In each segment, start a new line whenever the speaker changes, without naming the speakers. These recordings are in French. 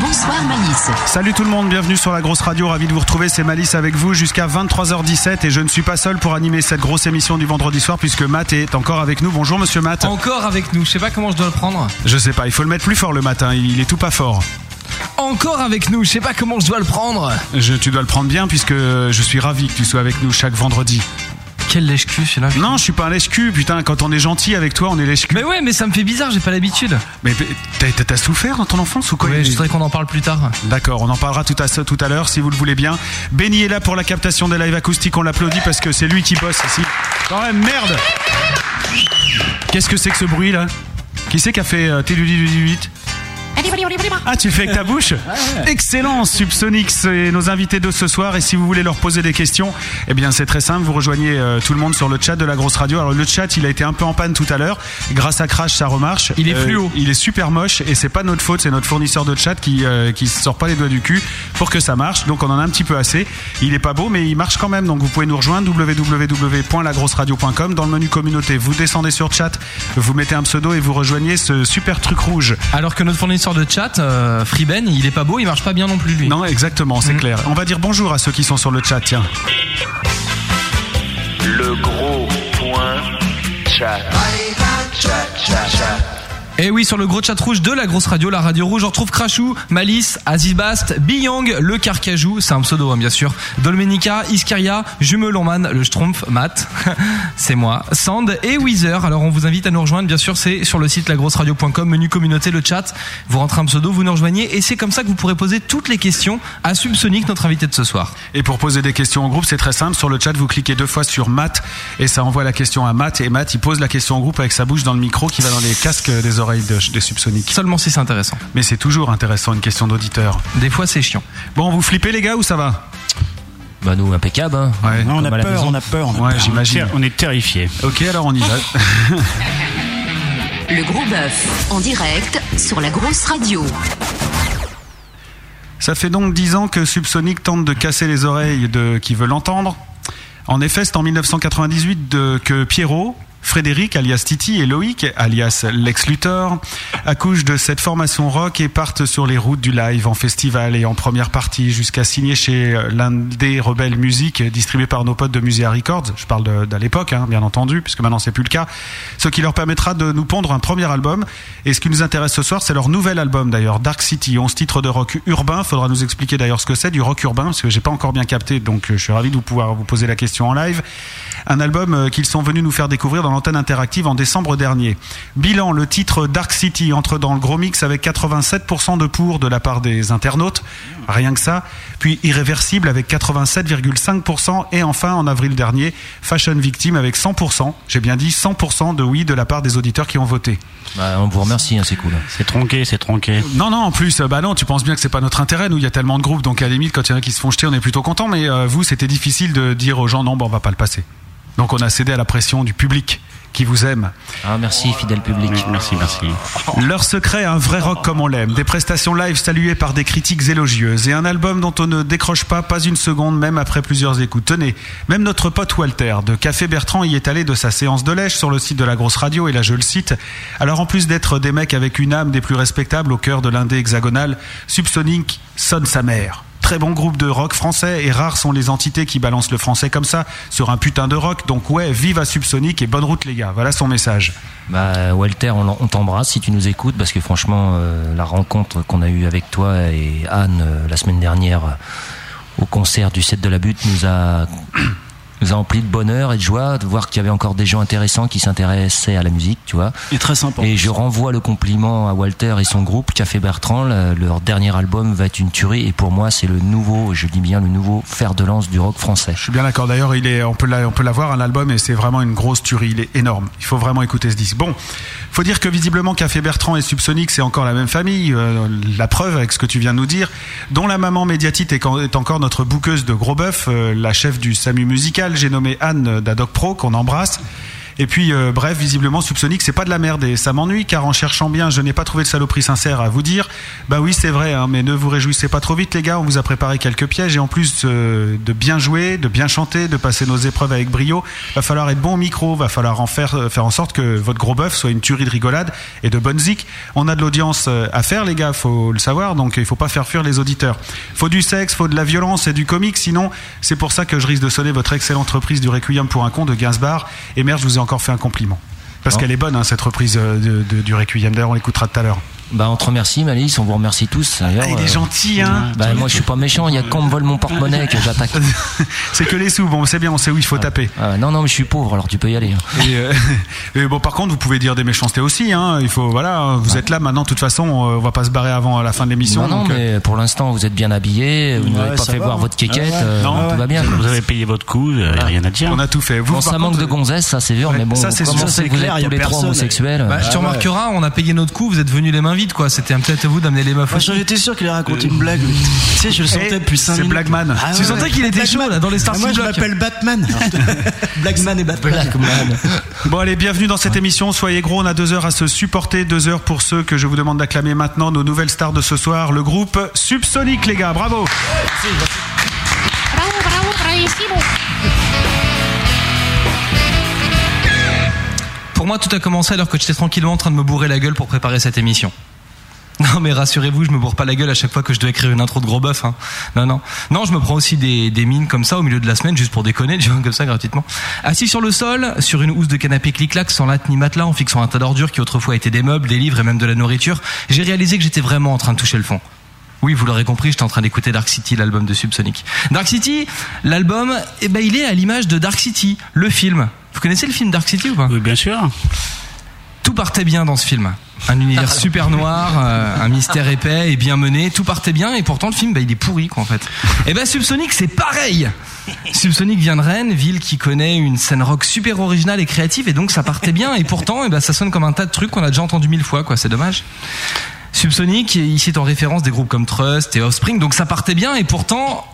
Bonsoir Malice.
Salut tout le monde, bienvenue sur la grosse radio, ravi de vous retrouver, c'est Malice avec vous jusqu'à 23h17 et je ne suis pas seul pour animer cette grosse émission du vendredi soir puisque Matt est encore avec nous. Bonjour monsieur Matt.
Encore avec nous, je sais pas comment je dois le prendre.
Je sais pas, il faut le mettre plus fort le matin, il est tout pas fort.
Encore avec nous, je sais pas comment je dois le prendre.
Je, tu dois le prendre bien puisque je suis ravi que tu sois avec nous chaque vendredi.
Quel lèche-cul celui-là.
Non, je suis pas un lèche-cul, putain, quand on est gentil avec toi, on est lèche-cul.
Mais ouais, mais ça me fait bizarre, j'ai pas l'habitude.
Mais, mais t'as- t'as- t'as souffert dans ton enfance ou quoi
Ouais,
Il-
je voudrais qu'on en parle plus tard.
D'accord, on en parlera tout à, tout à l'heure si vous le voulez bien. Benny est là pour la captation des lives acoustiques, on l'applaudit parce que c'est lui qui bosse ici. Dans la merde Qu'est-ce que c'est que ce bruit là Qui c'est qui a fait euh, T8 ah, tu le fais avec ta bouche Excellent, Subsonix et nos invités de ce soir. Et si vous voulez leur poser des questions, eh bien, c'est très simple. Vous rejoignez euh, tout le monde sur le chat de la grosse radio. Alors, le chat, il a été un peu en panne tout à l'heure. Grâce à Crash, ça remarche.
Il est fluo.
Il est super moche et c'est pas notre faute. C'est notre fournisseur de chat qui, euh, qui se sort pas les doigts du cul pour que ça marche. Donc, on en a un petit peu assez. Il est pas beau, mais il marche quand même. Donc, vous pouvez nous rejoindre www.lagrosseradio.com. Dans le menu communauté, vous descendez sur chat, vous mettez un pseudo et vous rejoignez ce super truc rouge.
Alors que notre fournisseur de chat, euh, Freeben, il est pas beau, il marche pas bien non plus lui.
Non, exactement, c'est
Mm.
clair. On va dire bonjour à ceux qui sont sur le chat, tiens.
Le gros point chat. Chat, chat, chat.
Et Eh oui, sur le gros chat rouge de la grosse radio, la radio rouge, on retrouve Crashou, Malice, Azibast, Biyang, Le Carcajou, c'est un pseudo hein, bien sûr, Dolmenica, Iscaria, Jumelonman, Le Schtroumpf, Matt, c'est moi, Sand et Weezer. Alors on vous invite à nous rejoindre, bien sûr c'est sur le site lagrosseradio.com, menu communauté, le chat, vous rentrez un pseudo, vous nous rejoignez et c'est comme ça que vous pourrez poser toutes les questions à Subsonic, notre invité de ce soir.
Et pour poser des questions en groupe, c'est très simple. Sur le chat, vous cliquez deux fois sur Matt et ça envoie la question à Matt. Et Matt, il pose la question en groupe avec sa bouche dans le micro qui va dans les casques des oreilles de- des subsoniques.
Seulement si c'est intéressant.
Mais c'est toujours intéressant, une question d'auditeur.
Des fois c'est chiant.
Bon, vous flippez les gars ou ça va
Bah nous impeccable. Hein.
Ouais.
Non, on, a
Comme à la
peur,
maison.
on a peur, on a
Ouais,
peur.
j'imagine.
On est terrifiés.
Ok, alors on y va.
Le gros bœuf en direct sur la grosse radio.
Ça fait donc dix ans que Subsonic tente de casser les oreilles de qui veut l'entendre. En effet, c'est en 1998 de- que Pierrot, Frédéric alias Titi et Loïc alias Lex Luthor accouchent de cette formation rock et partent sur les routes du live en festival et en première partie jusqu'à signer chez euh, l'un des Rebelles Musique distribué par nos potes de Muséa Records. Je parle de, d'à l'époque, hein, bien entendu, puisque maintenant c'est plus le cas. Ce qui leur permettra de nous pondre un premier album. Et ce qui nous intéresse ce soir, c'est leur nouvel album d'ailleurs, Dark City, 11 titres de rock urbain. Faudra nous expliquer d'ailleurs ce que c'est du rock urbain, parce que j'ai pas encore bien capté, donc euh, je suis ravi de vous pouvoir vous poser la question en live. Un album euh, qu'ils sont venus nous faire découvrir dans l'antenne interactive en décembre dernier. Bilan, le titre Dark City entre dans le gros mix avec 87% de pour de la part des internautes, rien que ça. Puis Irréversible avec 87,5% et enfin en avril dernier, Fashion Victim avec 100%, j'ai bien dit 100% de oui de la part des auditeurs qui ont voté.
Bah, on vous remercie, hein, c'est cool.
C'est tronqué, c'est tronqué.
Non, non, en plus, euh, bah non, tu penses bien que c'est pas notre intérêt. Nous, il y a tellement de groupes, donc à la limite, quand il y en a qui se font jeter, on est plutôt content. Mais euh, vous, c'était difficile de dire aux gens, non, bon, on va pas le passer. Donc on a cédé à la pression du public qui vous aime.
Ah merci fidèle public.
Merci, merci.
Leur secret, un vrai rock comme on l'aime, des prestations live saluées par des critiques élogieuses et un album dont on ne décroche pas pas une seconde même après plusieurs écoutes. Tenez, même notre pote Walter de Café Bertrand y est allé de sa séance de lèche sur le site de la grosse radio et là je le cite. Alors en plus d'être des mecs avec une âme des plus respectables au cœur de l'indé hexagonal, Subsonic sonne sa mère. Très bon groupe de rock français et rares sont les entités qui balancent le français comme ça sur un putain de rock. Donc ouais, vive à Subsonic et bonne route les gars. Voilà son message.
Bah Walter, on, l'en- on t'embrasse si tu nous écoutes parce que franchement euh, la rencontre qu'on a eue avec toi et Anne euh, la semaine dernière euh, au concert du 7 de la butte nous a nous a emplis de bonheur et de joie de voir qu'il y avait encore des gens intéressants qui s'intéressaient à la musique, tu vois.
Il est très sympa.
Et je renvoie le compliment à Walter et son groupe Café Bertrand. Le- Leur dernier album va être une tuerie et pour moi c'est le nouveau, je dis bien le nouveau fer de lance du rock français.
Je suis bien d'accord. D'ailleurs, il est, on peut la- on peut l'avoir à l'album et c'est vraiment une grosse tuerie. Il est énorme. Il faut vraiment écouter ce disque. Bon, faut dire que visiblement Café Bertrand et Subsonic c'est encore la même famille. euh, la preuve avec ce que tu viens de nous dire, dont la maman médiatite est, quand- est encore notre bouqueuse de gros bœuf, euh, la chef du SAMU musical. J'ai nommé Anne d'Adoc Pro qu'on embrasse. Et puis, euh, bref, visiblement, Subsonic, c'est pas de la merde et ça m'ennuie car en cherchant bien, je n'ai pas trouvé de saloperie sincère à vous dire. Bah oui, c'est vrai, hein, mais ne vous réjouissez pas trop vite, les gars. On vous a préparé quelques pièges et en plus euh, de bien jouer, de bien chanter, de passer nos épreuves avec brio, va falloir être bon au micro, va falloir en faire, euh, faire en sorte que votre gros bœuf soit une tuerie de rigolade et de bonne zik. On a de l'audience euh, à faire, les gars, faut le savoir, donc euh, il faut pas faire fuir les auditeurs. Faut du sexe, faut de la violence et du comique, sinon c'est pour ça que je risque de sonner votre excellente reprise du Requiem pour un con de Gainsbourg. Et merde, je vous ai encore fait un compliment. Parce
Non.
qu'elle est bonne, hein, cette reprise euh, de- de- du Requiem. D'ailleurs, on l'écoutera tout à l'heure.
Bah on te remercie Malice, on vous remercie tous. D'ailleurs,
Ah, il est
euh,
gentil, hein
Bah moi je suis pas méchant, il y a qu'on me vole mon porte-monnaie que j'attaque.
C'est que les sous, bon, c'est bien, on sait où il faut taper.
Ah, non non mais je suis pauvre alors tu peux y aller. hein.
Et, euh, et bon, par contre, vous pouvez dire des méchancetés aussi. Hein. Il faut, voilà, vous êtes là maintenant. De toute façon, euh, on va pas se barrer avant la fin de l'émission.
Non non
donc, euh,
mais pour l'instant vous êtes bien habillés, vous n'avez
Ouais,
pas
ça
fait
va,
voir
hein.
votre kékette,
Ah ouais.
euh,
Non,
tout
ouais.
va bien. Ah.
Vous avez payé votre coup, euh, y a rien à dire.
on a tout fait. Vous,
Bon,
par
ça manque
contre,
de gonzesse, ça c'est sûr,
Ouais,
mais bon,
ça, c'est
comment
sûr,
on sait
c'est
que vous
clair,
êtes
y a
tous les trois
personne.
homosexuels euh,
Ah
Ah
Bah, tu
ouais.
remarqueras, on a payé notre coup, vous êtes venus les mains vides, quoi. C'était un peut-être à vous d'amener les meufs.
Moi, j'en étais sûr qu'il a raconté une blague. lui. Tu sais, je le sentais
Eh,
depuis 5
c'est
minutes.
Blackman.
Ah
Tu sentais qu'il était
Blackman.
chaud, là, dans les Starship
Moi, je
Block.
m'appelle Batman. Blackman et Batman.
Blackman.
Bon, allez, bienvenue dans cette émission. Soyez gros, on a deux heures à se supporter. Deux heures pour ceux que je vous demande d'acclamer maintenant, nos nouvelles stars de ce soir, le groupe Subsonic, les gars. Bravo
Pour moi, tout a commencé alors que j'étais tranquillement en train de me bourrer la gueule pour préparer cette émission. Non mais rassurez-vous, je me bourre pas la gueule à chaque fois que je dois écrire une intro de gros bœuf. Hein. Non non non, je me prends aussi des, des mines comme ça au milieu de la semaine juste pour déconner, tu vois, comme ça gratuitement. Assis sur le sol, sur une housse de canapé clic-clac, sans latte ni matelas, en fixant un tas d'ordures qui autrefois étaient des meubles, des livres et même de la nourriture, j'ai réalisé que j'étais vraiment en train de toucher le fond. Oui, vous l'aurez compris, j'étais en train d'écouter Dark City, l'album de Subsonic. Dark City, l'album, eh ben il est à l'image de Dark City, le film. Vous connaissez le film Dark City ou pas
Oui, bien sûr.
tout partait bien dans ce film. Un univers super noir, euh, un mystère épais et bien mené, tout partait bien et pourtant le film bah, il est pourri quoi en fait. Et ben Subsonic c'est pareil. Subsonic vient de Rennes, ville qui connaît une scène rock super originale et créative et donc ça partait bien et pourtant et ben ça sonne comme un tas de trucs qu'on a déjà entendu mille fois quoi, c'est dommage. Subsonic il cite en référence des groupes comme Trust et Offspring donc ça partait bien et pourtant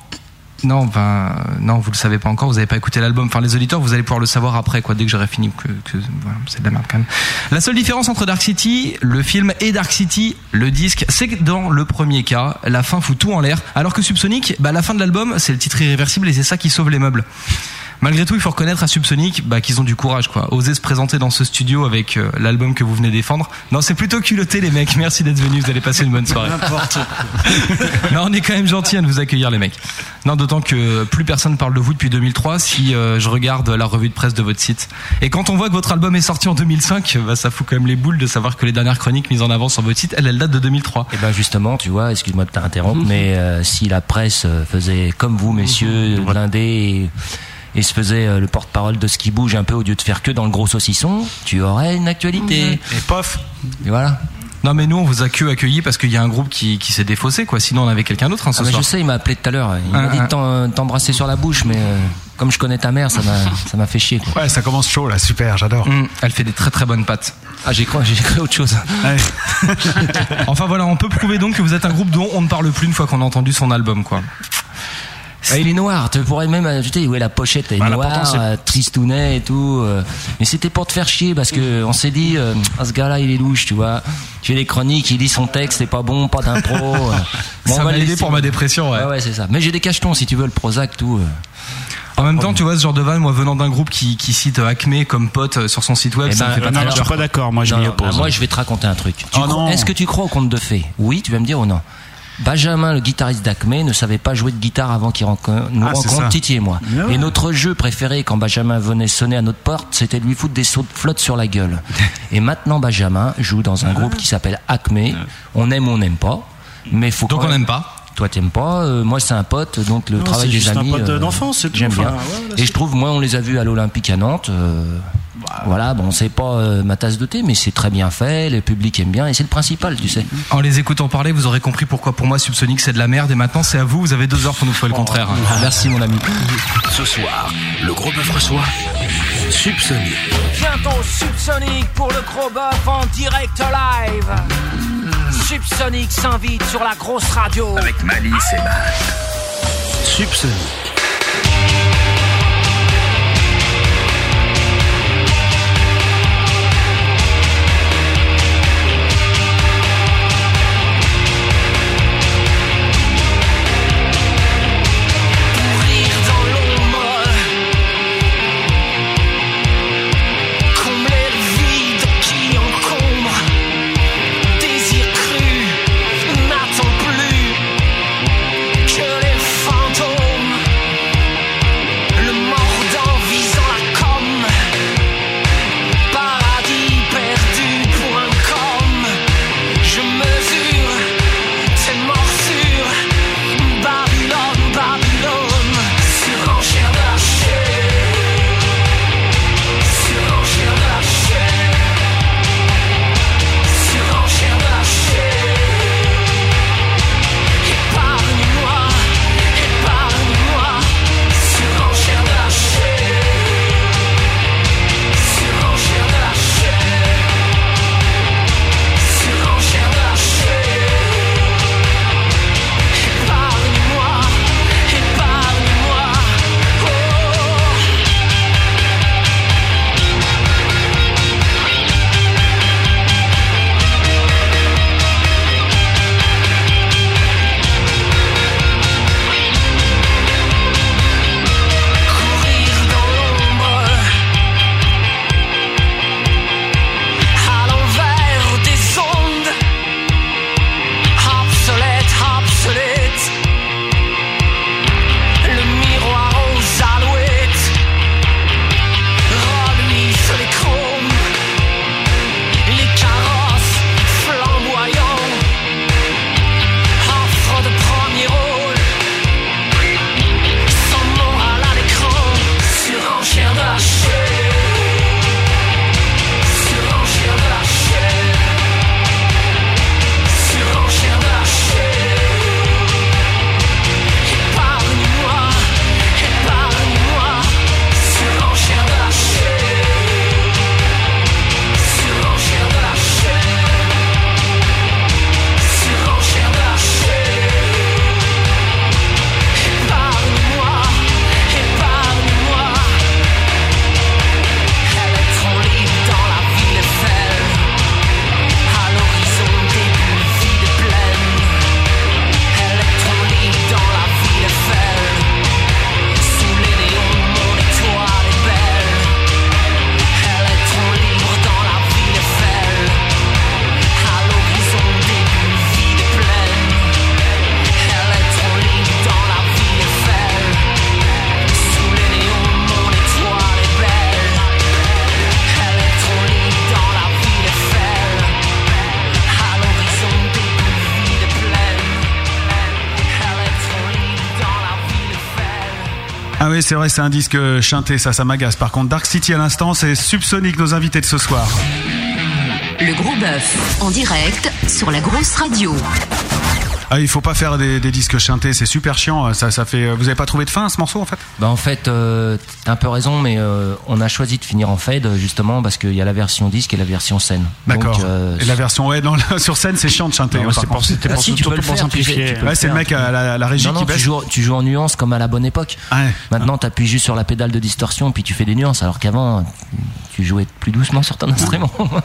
non, ben, euh, non, vous le savez pas encore, vous avez pas écouté l'album. Enfin, les auditeurs, vous allez pouvoir le savoir après, quoi, dès que j'aurai fini. Que, que- voilà, c'est de la merde quand même. La seule différence entre Dark City, le film, et Dark City, le disque, c'est que dans le premier cas, la fin fout tout en l'air. Alors que Subsonic, bah, la fin de l'album, c'est le titre irréversible et c'est ça qui sauve les meubles. Malgré tout, il faut reconnaître à Subsonic bah, qu'ils ont du courage, quoi. Oser se présenter dans ce studio avec euh, l'album que vous venez défendre. Non, c'est plutôt culotté, les mecs. Merci d'être venus, vous allez passer une bonne soirée. Non, on est quand même gentil à de vous accueillir, les mecs. Non, d'autant que plus personne parle de vous depuis 2003 si euh, je regarde la revue de presse de votre site. Et quand on voit que votre album est sorti en 2005, bah, ça fout quand même les boules de savoir que les dernières chroniques mises en avant sur votre site, elles, elles datent de 2003.
Et ben justement, tu vois, excuse-moi de t'interrompre,
Mhm.
mais euh, si la presse euh, faisait comme vous,
Mhm.
messieurs, euh, blindés et, et se faisait euh, le porte-parole de ce qui bouge un peu au lieu de faire que dans le gros saucisson, tu aurais une actualité.
Et pof
Et voilà.
Non, mais nous, on vous a que accueillis parce qu'il y a un groupe qui, qui s'est défaussé, quoi. Sinon, on avait quelqu'un d'autre, hein, ce
Ah, mais
soir.
je sais, il m'a appelé tout à l'heure. Il
Ah,
m'a dit
ah.
de t'en- euh, t'embrasser sur la bouche, mais euh, comme je connais ta mère, ça m'a ça m'a fait chier. Quoi.
Ouais, ça commence chaud là, super, j'adore.
Hum, elle fait des très très bonnes pattes.
Ah, j'ai cru, j'ai cru autre chose.
Ouais.
Enfin voilà, on peut prouver donc que vous êtes un groupe dont on ne parle plus une fois qu'on a entendu son album, quoi.
Ah, il est noir. Tu pourrais même ajouter ouais la pochette est
Bah, l'important,
noire,
c'est-
euh, tristounet et tout. euh, mais c'était pour te faire chier parce que on s'est dit euh, ah, ce gars-là il est louche, tu vois. Tu fais les chroniques, il lit son texte, c'est pas bon, pas d'impro. euh. Bon, on
ça
va
m'a
le
aidé
laisser.
pour ma dépression, ouais.
Ouais, ouais, c'est ça. Mais j'ai des cachetons si tu veux le Prozac tout. euh.
En même temps, tu vois, ce genre de van, moi, venant d'un groupe qui, qui cite Acme comme pote euh, sur son site web,
Eh
ça
ben,
me fait pas
euh,
Non,
très
non, je suis
peur.
pas d'accord. Moi, je
Non,
m'y
non, ah,
oppose.
moi je vais te raconter un truc. Tu
Oh,
crois-
non.
Est-ce que tu crois au conte de fées Oui, tu vas me dire ou non. Benjamin, le guitariste d'Acme, ne savait pas jouer de guitare avant qu'il rencontre- nous
Ah, c'est ça.
rencontre Titi et moi. Et notre jeu préféré quand Benjamin venait sonner à notre porte, c'était de lui foutre des sauts de flotte sur la gueule. Et maintenant, Benjamin joue dans un groupe qui s'appelle Acme. On aime ou on n'aime pas, mais faut
Donc
quand
on
même-
n'aime pas.
Toi, t'aimes pas. euh, moi, c'est un pote, donc le
Non,
travail
c'est
des
juste un
amis. euh,
pote d'enfance, c'est Bah. tout.
J'aime
Enfin,
bien.
ouais, voilà,
Et je trouve, moi, on les a vus à l'Olympique à Nantes. euh, voilà, bon, c'est pas euh, ma tasse de thé, mais c'est très bien fait. Le public aime bien, et c'est le principal, tu sais.
En les écoutant parler, vous aurez compris pourquoi pour moi Subsonic c'est de la merde et maintenant c'est à vous, vous avez deux heures pour nous faire le contraire.
Merci, mon ami.
Ce soir, le gros bœuf reçoit Subsonic.
Bientôt Subsonic pour le gros bœuf en direct live. Subsonic s'invite sur la grosse radio.
Avec Malice et Matt. Subsonic.
Rire dans l'eau molle. Combler le vide qui encombre. Désir cru, n'attend plus que les fantômes. Le mordant visant la com. Paradis perdu pour un com. Je mesure cette morsure. Babylone, Babylone. Surenchère lâchée. Surenchère lâchée. Surenchère lâchée. Épargne-moi, épargne-moi. Surenchère lâchée. Surenchère lâchée. Surenchère lâchée. Épargne-moi, épargne-moi, oh Courir dans l'ombre À l'envers des ondes Obsolète, obsolète Le miroir aux alouettes Reluise les chromes Les carrosses flamboyants Offre de premier rôle Sans morale à l'écran Surenchère de la Surenchère de Surenchère lâchée, épargne-moi, épargne-moi, surenchère lâchée, surenchère lâchée, surenchère lâchée, épargne-moi, épargne-moi, elle est trop libre dans la ville Eiffel. À l'horizon des bulles vides pleines Électronique dans la ville faible Sous les néons mon étoile est belle Électronique dans la ville faible À l'horizon des bulles vides pleines Électronique dans la ville faible Sous les néons mon étoile est belle Électronique dans la ville faible à l'horizon des pluies de plaine, elle est trop libre dans la ville faible.
Ah oui, c'est vrai, c'est un disque euh, chanté, ça, ça m'agace. Par contre, Dark City à l'instant, c'est Subsonic, nos invités de ce soir.
Le gros bœuf en direct sur la grosse radio.
Ah, il faut pas faire des, des disques chantés, c'est super chiant. euh, Ça, ça fait. Vous avez pas trouvé de fin à ce morceau en fait
Bah en fait, euh, t'as un peu raison, mais euh, on a choisi de finir en fade justement parce qu'il y a la version disque et la version scène.
D'accord.
Donc, euh,
Et la version ouais, non, là, sur scène, c'est chiant de chanter.
Non,
hein,
mais
par
c'est pour-
contre.
c'était pour- Ah, si, tu surtout peux le pour faire, tu simplifier. sais, tu peux le
Ouais, c'est le
faire.
mec à la, à la régie
non, non,
qui
tu
baisse.
joues, tu joues en nuance comme à la bonne époque. Maintenant, t'appuies juste sur la pédale de distorsion puis tu fais des nuances, alors qu'avant, tu jouais plus doucement sur ton instrument.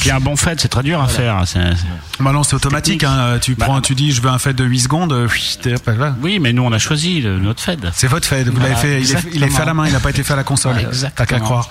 Puis un bon fade, c'est très dur à faire. c'est- c'est- Bah,
Bah non, c'est automatique. hein, Tu prends, tu dis, je veux un fade de 8 secondes. euh, oui, t'es- hop, là.
Oui, mais nous, on a choisi le- notre fade.
C'est votre fade. Vous
Voilà,
l'avez fait. Il est, il est fait à la main. Il n'a pas été fait à la console.
Ouais,
T'as qu'à
exactement.
croire.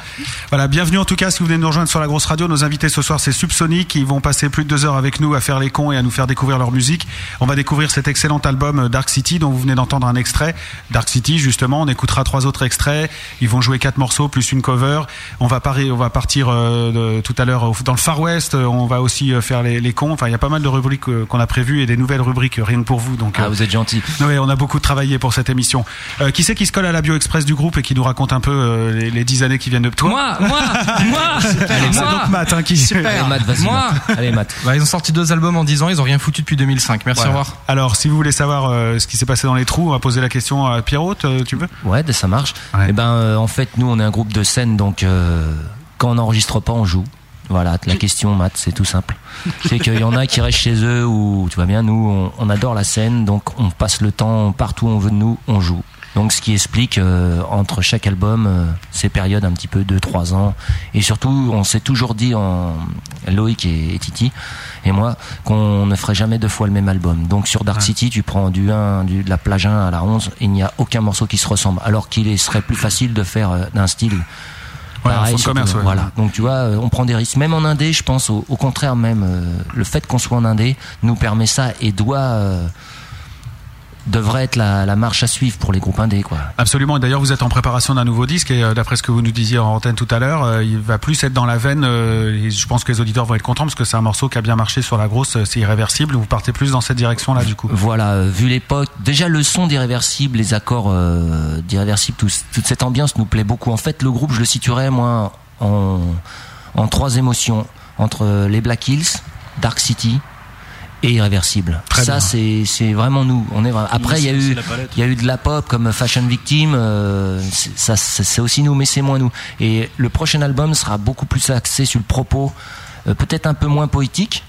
Voilà. Bienvenue en tout cas. Si vous venez nous rejoindre sur la grosse radio, nos invités ce soir, c'est Subsonic. Ils vont passer plus de deux heures avec nous à faire les cons et à nous faire découvrir leur musique. On va découvrir cet excellent album euh, Dark City dont vous venez d'entendre un extrait. Dark City, justement, on écoutera trois autres extraits. Ils vont jouer quatre morceaux plus une cover. On va parler, on va partir euh, de- tout à l'heure au- dans le Far West. Euh, On va aussi euh, faire les, les cons. Enfin, il y a pas mal de rubriques euh, qu'on a prévues et des nouvelles nouvelle rubrique rien que pour vous. Donc,
Ah, vous êtes gentil.
Oui, on a beaucoup travaillé pour cette émission. Euh, qui c'est qui se colle à la bio express du groupe et qui nous raconte un peu euh, les, les 10 années qui viennent de toi
Moi, moi, moi,
Allez, c'est donc Matt hein, qui
Allez, Matt, vas-y.
Moi.
Matt. Allez, Matt.
Bah, ils ont sorti deux albums en 10 ans, ils ont rien foutu depuis 2005. Merci,
Voilà.
au revoir.
Alors, si vous voulez savoir euh, ce qui s'est passé dans les trous, on va poser la question à Pierrot, euh, tu veux
Ouais, ça marche. Et ben, euh, en fait, nous, on est un groupe de scène, donc euh, quand on n'enregistre pas, on joue. Voilà, la question, Matt, c'est tout simple. C'est qu'il y en a qui restent chez eux ou tu vois bien, nous, on, on adore la scène, donc on passe le temps partout où on veut de nous, on joue. Donc, ce qui explique euh, entre chaque album euh, ces périodes un petit peu de 3 ans. Et surtout, on s'est toujours dit, en Loïc et, et Titi et moi, qu'on ne ferait jamais deux fois le même album. Donc, sur Dark City, tu prends du 1, du, de la plage 1 à la 11, il n'y a aucun morceau qui se ressemble. Alors qu'il est- serait plus facile de faire euh, d'un style.
Ouais, un fond de
surtout,
commerce, ouais.
Voilà. Donc tu vois, euh, on prend des risques. Même en indé, je pense, au, au contraire, même euh, le fait qu'on soit en indé nous permet ça et doit euh, devrait être la, la marche à suivre pour les groupes indés, quoi.
Absolument. Et d'ailleurs, vous êtes en préparation d'un nouveau disque. Et euh, d'après ce que vous nous disiez en antenne tout à l'heure, euh, il va plus être dans la veine. euh, et je pense que les auditeurs vont être contents parce que c'est un morceau qui a bien marché sur la grosse. euh, C'est irréversible. Vous partez plus dans cette direction-là, du coup.
Voilà, euh, vu l'époque, déjà le son d'Irréversible, les accords euh, d'Irréversible, tout- toute cette ambiance nous plaît beaucoup. En fait, le groupe, je le situerais, moi, en, en trois émotions. Entre euh, les Black Hills, Dark City et Irréversible. ça, c'est c'est vraiment nous. On est vraiment- Hein. Après, il y, a eu, il y a eu de la pop comme Fashion Victim, euh, c'est- ça, c'est c'est aussi nous, mais c'est moins nous. Et le prochain album sera beaucoup plus axé sur le propos, euh, peut-être un peu moins poétique,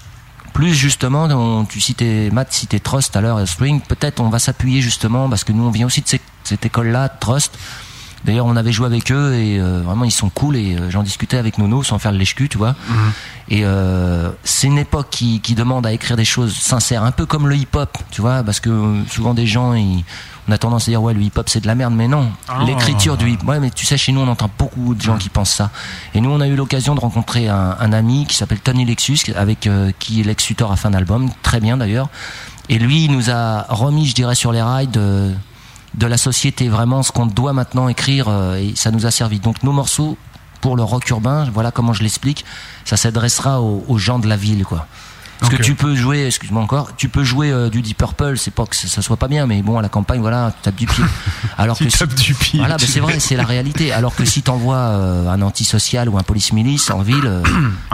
plus justement, on- tu citais Matt, citait Trust à l'heure, et Spring, peut-être on va s'appuyer justement, parce que nous on vient aussi de cette, cette école-là, de Trust. D'ailleurs, on avait joué avec eux et euh, vraiment ils sont cool et euh, j'en discutais avec Nono sans faire le lèche tu vois. Et euh, c'est une époque qui, qui demande à écrire des choses sincères, un peu comme le hip-hop, tu vois, parce que euh, souvent des gens, ils- on a tendance à dire ouais le hip-hop c'est de la merde, mais non,
Ah.
l'écriture du hip-hop, ouais mais tu sais chez nous on entend beaucoup de gens qui pensent ça. Et nous on a eu l'occasion de rencontrer un, un ami qui s'appelle Tony Lexus, avec euh, qui Lex Luthor a fait un album, très bien d'ailleurs. Et lui il nous a remis, je dirais, sur les rails de de la société, vraiment ce qu'on doit maintenant écrire, euh, et ça nous a servi. Donc nos morceaux pour le rock urbain, voilà comment je l'explique, ça s'adressera aux, aux gens de la ville, quoi. Parce
Ok.
que tu peux jouer, excuse-moi encore, tu peux jouer euh, du Deep Purple, c'est pas que ça, ça soit pas bien, mais bon, à la campagne, voilà, tu tapes du pied. Alors que si- Voilà,
tu
mais c'est
veux.
vrai, c'est la réalité. Alors que si t'envoies euh, un antisocial ou un police milice en ville, euh,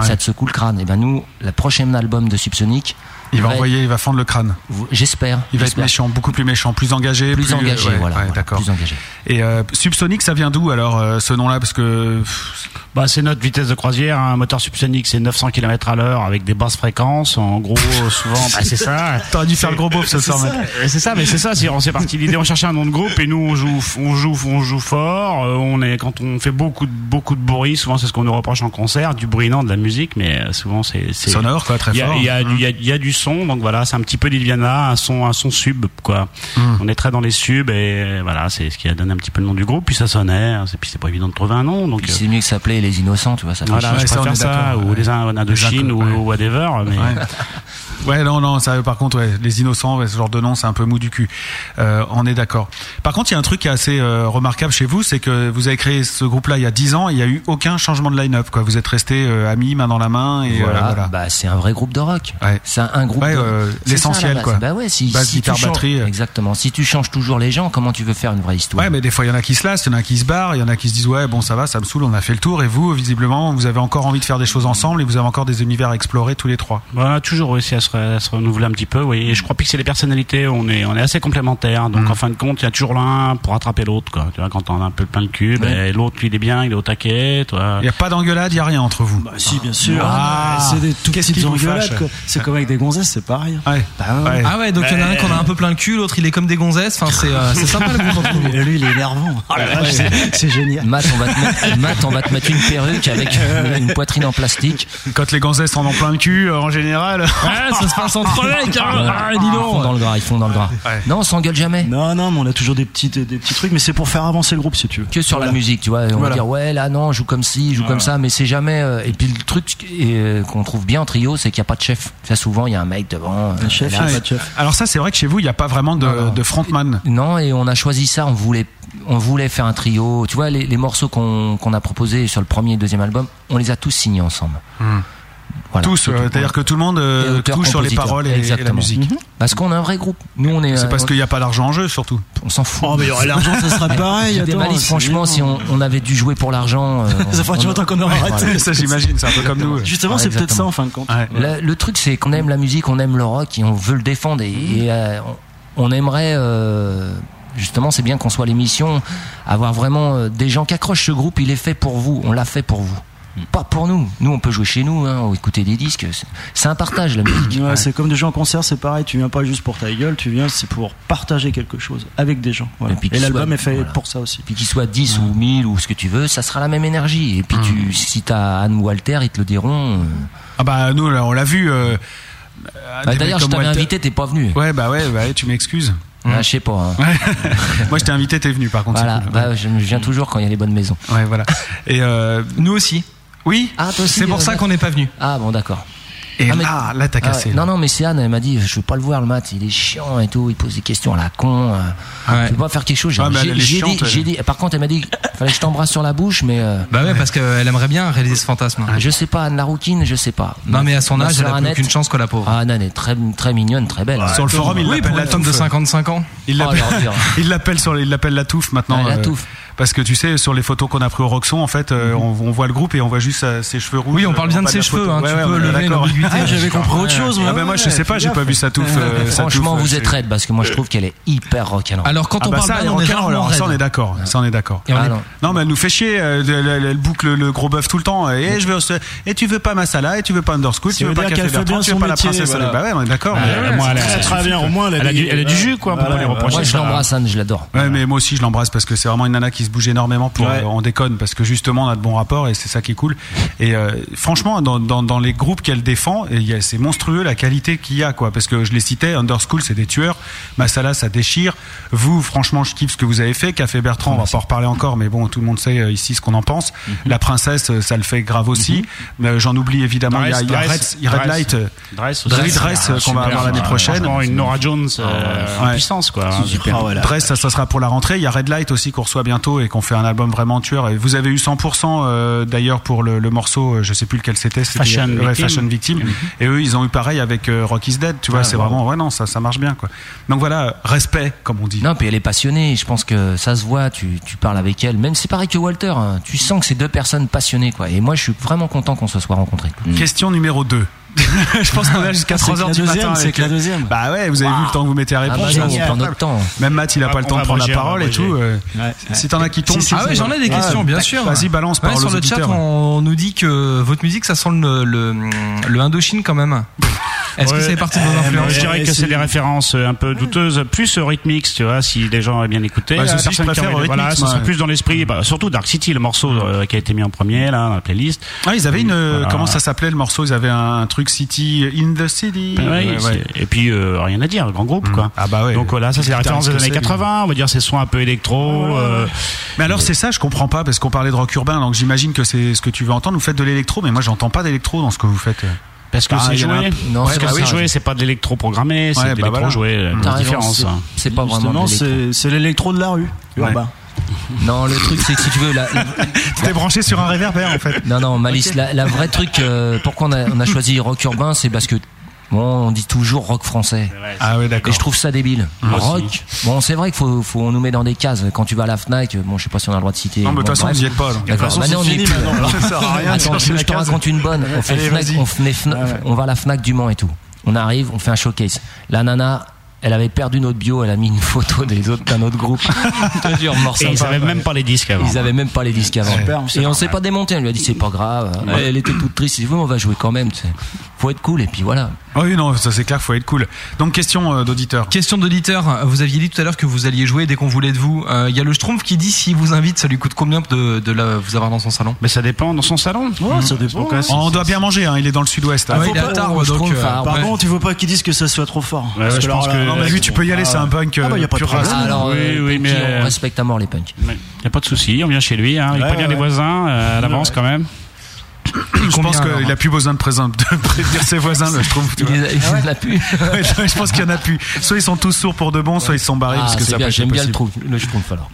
ça te secoue le crâne. Et ben nous, le prochain album de Subsonic,
Il va
va-
envoyer, il va fendre le crâne.
J'espère.
Il va être
j'espère.
méchant, beaucoup plus méchant, plus engagé.
Plus engagé, voilà, voilà,
d'accord.
plus engagé.
Et euh, Subsonic, ça vient d'où alors euh, ce nom-là Parce que pff,
Bah, c'est notre vitesse de croisière. hein, Un moteur subsonique, c'est 900 km à l'heure avec des basses fréquences. En gros, souvent, bah, c'est ça.
T'aurais dû faire le gros beauf ce
C'est
soir,
ça.
mec.
C'est ça, mais c'est ça. C'est, on s'est parti l'idée. On cherchait un nom de groupe et nous, on joue, on joue, on joue fort. Euh, On est, quand on fait beaucoup de, beaucoup de bruit, souvent, c'est ce qu'on nous reproche en concert, du bruitant, de la musique, mais euh, souvent, c'est, c'est-
Sonore, quoi, très
Il y a-
fort. Mmh.
Il y a, du- il y a- il y a du son, donc voilà, c'est un petit peu Liliana, un son, un son sub, quoi.
Mmh.
On est très dans les subs et euh, voilà, c'est ce qui a donné un petit peu le nom du groupe. Puis ça sonnait, hein, et puis c'est pas évident de trouver un nom, donc.
Puis
euh,
c'est mieux que s'appeler Les Innocents, tu vois, ça fait
voilà,
chier.
je préfère ça, ou les Indes de Chine, ou, ou whatever, mais.
ouais. Ouais, non, non, ça, par contre, ouais, les innocents, ouais, ce genre de nom, c'est un peu mou du cul. Euh, on est d'accord. Par contre, il y a un truc qui est assez euh, remarquable chez vous, c'est que vous avez créé ce groupe-là il y a 10 ans, et il n'y a eu aucun changement de line-up. Quoi. Vous êtes restés euh, amis, main dans la main, et
Voilà,
euh, voilà.
Bah, c'est un vrai groupe de rock. C'est un, un groupe
Ouais,
de-
euh,
C'est
l'essentiel,
ça, la base.
quoi.
Bah ouais, si,
Basse,
si tu
guitare,
changes-
batterie. euh.
Exactement. Si tu changes toujours les gens, comment tu veux faire une vraie histoire
Ouais, mais des fois, il y en a qui se lassent, il y en a qui se barrent, il y en a qui se disent, ouais, bon, ça va, ça me saoule, on a fait le tour, et vous, visiblement, vous avez encore envie de faire des choses ensemble, et vous avez encore des univers à explorer tous les trois.
Voilà, Bah, toujours réussi à se, re- à se renouveler un petit peu, oui. Et je crois plus que c'est les personnalités, on est, on est assez complémentaires.
Mm.
Donc, en fin de compte, il y a toujours l'un pour attraper l'autre, quoi. Tu vois, quand on a un peu plein le cul, ben, l'autre, lui, il est bien, il est au taquet, toi.
Il n'y a pas d'engueulade, il n'y a rien entre vous.
Bah, Si, bien sûr.
Ah,
c'est des tout
qu'est-ce
petites
qui vous
engueulades.
fâche
quoi. C'est comme avec des gonzesses, c'est pareil.
Ouais.
Ah ouais, donc il y en a un qu'on a un peu plein le cul, l'autre il est comme des gonzesses. Enfin, c'est euh, c'est sympa le groupe. entre vous.
Lui, il est énervant.
Oh
c'est génial. Matt, on va te mettre, Matt, on va te mettre une perruque avec euh, une poitrine en plastique.
Quand les gonzesses en ont plein le cul, euh, en général.
Ouais, ça se passe entre mecs, hein. Ah, dis
ils
donc.
font dans le gras, ils font dans le gras. Non, on s'engueule jamais.
Non, non, mais on a toujours des petites, des petits trucs, mais c'est pour faire avancer le groupe, si tu veux.
Que sur la musique, tu vois. On va
Voilà.
dire, ouais, là, non, je joue comme ci, je joue comme ça, mais c'est jamais. euh, et puis le truc euh, qu'on trouve bien en trio, c'est qu'il n'y a pas de chef. Ça, souvent, il y a un mec devant. euh, là,
Ouais. Ah, Alors ça, c'est vrai que chez vous, il n'y a pas vraiment de,
Ah,
de frontman.
Non, et on a choisi ça. On voulait, on voulait faire un trio. Tu vois, les, les morceaux qu'on qu'on a proposés sur le premier et deuxième album, on les a tous signés ensemble. Voilà.
Tous, euh, c'est-à-dire que tout le monde euh,
Et auteur,
touche sur les
compositeur.
paroles et- et, la
Exactement.
musique.
Mhm. Parce qu'on a un vrai groupe. Nous, on est.
C'est parce
euh,
qu'il n'y a pas d'argent en jeu, surtout.
On s'en fout.
Oh, mais il y aurait l'argent, ça serait pareil,
Des
attends,
valises,
c'est
franchement, si on, on avait dû jouer pour l'argent. euh,
Ça fera
on-
du longtemps qu'on aura
Ouais,
arrêté.
voilà.
Ça, j'imagine, c'est un peu comme nous. Justement, c'est peut-être ça, en fin de compte. Ouais.
La- le truc, c'est qu'on aime la musique, on aime le rock et on veut le défendre. Et, et, euh, on, on aimerait. euh, Justement, c'est bien qu'on soit à l'émission, avoir vraiment euh, des gens qui accrochent ce groupe. Il est fait pour vous, on l'a fait pour vous,
Mm.
pas pour nous. Nous, on peut jouer chez nous, hein, ou écouter des disques. C'est- C'est un partage la musique.
Ouais, C'est comme des gens en concert, c'est pareil. Tu viens pas juste pour ta gueule, tu viens c'est pour partager quelque chose avec des gens. voilà.
Et puis
Et
qu'il
l'album
soit-
est fait
voilà.
pour ça aussi.
Puis qu'il soit 10 ou 1000 ou ce que tu veux, ça sera la même énergie. Et puis tu, si t'as Anne ou Walter, ils te le diront. euh.
Ah bah nous, là, on l'a vu. euh,
Bah,
des
D'ailleurs,
mecs
je
comme
t'avais
Walter-
invité, t'es pas venu.
Ouais, bah ouais, bah ouais, tu m'excuses.
Ah, je sais pas. hein.
Moi, je t'ai invité, t'es venu, par contre.
Voilà,
c'est cool.
bah, je je viens toujours quand il y a les bonnes maisons.
Ouais, voilà. Et
nous aussi.
Oui.
Ah, toi aussi,
C'est pour
euh,
ça
ouais.
qu'on n'est pas venu.
Ah bon, d'accord.
Et
Ah, mais-
là, là, t'as
Ah ouais.
cassé.
Non, non, mais c'est Anne, elle m'a dit, je veux pas le voir le mat, il est chiant et tout, il pose des questions à la con. euh, Je veux pas faire quelque chose.
Ah, mais
J'ai-
elle, elle est
j'ai dit,
chiante, elle.
j'ai dit- par contre, elle m'a dit, fallait que je t'embrasse sur la bouche, mais euh,
Bah ouais, parce qu'elle aimerait bien réaliser ce fantasme.
Ah, je sais pas, Anne la rouquine, je sais pas.
Non, mais à son
Ma
âge,
sœur
elle a plus
Annette-
aucune chance que la pauvre.
Ah, Anne, elle est très, très mignonne, très belle.
Sur le forum, il
Oui,
l'appelle
pour
la
une femme de
touffe.
55 ans.
Il
Oh,
l'appelle,
l'ordure.
il l'appelle sur, il l'appelle la touffe maintenant.
Ouais, la
euh,
touffe.
Parce que tu sais, sur les photos qu'on a prises au Roxon, en fait, euh, on, on voit le groupe et on voit juste euh, ses cheveux rouges.
Oui, on parle bien
en
de
bas
ses
la
cheveux,
photo.
hein, tu peux
on est
lever
d'accord.
l'ambiguïté. Ah, j'avais compris autre chose, moi.
Ah, bah, moi, je
Ouais,
sais pas,
fais
j'ai
gaffe.
pas vu sa touffe. euh, sa
Franchement,
touffe,
vous
euh,
êtes
c'est-
raide parce que moi je trouve qu'elle est hyper rock'n'roll.
Alors, quand
Ah
on
bah
parle
ça,
d'elle,
non,
on est
carrément,
rarement
alors, ça, on
raide.
est d'accord. Ça, on est d'accord.
Et on est- Ah, non.
Non, mais elle nous fait chier. euh, Elle, elle- elle boucle le gros bœuf tout le temps. Et je veux, ce- et tu veux pas Masala, et tu veux pas Underschool,
Ça
tu veux
veut
pas
dire
Café
qu'elle fait
Bertrand,
bien
tu veux
son
pas la
métier,
princesse.
voilà.
Bah ouais, on est d'accord.
Ah,
mais-
ouais,
moi, elle-
ça, ça travaille bien, au moins, elle a
elle a
dit-
du, elle a du
ouais.
jus, quoi, pour
Voilà,
les
ouais.
reprocher.
Moi, je
ça.
l'embrasse, Anne, je l'adore.
Ouais, mais moi aussi je l'embrasse parce que c'est vraiment une nana qui se bouge énormément pour. euh, on déconne parce que justement on a de bons rapports et c'est ça qui est cool. Et euh, franchement, dans, dans, dans les groupes qu'elle défend, et il y a- c'est monstrueux la qualité qu'il y a quoi. Parce que je les citais, Underschool c'est des tueurs, Masala ça déchire. Vous, franchement, je kiffe ce que vous avez fait. Café Bertrand, on va pas en reparler encore, mais bon, tout le monde sait euh, ici ce qu'on en pense.
Mhm.
La princesse, euh, ça le fait grave aussi. Euh, J'en oublie évidemment. Il y a, il y a Red, il y a Red Light, euh,
Dress, Ah,
Red Dress, euh, qu'on va avoir l'année prochaine. Ah,
Une Nora Jones euh, en
Ouais.
puissance, quoi.
Ah, voilà.
Brest, ça, ça sera pour la rentrée. Il y a Red Light aussi qu'on reçoit bientôt et qu'on fait un album vraiment tueur. Et vous avez eu 100% euh, d'ailleurs pour le, le morceau, euh, je sais plus lequel c'était. c'était- euh,
Fashion
ouais,
Victim.
Fashion Victim. Et eux, ils ont eu pareil avec euh, Rock is Dead. Tu vois,
Ah,
c'est
bravo.
vraiment ouais non, ça, ça marche bien quoi. Donc voilà, respect comme on dit.
Non, puis elle est passionnée. Je pense que ça se voit. Tu, tu parles avec elle. Même c'est pareil que Walter. hein. Tu sens que c'est deux personnes passionnées, quoi. Et moi, je suis vraiment content qu'on se soit rencontrés.
Question numéro 2 je pense qu'on a jusqu'à
Ah, c'est
3h
que la
du
deuxième,
matin.
c'est
avec
que la
les-
deuxième.
Bah ouais, vous avez vu le temps que vous mettez à
Ah
répondre.
bah,
c'est
non, on prend
incroyable.
notre temps.
Même Matt, il a pas
On
le temps
va
de prendre la
abréger, on va
parole et
abréger.
tout. euh,
Ouais.
Si t'en as qui tombent.
Ah ouais, j'en ai des questions, bien sûr.
bah, Vas-y, balance
Ouais,
par
Sur le chat, hein. on nous dit que votre musique, ça sent le, le, le Indochine quand même. Est-ce que
Ouais.
ça fait partie de vos
Euh,
influences
Je dirais que c'est des références euh, un peu douteuses, plus rythmiques, tu vois, si les gens aiment bien écouter.
Ouais,
La
c'est aussi,
personne
je
qui
préfère
aurait-
aux
voilà,
rythmiques,
ça serait
moi.
plus dans l'esprit, bah, surtout Dark City, le morceau euh, qui a été mis en premier, là, dans la playlist.
Ah, ils avaient une. euh,
Voilà.
Comment ça s'appelait le morceau Ils avaient un, truc City in the City.
Ouais,
Ouais, ouais.
c'est- Et puis, euh, rien à dire, grand groupe, quoi.
Ah bah ouais.
Donc voilà, ça c'est la
Putain,
référence
ce
des
que
années
c'est, lui.
80, on va dire ces sons un peu électro. euh,
Mais alors c'est ça, je comprends pas parce qu'on parlait de rock urbain, donc j'imagine que c'est ce que tu veux entendre. Vous faites de l'électro, mais moi j'entends pas d'électro dans ce que vous faites.
Parce que
Ah,
c'est
il y en a
joué.
un-
Non,
Parce
c'est
que
pas
c'est
ça.
joué, c'est pas de l'électro programmé, c'est
Ouais,
de
bah voilà.
l'électro joué.
T'as
La
raison,
différence.
c'est- C'est pas
Justement,
vraiment. de l'électro.
c'est c'est l'électro de la rue.
Ouais.
urbain.
Non, le truc, c'est que si tu veux, la,
T'es branché sur un réverbère en fait.
Non, non, Malice, la, la vraie truc, euh, pourquoi on a, on a choisi rock urbain, c'est parce que, bon, on dit toujours rock français.
Ah ouais
Et
d'accord.
je trouve ça débile. rock, bon, c'est vrai qu'il faut, faut, on nous met dans des cases. Quand tu vas à la Fnac, bon, je sais pas si on a le droit de citer.
Non mais de toute
Bon,
façon
bref.
vous y êtes pas. donc.
D'accord,
façon,
maintenant,
c'est
on y
fini,
est plus,
maintenant.
alors.
Ça sert à rien de
Attends,
chercher
je
la
te
case.
raconte une bonne. On fait
Allez,
Fnac,
vas-y.
on, fait Fnac- on va à la Fnac du Mans et tout. On arrive, on fait un showcase. La nana, elle avait perdu notre bio, elle a mis une photo des autres d'un autre groupe. Je te jure, mort
Et ils
sympa.
avaient même pas les disques avant.
Ils avaient même pas les disques avant.
Super, c'est
Ah et on s'est pas démonté. On lui a dit c'est pas grave. Elle était toute triste. Il dit, Oui, on va jouer quand même. tu sais. Faut être cool. Et puis voilà.
Ah oui non, ça c'est clair, faut être cool. Donc question euh, d'auditeur.
Question d'auditeur, vous aviez dit tout à l'heure que vous alliez jouer dès qu'on voulait de vous. Euh, Il y a le Schtroumpf qui dit s'il vous invite, ça lui coûte combien de, de la- vous avoir dans son salon
Mais ça dépend dans son salon.
Ouais, ça dépend.
Pourquoi c'est-
On doit bien manger, hein, il est dans le sud-ouest.
Ah ouais,
Faut
il est
pas-
à tard,
oh,
donc.
Schtroumpf, ah,
Par
ouais.
contre, il faut pas qu'ils disent que ça soit trop fort.
Ouais, ouais, je pense que-
Non mais lui tu peux y aller, c'est un punk.
Ah bah, y a pas de
pur
problème.
race.
Ah,
alors,
oui,
euh,
oui,
punky,
mais, euh,
on respecte à mort les punks.
Il n'y a pas de souci, on vient chez lui, hein. il
Ouais,
prévient
ouais,
les
ouais.
voisins euh, à l'avance
ouais.
quand même.
Je pense qu'il a plus besoin de, présent- de prévenir ses voisins, là, je trouve. tu
Il
vois.
les a- il Ah ouais. en a plus.
Ouais, je pense qu'il y en a plus. Soit ils sont tous sourds pour de bon, soit ils sont barrés
Ah,
parce que
c'est
ça
bien,
peut être
j'aime bien le
possible.
trou- le schtroumpf, alors.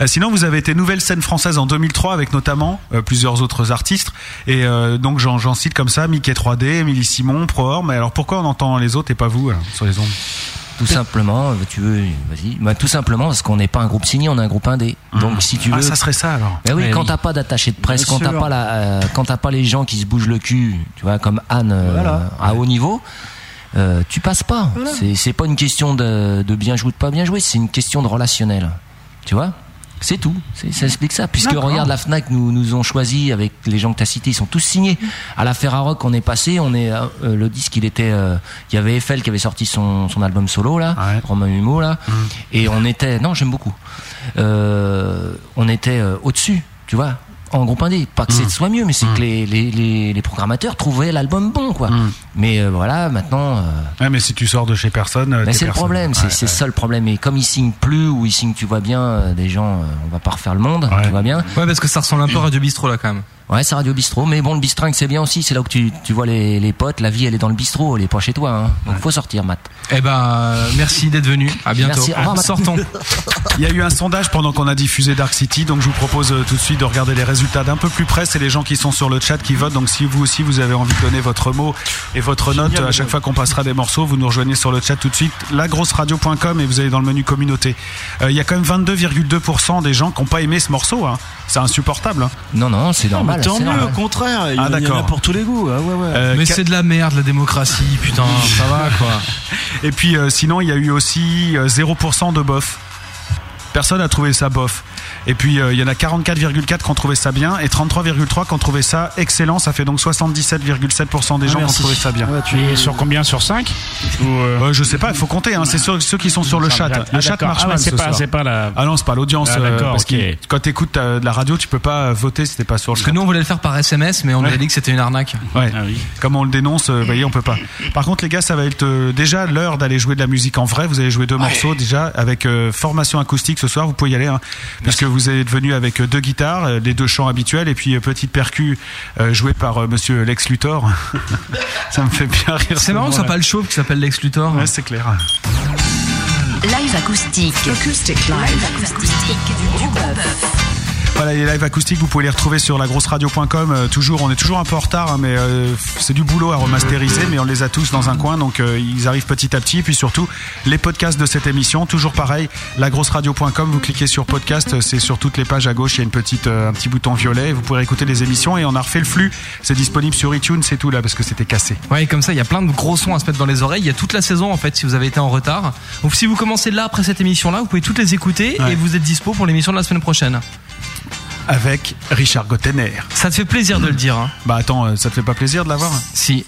Euh, Sinon, vous avez été nouvelle scène française en 2003 avec notamment euh, plusieurs autres artistes. Et euh, donc, j'en j'en cite comme ça Mickey 3D, Émilie Simon, Prohor. Mais alors, pourquoi on entend les autres et pas vous alors, sur les ondes
Tout simplement, euh, tu veux, vas-y. Bah, tout simplement parce qu'on n'est pas un groupe signé, on est un groupe indé. Donc si tu veux,
Ah, ça serait ça alors.
Ben oui,
Eh
quand
oui.
t'as pas d'attaché de presse,
Bien
quand t'as
sûr.
pas la, euh, quand t'as pas les gens qui se bougent le cul, tu vois, comme Anne euh,
Voilà.
à haut niveau. euh, tu passes pas.
Voilà.
C'est- C'est pas une question de, de bien jouer ou de pas bien jouer, c'est une question de relationnel. Tu vois C'est tout. C'est- Ça explique ça. Puisque
D'accord.
regarde, la Fnac nous, nous ont choisi avec les gens que t'as cités, ils sont tous signés. À la Ferrarock, on est passé, on est euh, euh, le disque, il était, euh, il y avait Eiffel qui avait sorti son, son album solo là, Romain Humeau là,
Mm.
et on était, non, j'aime beaucoup. Euh, on était euh, au-dessus, tu vois, en groupe indé. Pas
Mm.
que c'est soit mieux, mais c'est que les, les, les, les programmateurs trouvaient l'album bon, quoi.
Mm.
Mais euh, voilà, maintenant. euh,
Ouais, mais si tu sors de chez personne. euh,
ben,
t'es
c'est le
personne.
problème, c'est
Ouais,
c'est
ouais.
ça le problème. Et comme ils signent plus ou ils signent, tu vois bien, euh, des gens, euh, on va pas refaire le monde, tu vois bien.
Ouais, parce que ça ressemble un peu à Radio Bistro là quand même.
Ouais, c'est Radio Bistrot, mais bon, le bistringue c'est bien aussi, c'est là où tu, tu vois les, les potes, la vie elle est dans le bistrot, elle est pas chez toi, hein. donc faut sortir, Matt.
Eh ben, euh, merci d'être venu. À bientôt.
Merci, au revoir, Matt.
Sortons.
Il y a eu un sondage pendant qu'on a diffusé Dark City, donc je vous propose euh, tout de suite de regarder les résultats d'un peu plus près. C'est les gens qui sont sur le chat qui votent, donc si vous aussi vous avez envie de donner votre mot et votre note, euh, à chaque fois qu'on passera des morceaux, vous nous rejoignez sur le chat tout de suite, lagrosseradio.com et vous allez dans le menu communauté. Euh, Il y a quand même 22,2% des gens qui n'ont pas aimé ce morceau, hein. c'est insupportable. hein.
Non, non, c'est
Non, mais tant mieux, au contraire. Il
Ah,
y en a
d'accord.
pour tous les goûts. ah, ouais, ouais.
Euh,
Mais c'est de la merde, la démocratie, putain, ça va quoi.
Et puis euh, sinon, il y a eu aussi euh, 0% de bof. Personne n'a trouvé ça bof. Et puis euh, il y en a 44,4 qui ont trouvé ça bien et 33,3 qui ont trouvé ça excellent. Ça fait donc 77,7% des
Ah,
gens qui ont
merci.
trouvé ça bien.
Ouais, tu- Et sur combien Sur 5
Euh, Je sais pas, il faut compter. hein. C'est sur- ceux qui sont sur le
Sur
chat.
le chat.
Le
Ah,
chat
d'accord.
marche
Ah ouais,
mal
c'est
ce
pas-
soir.
c'est pas la-
Ah non, c'est pas l'audience.
Ah,
euh,
d'accord,
parce que
ok.
quand t'écoutes euh, de la radio, tu peux pas voter si t'es pas sur le
Parce
chat.
que nous on voulait le faire par SMS, mais on nous a dit que c'était une arnaque.
Ouais. Comme on le dénonce, euh, vous voyez, on peut pas. Par contre, les gars, ça va être euh, déjà l'heure d'aller jouer de la musique en vrai. Vous allez jouer deux morceaux déjà avec euh, formation acoustique ce soir. Vous pouvez y aller, hein, puisque vous êtes venu avec euh, deux guitares, euh, les deux chants habituels, et puis euh, petite percu euh, jouée par euh, Monsieur Lex Luthor. ça me fait bien rire.
C'est marrant que ce soit pas le chauve qui s'appelle Lex Luthor.
Ouais, c'est clair.
Live acoustique. Acoustic live. acoustique du Gros Bœuf.
Voilà, les lives acoustiques, vous pouvez les retrouver sur lagrosseradio.com. Euh, toujours, on est toujours un peu en retard, hein, mais euh, c'est du boulot à remasteriser, mais on les a tous dans un coin, donc euh, ils arrivent petit à petit. Et puis surtout, les podcasts de cette émission, toujours pareil, lagrosseradio.com. Vous cliquez sur podcast, euh, c'est sur toutes les pages à gauche, il y a une petite, euh, un petit bouton violet. Vous pourrez écouter les émissions et on a refait le flux. C'est disponible sur iTunes, c'est tout là, parce que c'était cassé.
Ouais, et comme ça, il y a plein de gros sons à se mettre dans les oreilles. Il y a toute la saison, en fait, si vous avez été en retard. Donc, si vous commencez là, après cette émission-là, vous pouvez toutes les écouter et vous êtes dispo pour l'émission de la semaine prochaine.
Avec Richard Gottener.
Ça te fait plaisir de le dire, hein.
Bah attends, euh, ça te fait pas plaisir de l'avoir
Si.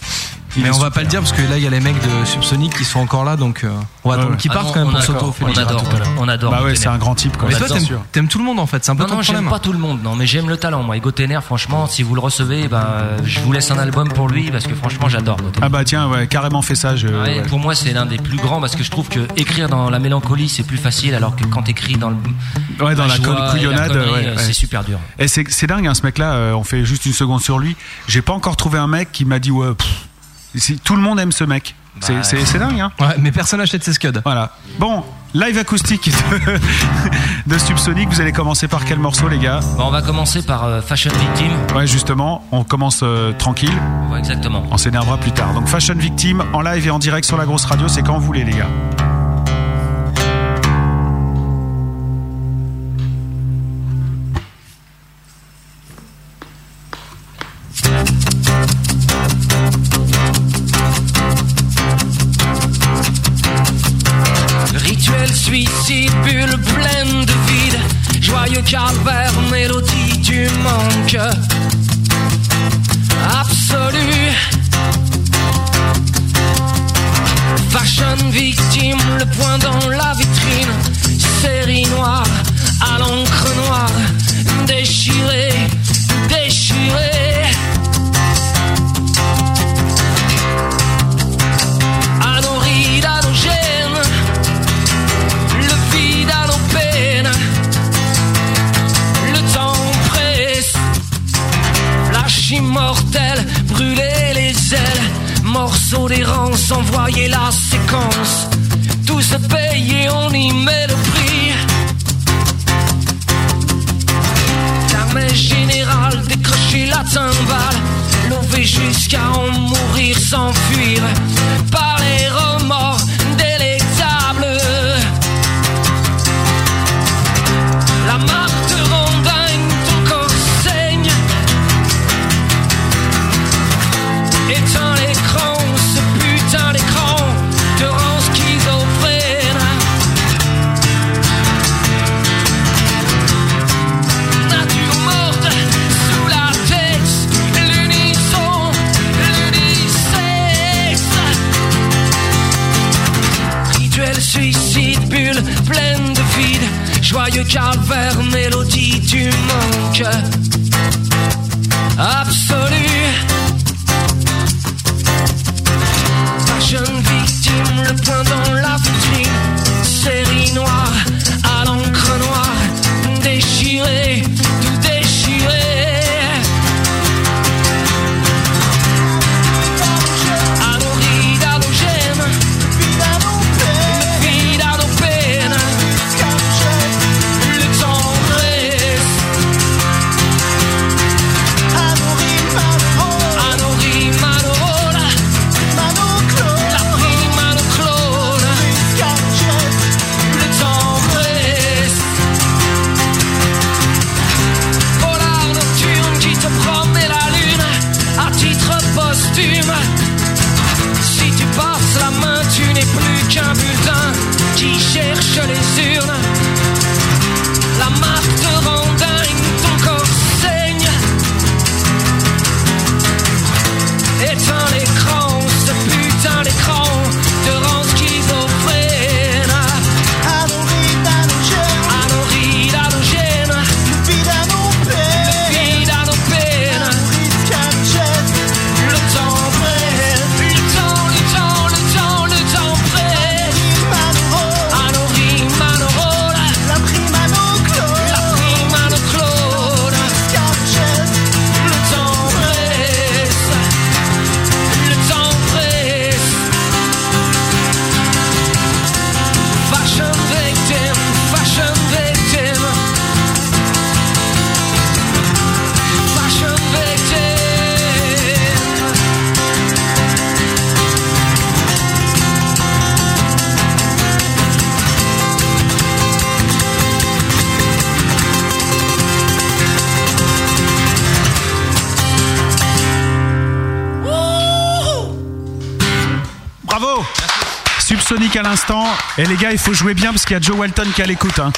Il
mais
est
on va
super.
pas le dire parce que là, il y a les mecs de Subsonic qui sont encore là, donc euh, on va attendre
Ouais,
qu'ils
ouais.
partent
Ah
quand
non,
même pour
on adore, on
s'auto-féliciter.
adore,
tout à l'heure.
on adore Bah ouais, Gottener. c'est un grand type, quoi.
Mais
On
toi,
l'adore.
t'aimes-
Bien sûr.
t'aimes tout le monde en fait, c'est un peu
non,
ton
non,
problème.
j'aime pas tout le monde, non, mais j'aime le talent, moi. Et Gotener, franchement, si vous le recevez, ben, euh, je vous laisse un album pour lui, parce que franchement, j'adore Gotener.
Ah bah tiens, ouais, carrément fait ça. Je,
Ouais,
ouais.
Pour moi, c'est l'un des plus grands, parce que je trouve que écrire dans la mélancolie, c'est plus facile, alors que quand t'écris dans le.
Ouais, dans la,
joie
couille-
et
couillonnade,
connerie,
ouais,
euh,
ouais.
C'est super dur.
Et c'est c'est dingue, hein, ce mec-là. euh, on fait juste une seconde sur lui. J'ai pas encore trouvé un mec qui m'a dit ouais. pff, si- tout le monde aime ce mec. C'est
Bah,
c'est- c'est dingue. Hein.
Ouais, mais personne n'achète ses scuds.
Voilà. Bon, live acoustique de, de Subsonic. Vous allez commencer par quel morceau, les gars
Bon, on va commencer par euh, Fashion Victim.
Ouais, justement, on commence euh, tranquille.
Ouais, exactement.
On s'énervera plus tard. Donc, Fashion Victim en live et en direct sur la grosse radio, c'est quand vous voulez, les gars.
Rituel suicide, bulle pleine de vide, joyeux calvaire, mélodie du manque absolu. Fashion victime, le point dans la vitrine, série noire à l'encre noire, déchirée, déchirée. à nos rides, à nos gènes, le vide à nos peines, le temps presse, flash immense
voyez la séquence. Tout se paye et on y met le prix. L'armée générale décrocher la timbale. Levé jusqu'à en mourir, s'enfuir. Par les remords délectables. La marque de Rondagne, ton corps saigne. Éteins l'écran, ce putain d'écran te rend schizophrène. Nature morte sous la tête, l'unisson, l'unisexe. Rituel suicide, bulle pleine de vide, joyeux calvaire, mélodie du manque. Absolu. La jeune victime, le poing dans la vitrine. Série noire, à l'encre noire, déchirée, tout déchiré. Alloride, halogène, vide halopène. Le temps reste. Anorie, malheureuse. La prime à nos clones. Le temps presse. Polar nocturne qui te promet la lune à titre posthume. Si tu passes la main, tu n'es plus qu'un bulletin qui cherche les urnes. La marque de Randagne, ton corps saigne. Éteins l'écran, ce putain d'écran te rend schizophrène. Anoride, halogène, vide halopène. Le temps presse, le temps, le temps, le temps, le temps presse. Anoride, malheureux, la prime à nos clones, la prime à nos clones. Le temps presse. Le temps presse. Fashion victim, fashion victim. Fashion victim.
Bravo Subsonic à l'instant. Et les gars, il faut jouer bien parce qu'il y a Joe Walton qui a l'écoute. hein.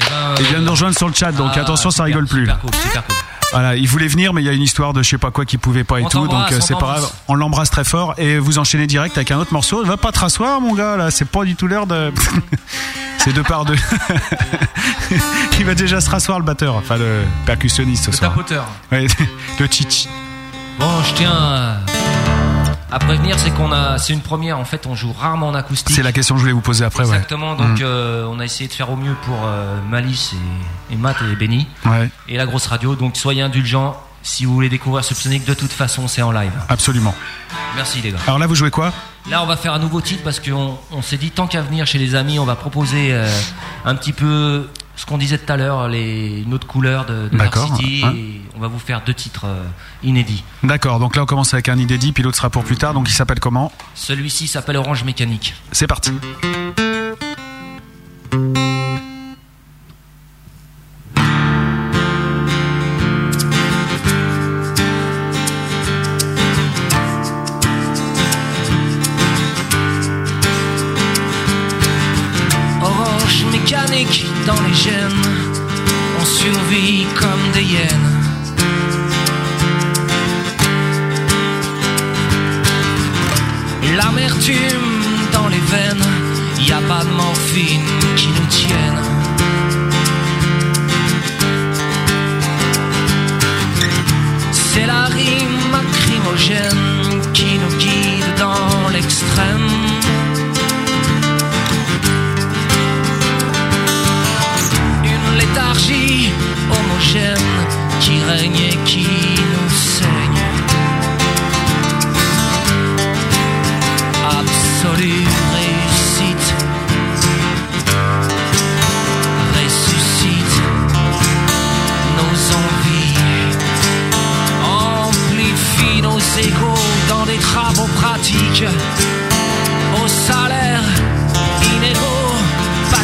ben, euh,
Il vient de nous rejoindre sur le chat, donc
Ah,
attention, ça
super,
rigole plus.
super cool, super cool.
Voilà, il voulait venir, mais il y a une histoire de je sais pas quoi qui pouvait pas et
On
tout, donc
t'embrasse,
euh,
on
c'est pas
t'embrasse.
grave. On l'embrasse très fort et vous enchaînez direct avec un autre morceau. Va pas te rasseoir, mon gars, là, c'est pas du tout l'heure de. c'est deux par deux. il va déjà se rasseoir, le batteur, enfin le percussionniste ce soir.
tapoteur.
Ouais, le chichi.
Bon, je tiens à- à prévenir, c'est qu'on a, c'est une première. En fait, on joue rarement en acoustique.
C'est la question que je voulais vous poser après, ouais.
Exactement. Donc,
Mm.
euh, on a essayé de faire au mieux pour euh, Malice et, et Matt et Benny
Ouais.
et la grosse radio. Donc, soyez indulgents. Si vous voulez découvrir Subsonic, de toute façon, c'est en live.
Absolument.
Merci les gars.
Alors là, vous jouez quoi
Là, on va faire un nouveau titre parce qu'on on s'est dit tant qu'à venir chez les amis, on va proposer euh, un petit peu ce qu'on disait tout à l'heure, les une autre couleur de, de Dark
D'accord,
City.
hein.
Et on va vous faire deux titres euh, inédits.
D'accord, donc là, on commence avec un inédit, puis l'autre sera pour plus tard, donc il s'appelle comment
Celui-ci s'appelle Orange Mécanique.
C'est parti.
Orange mécanique dans les gènes, on survit comme des hyènes. L'amertume dans les veines, y a pas de morphine qui nous tienne. C'est la rime lacrymogène qui nous guide dans l'extrême. une léthargie homogène qui règne et qui nous saigne. Absolu.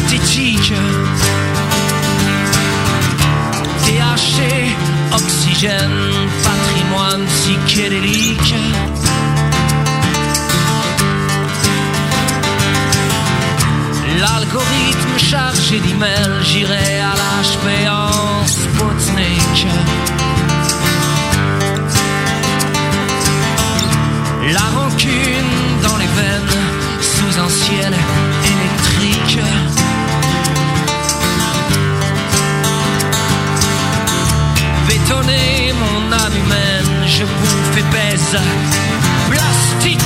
toxique. THC, oxygène, patrimoine psychédélique. L'algorithme chargé d'emails, j'irai à l'HP en Sputnik. La rancune dans les veines, sous un ciel électrique. Bétonner mon âme humaine, je bouffe et baise. Plastique!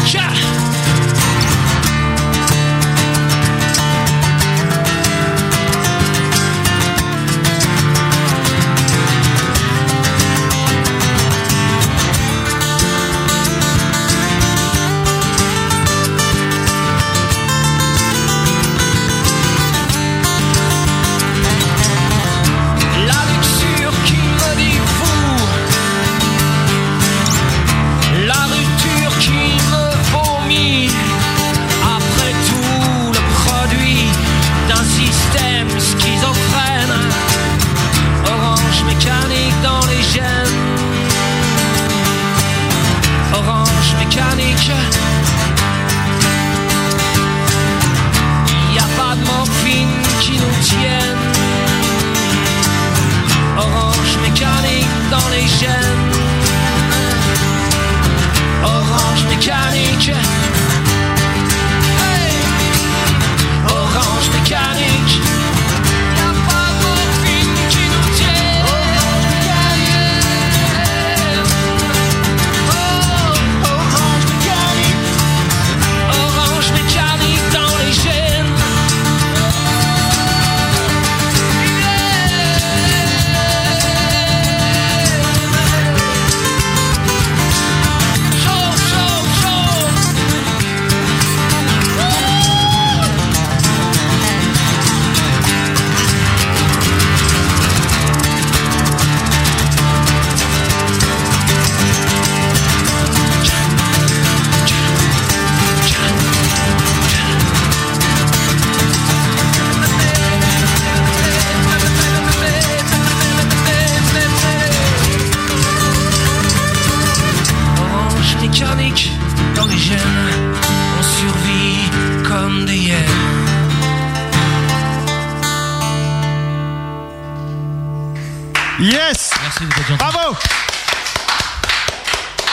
La luxure qui me dit fou La rupture qui me vomit Après tout le produit d'un système schizophrène Orange mécanique dans les gènes Orange mécanique Y a pas de morphine qui nous tienne Orange mécanique dans les gènes. Orange mécanique. Hey Orange mécanique. Y a pas de morphine qui nous tienne. Oh, Orange mécanique. Orange mécanique dans les gènes. Orange mécanique dans les gènes, on survit comme des hyènes.
Yes Bravo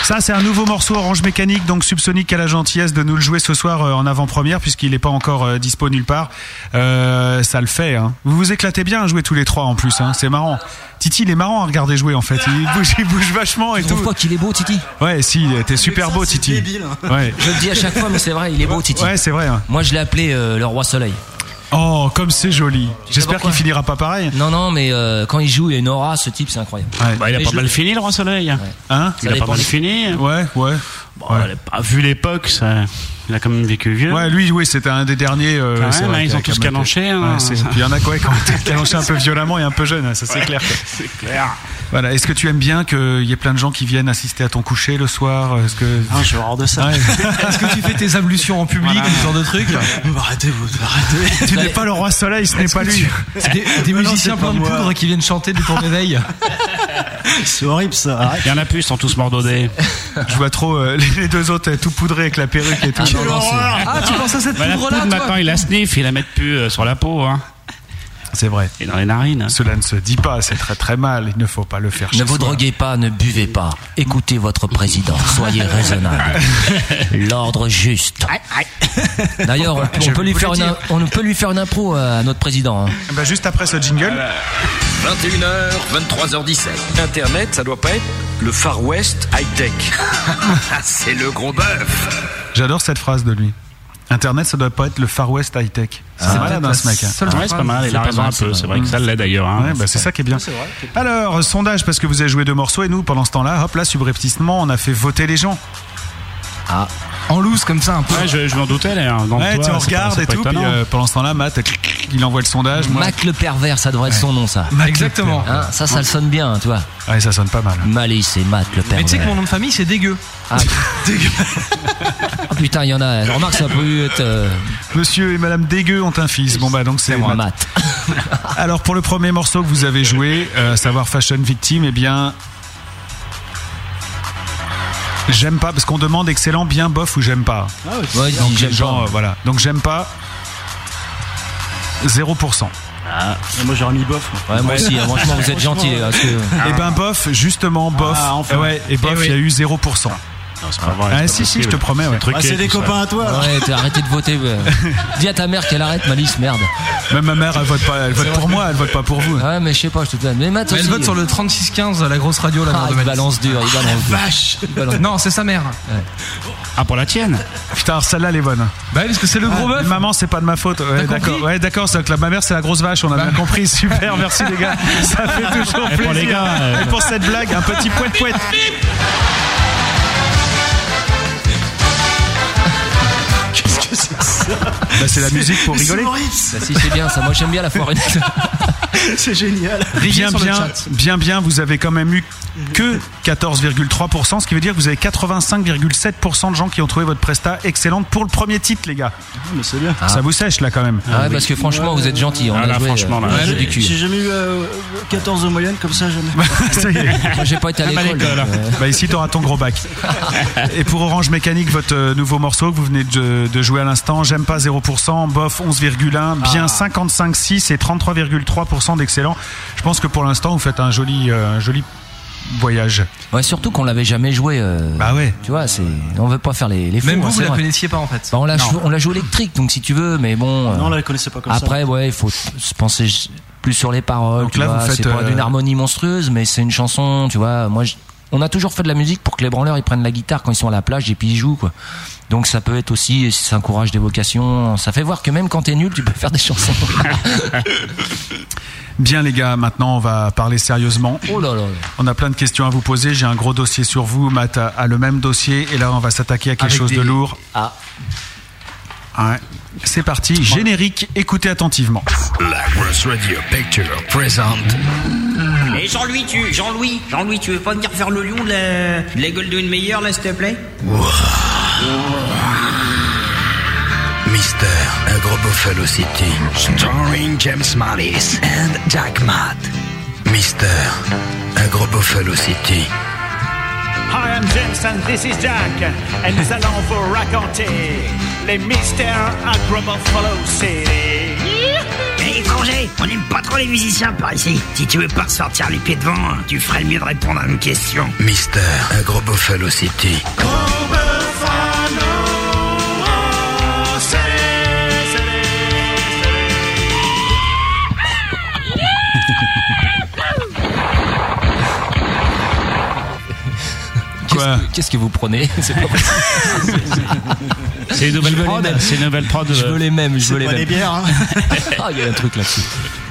Ça, c'est un nouveau morceau Orange Mécanique, donc Subsonic a la gentillesse de nous le jouer ce soir euh, en avant-première, puisqu'il n'est pas encore euh, dispo nulle part. Euh, ça le fait, hein. Vous vous éclatez bien à jouer tous les trois en plus, hein. c'est marrant. Titi, il est marrant à regarder jouer en fait, il bouge, il bouge vachement et tout.
trouves pas qu'il est beau, Titi
Ouais, si, t'es super beau, Titi. Ouais.
hein. Je le dis à chaque fois, mais c'est vrai, il est beau, Titi.
Ouais, c'est vrai. hein.
Moi, je l'ai appelé euh, le roi soleil.
Oh, comme c'est joli. J'espère qu'il finira pas pareil.
Non, non, mais euh, quand il joue, il y a une aura, ce type, c'est incroyable.
Bah, il a
Mais
pas
je-
mal fini le Roi Soleil.
Hein
Il a pas mal fini.
Ouais, ouais.
vu l'époque, ça- il a quand même vécu vieux.
Ouais, lui, oui, c'était un des derniers. euh,
Quand
c'est
même,
vrai
hein, ils
qu'il a
ont tous
quand même
calanché,
été-
hein.
Ouais, c'est- Puis il y en a quoi, quand t'es calanché un peu violemment et un peu jeune, hein, ça c'est clair. quoi.
C'est clair.
Voilà, est-ce que tu aimes bien qu'il y ait plein de gens qui viennent assister à ton coucher le soir Est-ce que
Ah, je vais avoir de ça.
Est-ce que tu fais tes ablutions en public,
Voilà.
ce genre de truc
Arrêtez, vous arrêtez.
Tu n'es pas le roi soleil, ce n'est
Est-ce
pas
que
lui.
tu- C'est des, des
Non, non,
musiciens
c'est
pleins
pas
de
moi.
poudre qui viennent chanter du ton d'éveil.
C'est horrible ça. arrête.
Il y en a plus, ils sont tous mordonnés.
Je vois trop euh, les deux autres euh, tout poudrés avec la perruque et tout.
Ah, non, non, c'est-
Ah, tu penses à cette
Bah, la
poudre-là,
poudre,
toi
maintenant, il la sniff, il la met plus euh, sur la peau. Hein.
C'est vrai.
Et dans les narines. hein.
Cela ne se dit pas, c'est très très mal. Il ne faut pas le faire.
Ne
chez
vous
soi.
droguez pas, ne buvez pas. Écoutez votre président, soyez raisonnable. L'ordre juste. D'ailleurs, on,
Je
on peut lui
voulais
faire une,
dire.
on peut lui faire une impro à notre président. hein.
Bah, juste après ce jingle.
21h, 23h17. Internet, ça doit pas être le Far West high-tech. c'est le gros bœuf.
J'adore cette phrase de lui. Internet, ça doit pas être le Far West high tech. C'est
Ah.
malade, hein, ce mec.
Seule
Ouais, c'est pas mal, il a
pas
raison
mal,
un
c'est
peu.
pas
C'est vrai que ça l'est d'ailleurs. hein.
Ouais, bah, c'est ça qui est bien. Alors, sondage, parce que vous avez joué deux morceaux et nous, pendant ce temps-là, hop là, subrepticement, on a fait voter les gens.
Ah,
en loose comme ça un peu.
Ouais, je, je m'en doutais là. dans
Ouais,
toi,
tu
c'est
en
pas-
regardes
c'est
et
pas
tout, puis
étonnant.
euh, pendant ce temps-là, Matt, il envoie le sondage. moi-
Mac le pervers, ça devrait être son nom, ça.
Mac Exactement. le pervers.
Hein, ça, ça le sonne bien, tu vois.
Ouais, ça sonne pas mal.
Malice et Mac le pervers.
Mais tu sais que mon nom de famille c'est dégueu.
Ah, Ah, putain, il y en a. Remarque, ça peut être. euh,
Monsieur et Madame Dégueu ont un fils. Bon bah donc c'est
moi,
Matt. Alors pour le premier morceau que vous avez joué, euh, à savoir Fashion Victime, eh bien j'aime pas parce qu'on demande excellent, bien, bof ou j'aime pas.
Ah ouais, c'est Ouais, bien.
donc
j'aime
genre
pas.
euh, voilà. Donc j'aime pas 0%.
moi j'aurais mis bof.
Ouais, moi aussi, hein. Franchement, vous êtes gentils, les gars, parce que- Eh ben, bof, justement, bof.
Ah, enfin.
Eh ouais, et bof,
Eh oui.
il y a eu 0%. ah, si, si, je te promets. Ouais.
Ah, Ouais, t'as arrêté de voter. ouais. Dis à ta mère qu'elle arrête, Malice, merde.
Même ma mère, elle vote pas. Elle vote pour moi, elle vote pas pour vous.
Ouais, mais je sais pas, je te donne. Mais Matt
Mais elle
aussi.
vote sur le 3615 à la grosse radio la
Ah,
mère de
il
Malice.
balance dur, il balance dur.
Vache. Non, c'est sa mère.
Ah, pour la tienne Putain, alors celle-là, elle est bonne. Bah, parce que c'est le gros meuf. Maman, c'est pas de ma faute. Ouais, d'accord. Ouais, d'accord, c'est que la- ma mère, c'est la grosse vache, on a bien compris. Super, merci les gars. Ça fait toujours
Et
plaisir.
pour les gars, euh,
Et Bah pour cette blague, un petit poète-poète.
Qu'est-ce que c'est ça
Bah, c'est la musique pour rigoler.
Bah, si, c'est bien ça. Moi, j'aime bien la foire.
C'est génial.
Bien, bien, bien, bien, vous avez quand même eu que 14,3%, ce qui veut dire que vous avez 85,7% de gens qui ont trouvé votre presta excellente pour le premier titre, les gars.
c'est bien.
Ça vous sèche là quand même.
Ah ouais, parce que franchement, vous êtes gentils. On
Ah
a
là,
joué,
franchement,
euh,
là,
on a
ouais,
joué
j'ai-
du cul.
J'ai jamais eu euh, 14 de moyenne comme ça, jamais.
Ça y est.
Moi, j'ai pas été à l'école. donc, euh,
Bah ici, t'auras ton gros bac. Et pour Orange Mécanique, votre euh, nouveau morceau que vous venez de, de jouer à l'instant, j'aime pas 0%, bof 11,1,
Ah.
bien 55,6 et 33,3% d'excellent. Je pense que pour l'instant, vous faites un joli, euh, un joli voyage.
Ouais, surtout qu'on l'avait jamais joué. euh,
Bah ouais.
Tu vois, c'est. On veut pas faire les, les fous.
Même vous,
hein,
vous
c'est
la
vrai.
connaissiez pas en fait.
Bah, on l'a
Non.
joué, on l'a joué électrique, donc si tu veux, mais bon. euh,
Non, on la connaissait pas comme ça.
après, ouais, il faut se penser plus sur les paroles. tu
là,
vois,
vous faites,
c'est pas
euh,
d'une harmonie monstrueuse, mais c'est une chanson, tu vois. Moi, je- on a toujours fait de la musique pour que les branleurs ils prennent la guitare quand ils sont à la plage et puis ils jouent, quoi. Donc ça peut être aussi, ça encourage des vocations. Ça fait voir que même quand t'es nul, tu peux faire des chansons.
Bien les gars, maintenant on va parler sérieusement.
Oh
On a plein de questions à vous poser. J'ai un gros dossier sur vous. Matt a, a le même dossier et là on va s'attaquer à quelque
Avec
chose de
des-
lourd.
Ah.
Ouais. C'est parti. Générique. Écoutez attentivement.
La Grosse Radio Picture présente.
Et Jean-Louis, tu, Jean-Louis, Jean-Louis, tu veux pas venir faire le lion de la, de la gueule d'une meilleure, là, s'il te plaît
Mister Agro Buffalo City, starring James Malice and Jack Matt. Mister Agro Buffalo City.
Hi, I'm James and this is Jack. Et nous allons vous raconter les mystères à Gramopholo City.
Eh, étranger, on n'aime pas trop les musiciens par ici. Si tu veux pas sortir les pieds devant, tu ferais le mieux de répondre à une question.
Mister Agro Buffalo City.
Qu'est-ce que- Qu'est-ce que vous prenez C'est pas possible.
C'est une nouvelle
Je veux les
prod,
mêmes.
c'est une nouvelle prod,
Je
euh,
veux les mêmes. Je
c'est
veux les
pas
mêmes.
des bières, hein.
Ah, il y a un truc là-dessus.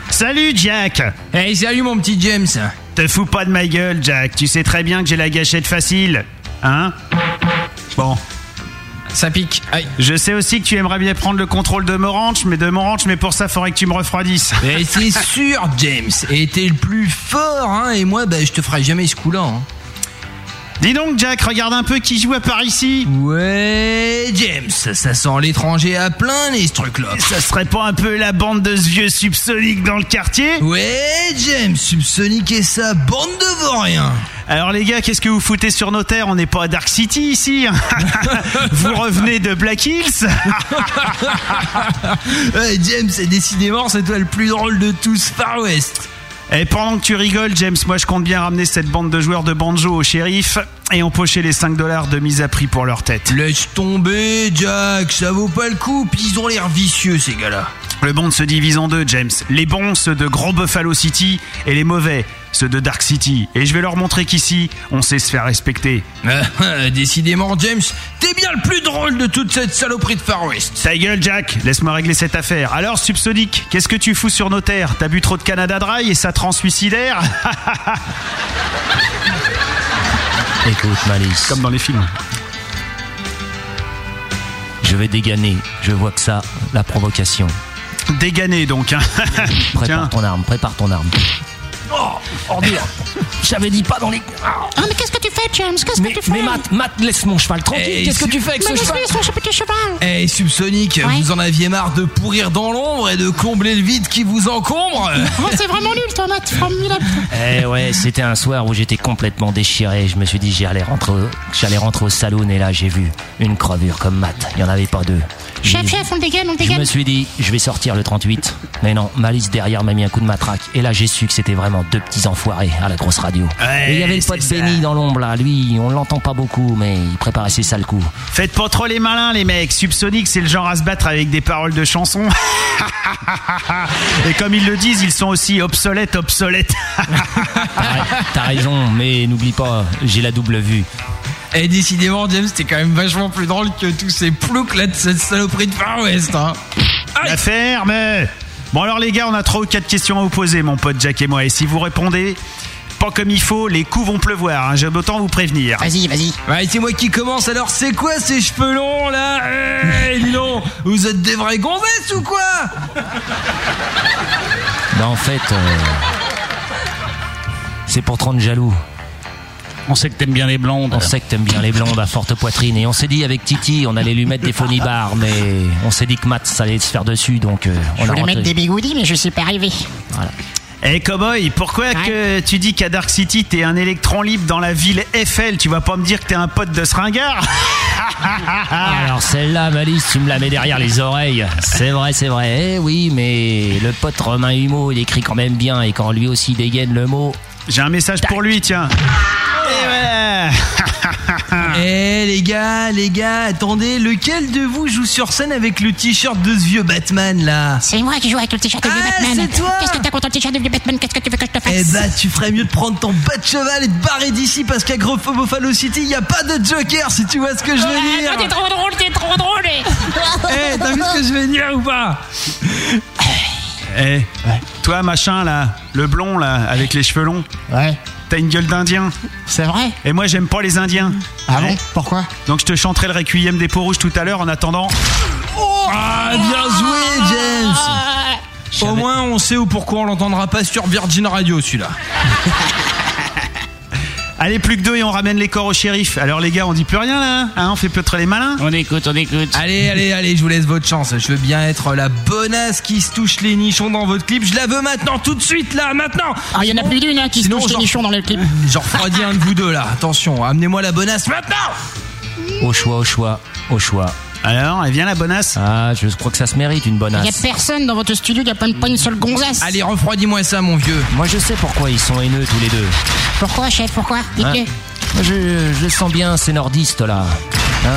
Salut Jack
Hey salut mon petit James
Te fous pas de ma gueule Jack, tu sais très bien que j'ai la gâchette facile, hein
Bon.
Ça pique.
Je sais aussi que tu aimerais bien prendre le contrôle de mon ranch, mais de mon ranch, mais pour ça faudrait que tu me refroidisses.
Et c'est sûr, James. Et t'es le plus fort, hein. Et moi, bah, je te ferai jamais ce coup-là. hein.
Dis donc Jack, regarde un peu qui joue à part ici.
Ouais, James, ça sent l'étranger à plein, les trucs-là.
Ça serait pas un peu la bande de ce vieux subsonique dans le quartier
Ouais, James, Subsonic et sa bande de vauriens.
Alors les gars, qu'est-ce que vous foutez sur nos terres On n'est pas à Dark City ici. vous revenez de Black Hills
Ouais, James, c'est décidément, c'est toi le plus drôle de tous, Far West.
Et pendant que tu rigoles, James, moi je compte bien ramener cette bande de joueurs de banjo au shérif et empocher les 5 dollars de mise à prix pour leur tête.
Laisse tomber, Jack, ça vaut pas le coup, puis ils ont l'air vicieux, ces gars-là.
Le monde se divise en deux, James. Les bons, ceux de Grand Buffalo City, et les mauvais, ceux de Dark City. Et je vais leur montrer qu'ici, on sait se faire respecter.
Décidément, James, t'es bien le plus drôle de toute cette saloperie de Far West.
Ta gueule, Jack Laisse-moi régler cette affaire. Alors, Subsonic, qu'est-ce que tu fous sur nos terres T'as bu trop de Canada Dry et ça te rend suicidaire
Écoute, Malice. Comme
dans les films.
Je vais dégainer. Je vois que ça, la provocation.
Dégainer donc.
prépare ton arme, prépare ton arme. Eh,
Oh, ordure J'avais dit pas dans les. Ah, mais qu'est-ce que tu fais, James Qu'est-ce que tu fais Mais Matt, laisse mon cheval tranquille
Eh, Qu'est-ce que tu fais avec ce Mais cheval laisse-le,
ce petit cheval
Eh Subsonic, vous en aviez marre de pourrir dans l'ombre et de combler le vide qui vous encombre
c'est vraiment nul, toi, Matt Formidable
Eh ouais, c'était un soir où j'étais complètement déchiré. Je me suis dit, j'allais rentrer, au- j'allais rentrer au saloon et là, j'ai vu une crevure comme Matt. Il n'y en avait pas deux.
Chef, chef, on le dégaine, on le
Je
dégaine
me suis dit, je vais sortir le 38. Mais non, Malice derrière m'a mis un coup de matraque. Et là, j'ai su que c'était vraiment deux petits enfoirés à la grosse radio. et il y avait le pote Benny dans l'ombre, là. Lui, on l'entend pas beaucoup, mais il préparait ses sales coups.
Faites pas trop les malins, les mecs. Subsonic, c'est le genre à se battre avec des paroles de chansons. Et comme ils le disent, ils sont aussi obsolètes, obsolètes.
T'as raison, mais n'oublie pas, j'ai la double vue.
Et décidément, James, c'était quand même vachement plus drôle que tous ces ploucs là de cette saloperie de Far West. Hein.
La ferme Bon alors les gars, on a trois ou quatre questions à vous poser, mon pote Jack et moi. Et si vous répondez pas comme il faut, les coups vont pleuvoir. hein. J'aime autant vous prévenir.
Vas-y, vas-y.
Ouais, c'est moi qui commence, alors c'est quoi ces cheveux longs là Eh, dis donc, vous êtes des vrais gonzesses ou quoi
Bah, en fait, euh, c'est pour te rendre jaloux.
On sait que t'aimes bien les blondes.
On sait que t'aimes bien les blondes à forte poitrine. Et on s'est dit avec Titi, on allait lui mettre des phonies barres, mais on s'est dit que Matt, ça allait se faire dessus, donc euh, on
Je
l'a
voulais
rentré.
mettre des bigoudis, mais je suis pas arrivé.
Eh cowboy, pourquoi que tu dis qu'à Dark City t'es un électron libre dans la ville Eiffel Tu vas pas me dire que t'es un pote de ce ringard
Alors celle-là, Malice, tu me la mets derrière les oreilles. Ah. C'est vrai, c'est vrai. Eh oui, mais le pote Romain Humeau, il écrit quand même bien et quand lui aussi dégaine le mot.
J'ai un message pour lui, tiens.
Eh les gars, Ah, les gars, attendez, lequel de vous joue sur scène avec le t-shirt de ce vieux Batman là Ah,
C'est moi qui joue avec le t-shirt de vieux Batman.
c'est toi
Qu'est-ce que t'as contre le t-shirt de vieux Batman Qu'est-ce que tu veux que je te
Eh
fasse
bah tu ferais mieux de prendre ton bas de cheval et de barrer d'ici parce qu'à Gros Buffalo City y a pas de Joker si tu vois ce que je veux
Ah,
dire
toi, t'es trop drôle, t'es trop drôle
Eh, t'as vu ce que je veux dire ou pas
Eh, toi machin là, le blond là, avec les cheveux longs.
Ouais.
T'as une gueule d'indien.
C'est vrai.
Et moi j'aime pas les indiens.
Ah bon Pourquoi
Donc je te chanterai le requiem des peaux rouges tout à l'heure en attendant.
Ah, bien joué, James Au moins, on sait où pourquoi on l'entendra pas sur Virgin Radio, celui-là.
Allez, plus que deux et on ramène les corps au shérif. Alors les gars, on dit plus rien là hein Hein, On fait peut-être les malins
On écoute, on écoute.
Allez, allez, allez, je vous laisse votre chance. Je veux bien être la bonasse qui se touche les nichons dans votre clip. Je la veux maintenant, tout de suite, là, maintenant
Ah, il y en a plus d'une hein, qui se
Sinon,
touche les
genre-
nichons dans le clip.
J'en refroidis un de vous deux, là. Attention, amenez-moi la bonasse maintenant
Au choix, au choix, au choix.
Alors, elle vient la bonasse
Ah, je crois que ça se mérite une
Ah,
Il y a
bonasse.
personne dans votre studio, il y a pas une, pas une seule gonzesse.
Ah.
Allez, refroidis-moi ça, mon vieux.
Moi, je sais pourquoi ils sont haineux tous les deux.
Pourquoi, chef Pourquoi Dites-le.
Hein Moi, je, je le sens bien, ces nordistes là. Hein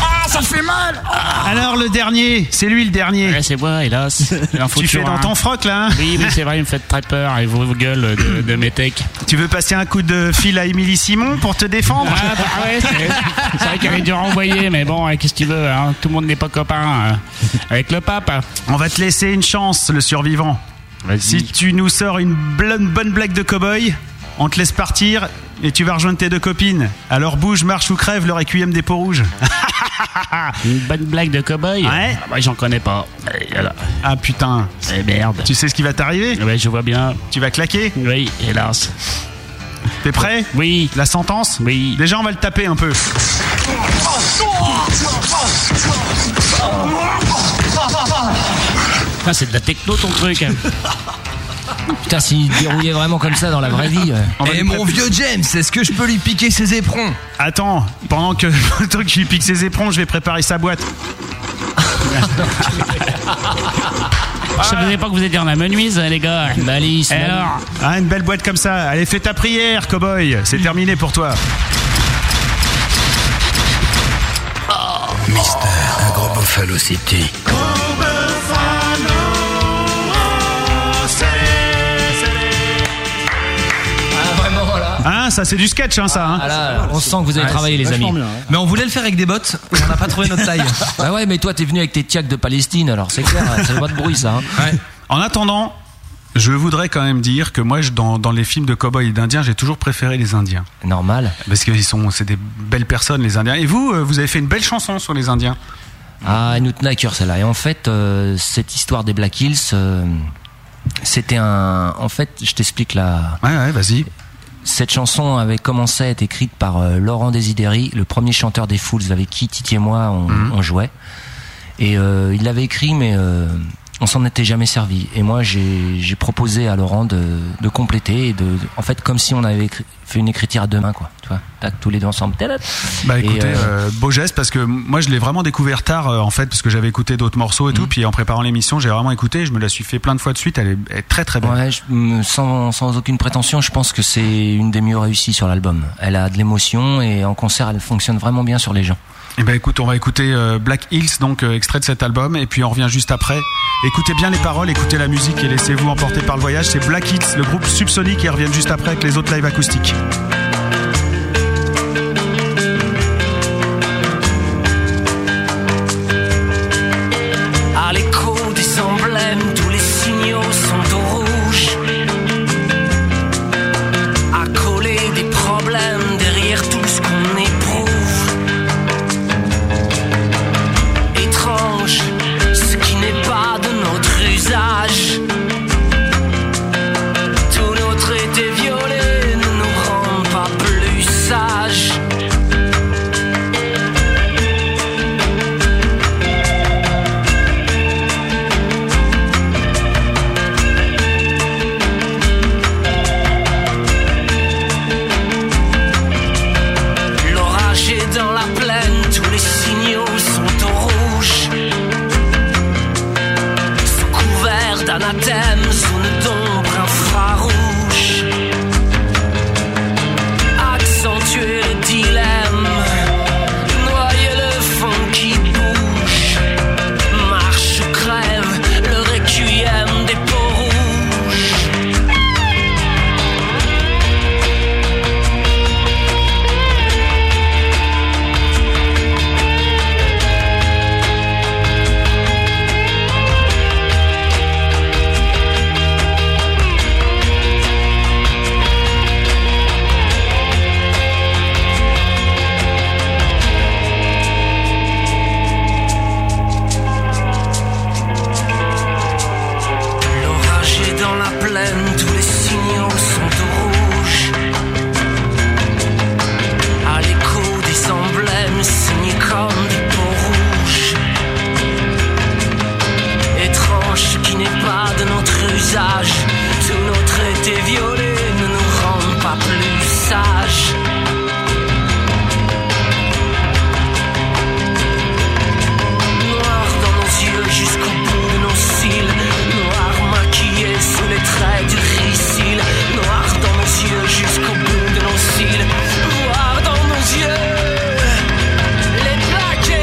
Ah, ça fait mal
Alors le dernier, c'est lui le dernier.
Ouais, c'est moi, hélas. Il en faut
Tu fais
toujours
dans
un.
ton froc là hein
Oui, oui, c'est vrai, il me fait très peur et vos vos gueules de, de mes techs.
Tu veux passer un coup de fil à Émilie Simon pour te défendre
Ah, bah ouais, c'est c'est vrai qu'il avait dû renvoyer, mais bon, hein, qu'est-ce que tu veux hein, Tout le monde n'est pas copain euh, avec le pape.
On va te laisser une chance, le survivant. Si tu nous sors une bl- bonne blague de cow-boy, on te laisse partir et tu vas rejoindre tes deux copines. Alors bouge, marche ou crève, le requiem des peaux rouges.
Une bonne blague de cow-boy
Ouais.
Ah, bah, J'en connais pas. Et voilà.
Ah putain.
Eh merde.
Tu sais ce qui va t'arriver
Ouais, je vois bien.
Tu vas claquer
Oui, hélas.
T'es prêt
Oui.
La sentence
Oui.
Déjà, on va le taper un peu.
Ah, c'est de la techno ton truc. hein.
Putain, s'ils dérouillaient vraiment comme ça dans la vraie vie. euh.
Eh, mon vieux James, est-ce que je peux lui piquer ses éperons
Attends, pendant que le truc lui pique ses éperons, je vais préparer sa boîte.
Je savais pas que vous étiez en la menuise, les gars.
Malice,
Et
Malice.
alors
Ah, une belle boîte comme ça. Allez, fais ta prière, cowboy. C'est terminé pour toi.
Oh.
Un gros Buffalo City.
Hein, ça c'est du sketch, hein, ça. hein.
Ah là, on sent que vous avez
Ouais,
travaillé,
c'est
les amis.
vachement hein. bien, ouais. Mais on voulait le faire avec des bottes, mais on n'a pas trouvé notre taille.
Bah ouais, mais toi, t'es venu avec tes tiacs de Palestine, alors c'est clair, c'est pas de bruit ça. hein.
Ouais.
En attendant,
Je voudrais quand même dire que moi, je- dans, dans les films de cow-boys et d'indiens, j'ai toujours préféré les indiens.
Normal.
Parce qu'ils sont, c'est des belles personnes, les indiens. Et vous, euh, vous avez fait une belle chanson sur les indiens.
Ah, Nutnaker, celle-là. Et en fait, euh, cette histoire des Black Hills, euh, c'était un. En fait, je t'explique la.
Ouais, ouais, vas-y.
Cette chanson avait commencé à être écrite par euh, Laurent Desideri, le premier chanteur des Fools avec qui Titi et moi on,
Mhm.
on jouait. Et euh, il l'avait écrit, mais euh, on s'en était jamais servi. Et moi, j'ai j'ai proposé à Laurent de, de compléter, et de, en fait, comme si on avait écrit- fait une écriture à deux mains, quoi. Tu vois, Tac, tous les deux ensemble.
Bah
Et,
écoutez,
euh,
euh, beau geste parce que moi je l'ai vraiment découvert tard euh, en fait parce que j'avais écouté d'autres morceaux et
Mm.
tout. Puis en préparant l'émission, j'ai vraiment écouté. Je me la suis fait plein de fois de suite. Elle est, elle est très très belle.
Ouais, je- mm, sans, sans aucune prétention, je pense que c'est une des mieux réussies sur l'album. Elle a de l'émotion et en concert, elle fonctionne vraiment bien sur les gens.
Et ben écoute, on va écouter euh, Black Hills donc euh, extrait de cet album et puis on revient juste après. Écoutez bien les paroles, écoutez la musique et laissez-vous emporter par le voyage. C'est Black Hills, le groupe Subsonic, et reviennent juste après avec les autres lives acoustiques.
À l'écho des emblèmes, tous les signaux sont au rouge. À coller des problèmes derrière tout ce qu'on éprouve. Étrange, ce qui n'est pas de notre usage. Tout notre été violé ne nous rend pas plus sages. L'orage est dans la plaine, tous les signaux sont au rouge. Sous couvert d'anathèmes, zone d'ombre infrarouge. Accentuer le dilemme, noyer le fond qui bouge. Marche ou crève, le requiem des peaux rouges. L'orage est dans la plaine, tous les signaux sont au rouge. À l'écho des emblèmes saignés comme des peaux rouges. Étrange ce qui n'est pas de notre usage. Tout notre été violé ne nous rend pas plus sages. Noir dans nos yeux jusqu'au bout de nos cils Noir maquillé sous les traits du ricil Noir dans nos yeux jusqu'au bout de nos cils Noir dans nos yeux Les plaqués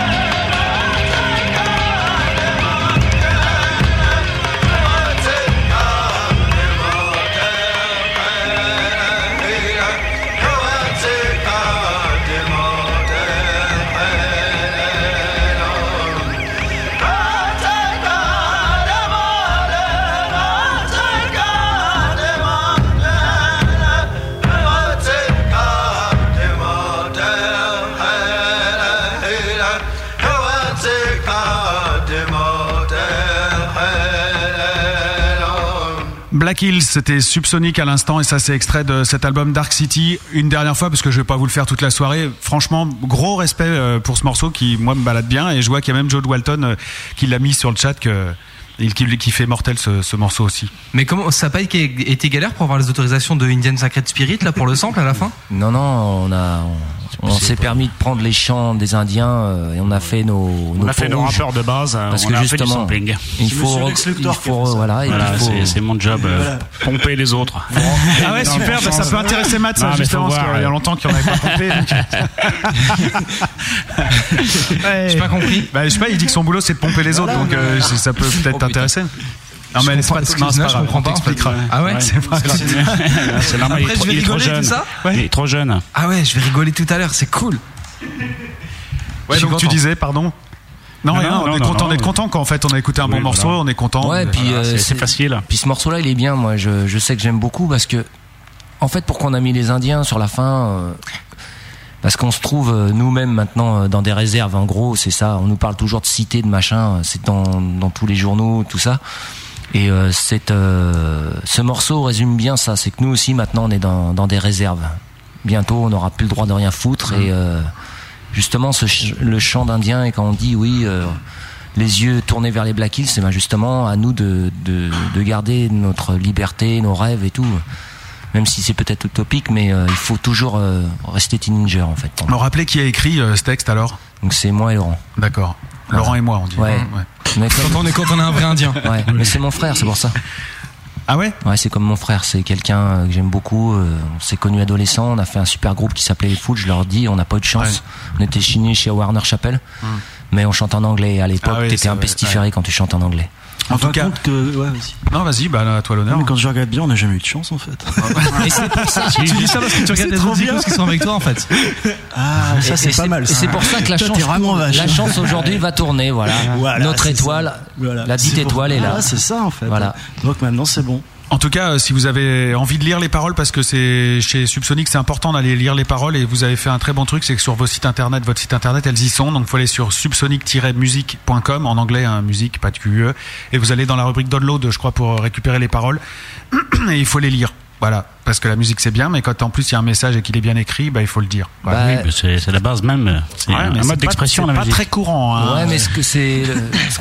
Ah Black Hills, c'était Subsonic à l'instant et ça c'est extrait de cet album Dark City. Une dernière fois parce que je vais pas vous le faire toute la soirée. Franchement, gros respect euh, pour ce morceau qui moi me balade bien et je vois qu'il y a même Joe Walton euh, qui l'a mis sur le chat que Il qui, qui fait mortel ce, ce morceau aussi.
Mais comment ça n'a pas été galère pour avoir les autorisations de Indian Sacred Spirit là pour le sample à la fin
Non, non, on a. On, on s'est permis de prendre les chants des Indiens euh, et on a fait nos.
On a fait nos rappeurs de base. euh,
Parce
on
que
a fait du
justement,
sampling.
il faut. Il faut voilà, et
Voilà,
puis il faut-
c'est- c'est mon job, euh,
Voilà.
pomper les autres.
Ah ouais, super, bah, ça peut intéresser Matt, ça,
Non, mais
justement,
faut
parce
voir,
qu'il y a
ouais.
longtemps qu'il n'y en avait pas compté. J'ai pas compris. Bah, je sais pas, il dit que son boulot c'est de pomper les autres, donc euh, c'est- ça peut peut-être t'intéresser. Non, mais laisse pas, non, c'est
excuse-moi,
pas
je
grave,
comprends
on
pas, en fait.
t'expliquera.
Ah ouais
c'est pas grave.
C'est normal, il est
Après,
trop-
je vais
il est trop
rigoler, tout
jeune.
ça
Il est trop jeune.
Ah ouais, je vais rigoler tout à l'heure, c'est cool.
Ouais,
Je suis
donc tu
content.
disais, pardon non,
Non,
rien,
non,
on
non,
est
non,
content
non,
d'être
mais-
content quand en fait on a écouté un bon morceau, on est content.
Ouais, puis euh,
hein.
Puis ce morceau-là, il est bien. Moi, je, je sais que j'aime beaucoup parce que, en fait, pourquoi on a mis les Indiens sur la fin euh, Parce qu'on se trouve euh, nous-mêmes maintenant euh, dans des réserves. En gros, c'est ça. On nous parle toujours de cités, de machin. euh, C'est dans, dans tous les journaux, tout ça. Et euh, cette, euh, ce morceau résume bien ça. C'est que nous aussi maintenant, on est dans, dans des réserves. Bientôt, on n'aura plus le droit de rien foutre
Mmh.
et euh, justement ce ch- le chant d'Indien et quand on dit oui euh, les yeux tournés vers les Black Hills c'est ben justement à nous de, de, de garder notre liberté nos rêves et tout même si c'est peut-être utopique mais euh, il faut toujours euh, rester teenager en fait
Me rappeler qui a écrit euh, ce texte alors
donc c'est moi et Laurent
D'accord. Laurent et moi, on dit. hein,
ouais, Mais comme-
Quand on est quand on est un vrai Indien.
Ouais, mais c'est mon frère, c'est pour ça.
Ah ouais
Ouais, c'est comme mon frère, c'est quelqu'un euh, que j'aime beaucoup. euh, On s'est connus adolescents, on a fait un super groupe qui s'appelait Les Fools, je leur dis, on n'a pas eu de chance. On était chinés chez Warner Chapel, mais on chante en anglais. À l'époque,
Ah oui,
t'étais
ça,
un
ouais,
pestiféré
ouais.
quand tu chantes en anglais.
En tout cas. Non, vas-y, bah, à toi l'honneur.
Mais quand je regarde bien, on n'a jamais eu de chance en fait.
Et c'est pour ça que tu dis ça parce que tu regardes
C'est
les
trop
autres
bien.
icônes qui sont avec toi en fait.
Ah, ça
Et- et
c'est pas mal.
et C'est pour ça que la
Toi,
chance,
t'es vraiment vache.
la chance aujourd'hui va tourner, voilà.
Voilà,
Notre
c'est
étoile,
ça. Voilà.
la petite
C'est pour-
étoile est là.
Ah, c'est ça en fait.
Voilà.
Donc maintenant c'est bon.
En tout cas, euh, si vous avez envie de lire les paroles, parce que c'est chez Subsonic, c'est important d'aller lire les paroles et vous avez fait un très bon truc, c'est que sur vos sites internet, votre site internet, elles y sont. Donc, faut aller sur subsonic-musique.com en anglais, hein, musique, pas de QE, et vous allez dans la rubrique download, je crois, pour euh, récupérer les paroles. Et il faut les lire. Voilà, parce que la musique c'est bien, mais quand en plus il y a un message et qu'il est bien écrit, bah il faut le dire. Voilà.
Bah,
Oui, mais c'est c'est la base même. euh, C'est
Ouais,
un
mais c'est pas-
mode d'expression,
c'est
la
pas
musique.
très courant, hein.
Ouais, mais ce que c'est.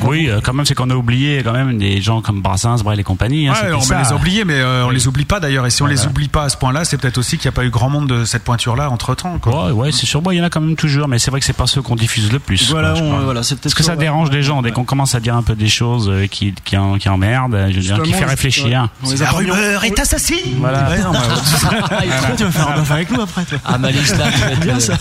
Oui, euh, quand même, c'est qu'on a oublié quand même des gens comme Brassens, Brel et compagnie. hein,
Ouais,
c'était
on
ça.
va les oublier, mais euh, on les oublie pas d'ailleurs. Et si on les
Voilà.
oublie pas à ce point-là, c'est peut-être aussi qu'il n'y a pas eu grand monde de cette pointure-là entre temps.
Ouais, ouais, c'est sûr. Bon, il y en a quand même toujours, mais c'est vrai que c'est pas ceux qu'on diffuse le plus.
Voilà,
quoi, je
on-
crois.
voilà, c'est peut-être
Parce que
ça,
ça
ouais.
dérange les gens dès qu'on commence à dire un peu des choses euh, qui, qui, en- qui emmerdent, euh, je veux dire, qui
Justement,
fait réfléchir.
on les a pas mis en-
est assassine
Voilà.
Ouais, non, bah,
Voilà.
tu vas faire un bœuf avec nous après toi.
Ah, Malice, là, tu vas être-
bien ça.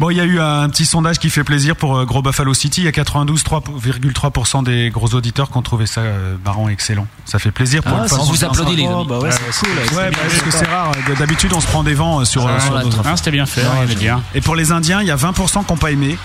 Bon, il y a eu un petit sondage qui fait plaisir pour euh, Gros Buffalo City. Il y a 92,3% des gros auditeurs qui ont trouvé ça euh, marrant et excellent. Ça fait plaisir pour
Ah,
une
ça,
fois.
on vous applaudit, les amis.
bah ouais, c'est cool.
Ouais, bah, parce que c'est rare. D'habitude, on se prend des vents euh, sur.
Ah,
euh, sur
ouais,
nos-
ouais.
Ah, C'était bien fait, on va dire.
Et pour les Indiens, il y a 20% qui n'ont pas aimé.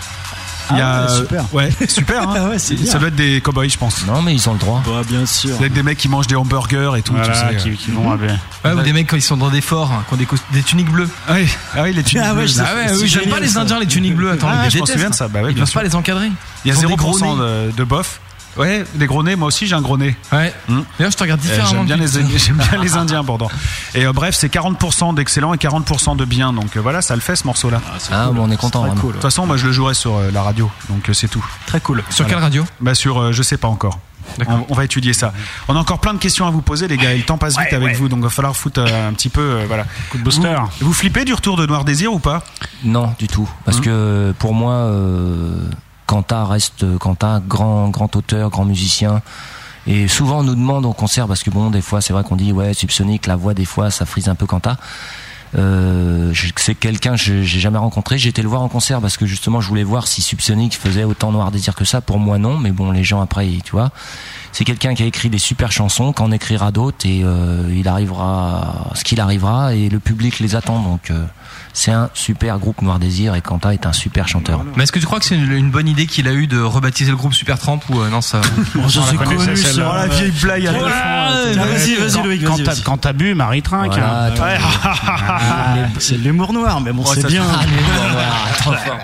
Il y a,
Ah ouais, super.
Ouais, super. hein.
Ah ouais, c'est bien.
ça doit être des cowboys, je pense.
Non, mais ils ont le droit.
Bah, bien sûr.
Ça doit être des mecs qui mangent des hamburgers et tout.
Voilà,
tu sais,
qui,
euh.
qui vont avec-
Ouais, ou des mecs quand ils sont dans des forts, hein, qui ont des, cous- des tuniques bleues.
Ah oui, ah oui, les tuniques
Ah ouais,
bleues,
je-
là.
Ah ouais,
c'est
oui, j'aime
génial,
pas les
ça.
Indiens les tuniques bleues. Attends,
Ah,
ils les
je m'en
détestent.
souviens de ça, bah ouais,
ils
bien
peuvent pas
sûr.
les encadrer.
Il y a
Ils ont des gros
0%
nez.
de, de bof. Ouais, des gros nez. Moi aussi, j'ai un gros nez.
Ouais.
Hum.
D'ailleurs, je te regarde
Euh,
différemment.
J'aime bien,
que-
les, j'aime bien les Indiens, pourtant. Et euh, bref, c'est 40% d'excellent et 40% de bien. Donc euh, voilà, ça le fait ce morceau-là.
Ah, mais on est content.
Très
vraiment.
cool.
hein. De toute façon, moi je le jouerai sur euh, la radio. Donc euh, c'est tout.
Très cool.
Sur quelle radio
Bah sur, euh, je sais pas encore. On, on va étudier ça. On a encore plein de questions à vous poser, les gars. Il temps passe vite avec vous, donc va falloir foutre euh, un petit peu, euh, voilà.
Coup de booster.
Vous, vous flippez du retour de Noir Désir ou pas Hein
Non, du tout. Parce que pour moi, euh, Quentin reste euh, Quentin, grand, grand auteur, grand musicien. Et souvent, on nous demande au concert, parce que bon, des fois, c'est vrai qu'on dit, ouais, Subsonic, la voix, des fois, ça frise un peu Quentin. Euh, je- c'est quelqu'un que je- j'ai jamais rencontré. J'ai été le voir en concert parce que justement, je voulais voir si Subsonic faisait autant Noir Désir que ça. Pour moi, non, mais bon, les gens après, ils- tu vois. C'est quelqu'un qui a écrit des super chansons, qu'en écrira d'autres et euh, il arrivera ce qu'il arrivera et le public les attend. Donc, euh, c'est un super groupe Noir Désir et Quentin est un super chanteur.
Mais est-ce que tu crois que c'est une, une bonne idée qu'il a eu de rebaptiser le groupe Supertramp ou euh, non ça
Bon, ça, c'est
connaissait,
connu,
celle-là.
ça. la
Ouais.
vieille
blague.
à l'enfant.
Ah,
Tiens, Vas-y, vas-y,
Quand-
Loïc,
quand
vas-y,
t'as-
vas-y.
Quand t'as bu, Marie-Trinque. hein.
Voilà, ton-
Ah, C'est de l'humour noir, mais bon,
ça,
c'est bien.
Ah, les Noirs, voilà, trop fort.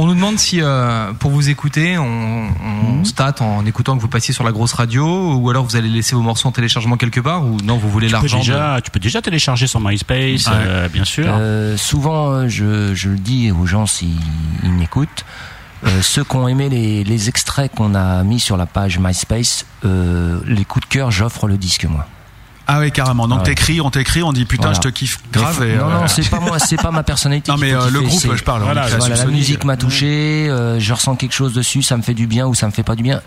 On nous demande si, euh, pour vous écouter, on, on state en écoutant que vous passiez sur la grosse radio, ou alors vous allez laisser vos morceaux en téléchargement quelque part, ou non, vous voulez
Tu peux,
l'argent. de-
déjà, tu peux déjà télécharger sur MySpace,
Ah ouais.
euh, bien sûr.
Euh, souvent, euh, je, je le dis aux gens s'ils ils m'écoutent, Euh, ceux qui ont aimé les, les extraits qu'on a mis sur la page MySpace, euh, les coups de cœur, j'offre le disque moi.
Ah oui, carrément. Donc
Ouais.
t'écris, on t'écrit, on dit putain,
Voilà.
je te kiffe grave.
Mais
et,
faut- non,
euh,
non, c'est pas moi, c'est pas ma personnalité.
Non,
qui
mais,
fait
euh, le
kiffer,
groupe,
c'est-
je parle, euh,
Voilà,
la création
voilà, la
sonore.
musique m'a touché, euh, je ressens quelque chose dessus, ça me fait du bien ou ça me fait pas du bien.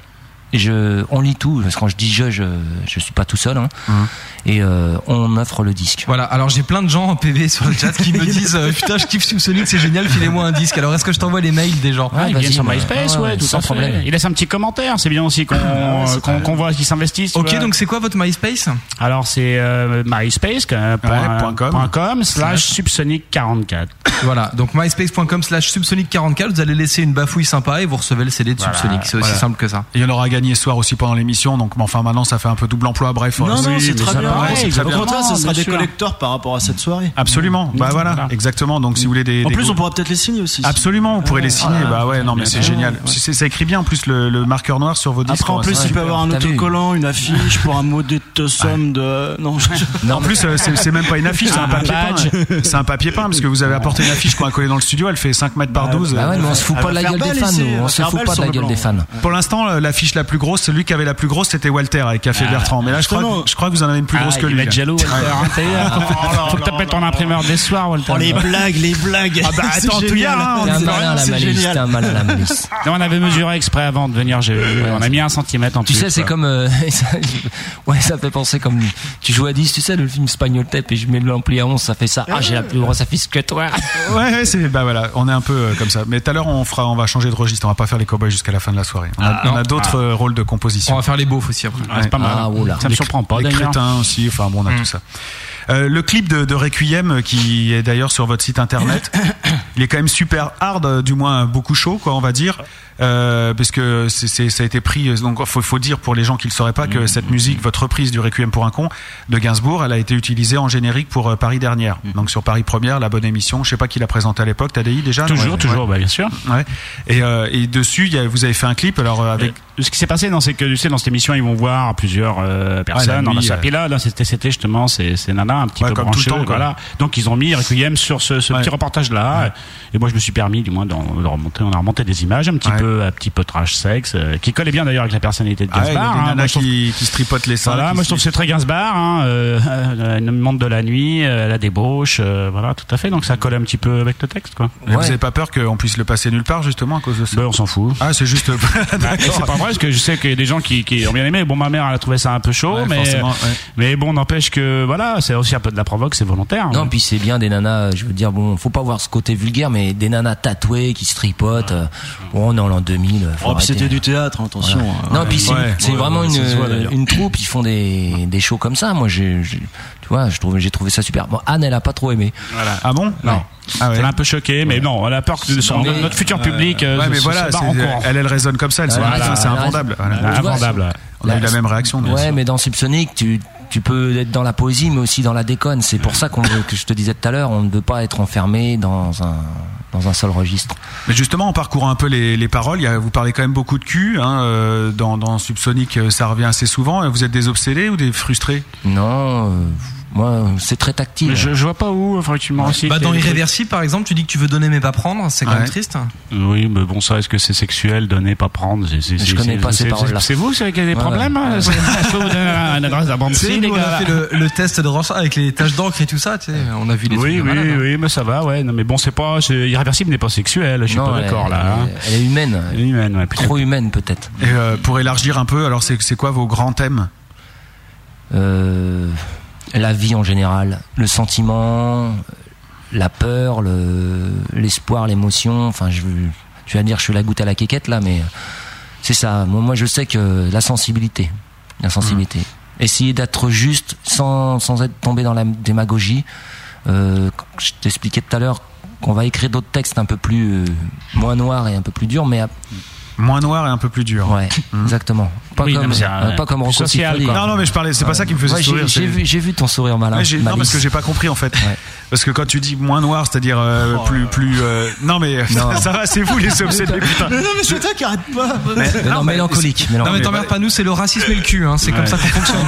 Et Je, on lit tout, parce que quand je dis je, je, je suis pas tout seul. hein.
Mmh.
Et euh, on offre le disque.
Voilà, alors j'ai plein de gens en PV sur le chat qui me disent euh, Putain, je kiffe Subsonic, c'est génial, filez-moi un disque. Alors est-ce que je t'envoie les mails des gens
Ah, il vient sur
bah.
MySpace, ouais, tout à fait. Il laisse un petit commentaire, c'est bien aussi qu'on euh,
Ah ouais, c'est
qu'on-
pas mal.
qu'on voit qu'ils s'investissent. tu
Ok,
vois.
donc c'est quoi votre MySpace
Alors c'est euh, myspace euh, point-
Ouais, point com.
point com slash subsonic44.
Voilà, donc myspace.com slash subsonic44, vous allez laisser une bafouille sympa et vous recevez le CD de
Voilà,
Subsonic, c'est aussi
voilà.
simple que ça.
Il y en aura gagné ce soir aussi pendant l'émission, donc mais enfin maintenant ça fait un peu double emploi, bref.
Non,
euh,
non, c'est très
ça
bien.
va,
Ouais,
c'est très
au
bien.
contraire, ce sera
Bien
des
sûr.
collecteurs par rapport à cette soirée.
Absolument, bah voilà, exactement. Donc si vous voulez des.
En
des
plus,
goûts-
on pourra peut-être les signer aussi.
Absolument, vous pourrez les signer.
Ah,
bah ouais, non, mais c'est
bien.
génial. C'est- Ça écrit bien en plus le, le marqueur noir sur vos disques.
Après, en
Ouais,
plus,
c'est
il peut
super.
avoir un
T'as vu
autocollant, une affiche pour un mot de somme de. Non, je-
Non, en plus, euh, c'est c'est même pas une affiche, c'est un
Un
papier
badge.
peint. C'est un papier peint, parce que vous avez apporté une affiche qu'on a collée dans le studio, elle fait 5 mètres par 12.
bah ouais, mais on se fout
Elle
pas
va
de la
faire
gueule
balle
des fans,
ici,
nous,
elle
on
va
se
faire
fout
balle
pas de
sur
la
le
gueule des
blanc. Pour l'instant, euh, l'affiche la plus grosse, celui qui avait la plus grosse, c'était Walter euh, avec Café
Ah.
Bertrand. Mais là, je crois, que- je crois que vous en avez une plus
Ah,
grosse que
il
lui.
va être jaloux, Walter, hein,
euh,
t'as vu, hein, faut-
Oh là
faut que t'appelles ton imprimeur dès ce soir, Walter.
Oh, les blagues, les blagues.
Ah bah
C'est
attends, tout y
génial.
a, hein, on
T'es un
dit
malin,
rien,
la
c'est
malice,
génial.
t'es un malin, la
malice.
Non, on avait mesuré exprès avant de venir, j'ai- on a mis un centimètre en
Tu
plus.
sais, c'est
quoi.
comme. euh, ça- ouais, ça fait penser comme. Tu joues à 10, tu sais, le film Spagnol Tape, et je mets l'ampli à 11, ça fait ça. Ah, j'ai la plus grosse affiche que toi.
Ouais, ouais, c'est bah voilà, on est un peu euh, comme ça. Mais tout à l'heure, on fera, on va changer de registre. On va pas faire les cowboys jusqu'à la fin de la soirée. On a,
Ah,
on
non.
a d'autres
Ah.
euh, rôles de composition.
On va faire les beaufs aussi après.
Ouais.
Ça me
Ah, oh Les-
surprend pas
Les
d'ailleurs.
crétins aussi. Enfin bon, on
Mm.
a tout ça. Euh, le clip de, de Requiem euh, qui est d'ailleurs sur votre site internet, il est quand même super hard, euh, du moins beaucoup chaud, quoi, on va dire, euh, parce que c'est- c'est- ça a été pris. euh, Donc faut, faut dire pour les gens qui ne sauraient pas que cette
Mm.
musique, votre reprise du Requiem pour un con de Gainsbourg, elle a été utilisée en générique pour euh, Paris dernière.
Mm.
Donc sur Paris première, la bonne émission. Je sais pas qui l'a présentée à l'époque. Tadi déjà. non
Toujours,
Ouais,
toujours, bah, bien sûr.
Ouais. Et, euh, et dessus, il y a- vous avez fait un clip. Alors euh, avec
Ce qui s'est passé, non, c'est que tu sais, dans cette émission, ils vont voir plusieurs euh, personnes.
la
on a
nuit,
ça.
euh.
Puis là, là, c'était c'était justement ces, ces nanas un petit
Ouais,
peu
comme tout le
branchées,
temps, quoi.
voilà. Donc ils ont mis Requiem sur ce, ce petit reportage là. Et moi, je me suis permis, du moins, d'en- de remonter. On a remonté des images un petit peu, un petit peu trash sexe, euh, qui collait bien d'ailleurs avec la personnalité de
Ah ouais, il y a
Gaspard. hein.
des nanas qui, qui se tripotent les seins.
Voilà,
qui se-
moi je trouve que c'est très Gainsbourg, hein, euh, euh, une monde de la nuit, euh, la débauche, euh, voilà, tout à fait. Donc ça colle un petit peu avec le texte, quoi.
Mais Vous n'avez pas peur qu'on puisse le passer nulle part justement à cause de ça
on s'en fout.
Ah, c'est juste.
Ah, et
D'accord.
c'est pas vrai parce que je sais qu'il y a des gens qui, qui ont bien aimé. Bon, ma mère elle a trouvé ça un peu chaud,
Ouais,
mais
forcément, ouais.
mais bon, n'empêche que voilà, c'est aussi un peu de la provoque, c'est volontaire. hein.
Non, puis c'est bien des nanas, euh, je veux dire, bon, faut pas voir ce côté vulgaire, mais des nanas tatouées qui se tripotent. euh, bon, on est en l'an 2000. euh, faut
Oh, puis
arrêter.
c'était du théâtre, attention.
Voilà.
hein.
Non, puis c'est
Ouais.
c'est
Ouais,
vraiment
ouais,
une,
ça se voit, d'ailleurs.
une troupe, ils font des, des shows comme ça. Moi, j'ai, j'ai- tu vois, je trouve- j'ai trouvé ça super. Bon, Anne, elle a pas trop aimé.
Voilà.
Ah bon
Non. Elle est un peu choquée, mais non, elle a peur que son-
mais-
notre futur
euh,
public. euh,
Ouais, mais
se- se
voilà,
barre
c'est-
en courant.
elle, elle raisonne comme ça, elle se dit,
Voilà,
putain, c'est
voilà.
invendable. Voilà.
Voilà, tu vois, c'est-
On a eu la même réaction. bien
Ouais,
sûr.
mais dans Subsonic, tu, tu peux être dans la poésie, mais aussi dans la déconne. C'est pour ça qu'on, veut- que je te disais tout à l'heure, on ne peut pas être enfermé dans un, dans un seul registre.
Mais justement, en parcourant un peu les, les paroles, il y a- vous parlez quand même beaucoup de cul. hein, euh, dans, dans Subsonic, euh, ça revient assez souvent. Vous êtes des obsédés ou des frustrés
Non, euh, moi, c'est très tactile.
Mais je, je vois pas où, enfin, tu m'en aussi.
euh Bah, dans
t'es-
Irréversible par exemple, tu dis que tu veux donner mais pas prendre, c'est quand
Ouais.
même triste.
Oui, mais bon, ça, est-ce que c'est sexuel, donner, pas prendre c'est- c'est-
Je
c'est-
connais
c'est-
pas ces
c'est-
paroles-là.
C'est vous, c'est avec des
Ouais,
problèmes
ouais.
hein, c'est- Je peux vous donner un- une adresse à bande
Tu sais,
les
nous, on
gars.
a fait le, le test de Rorschach avec les taches d'encre et tout ça, tu sais, on a vu les
Oui,
trucs de
oui,
malade, hein.
oui, mais ça va, ouais. Non, mais bon, c'est pas. c'est- Irréversible n'est pas sexuel, je suis
Non,
pas
elle-
d'accord là. hein.
Elle est humaine.
Elle est humaine, ouais,
Trop humaine, peut-être.
Et, euh, Pour élargir un peu, alors c'est c'est quoi vos grands thèmes
Euh, la vie en général, le sentiment, la peur, le- l'espoir, l'émotion. Enfin, je, tu vas dire, je suis la goutte à la quéquette là, mais c'est ça. Moi, moi, je sais que la sensibilité, la sensibilité.
Mmh.
Essayer d'être juste sans sans être tombé dans la démagogie. Euh, je t'expliquais tout à l'heure qu'on va écrire d'autres textes un peu plus euh, moins noirs et un peu plus durs, mais à-
Moins noir et un peu plus dur.
Ouais, exactement. Pas
Oui, non,
comme,
mais c'est un-
euh, pas comme Rocco
social,
Siffredi,
quoi.
quoi.
Non, non, mais je parlais, c'est pas ça qui me faisait
Ouais, j'ai-
sourire,
J'ai
c'est-
vu, j'ai vu ton sourire malin.
Ouais, j'ai- non, parce
malice.
que j'ai pas compris en fait. Parce que quand tu dis moins noir, c'est-à-dire
Oh
euh, plus. plus euh, non mais
Non.
ça va, c'est vous les obsédés, putain.
Mais non, mais c'est toi qui arrête pas.
Mais- non, mais-
mélancolique.
mais-
Non, mais t'emmerdes pas nous, c'est le racisme et le cul. hein, C'est comme
Ouais.
ça qu'on fonctionne.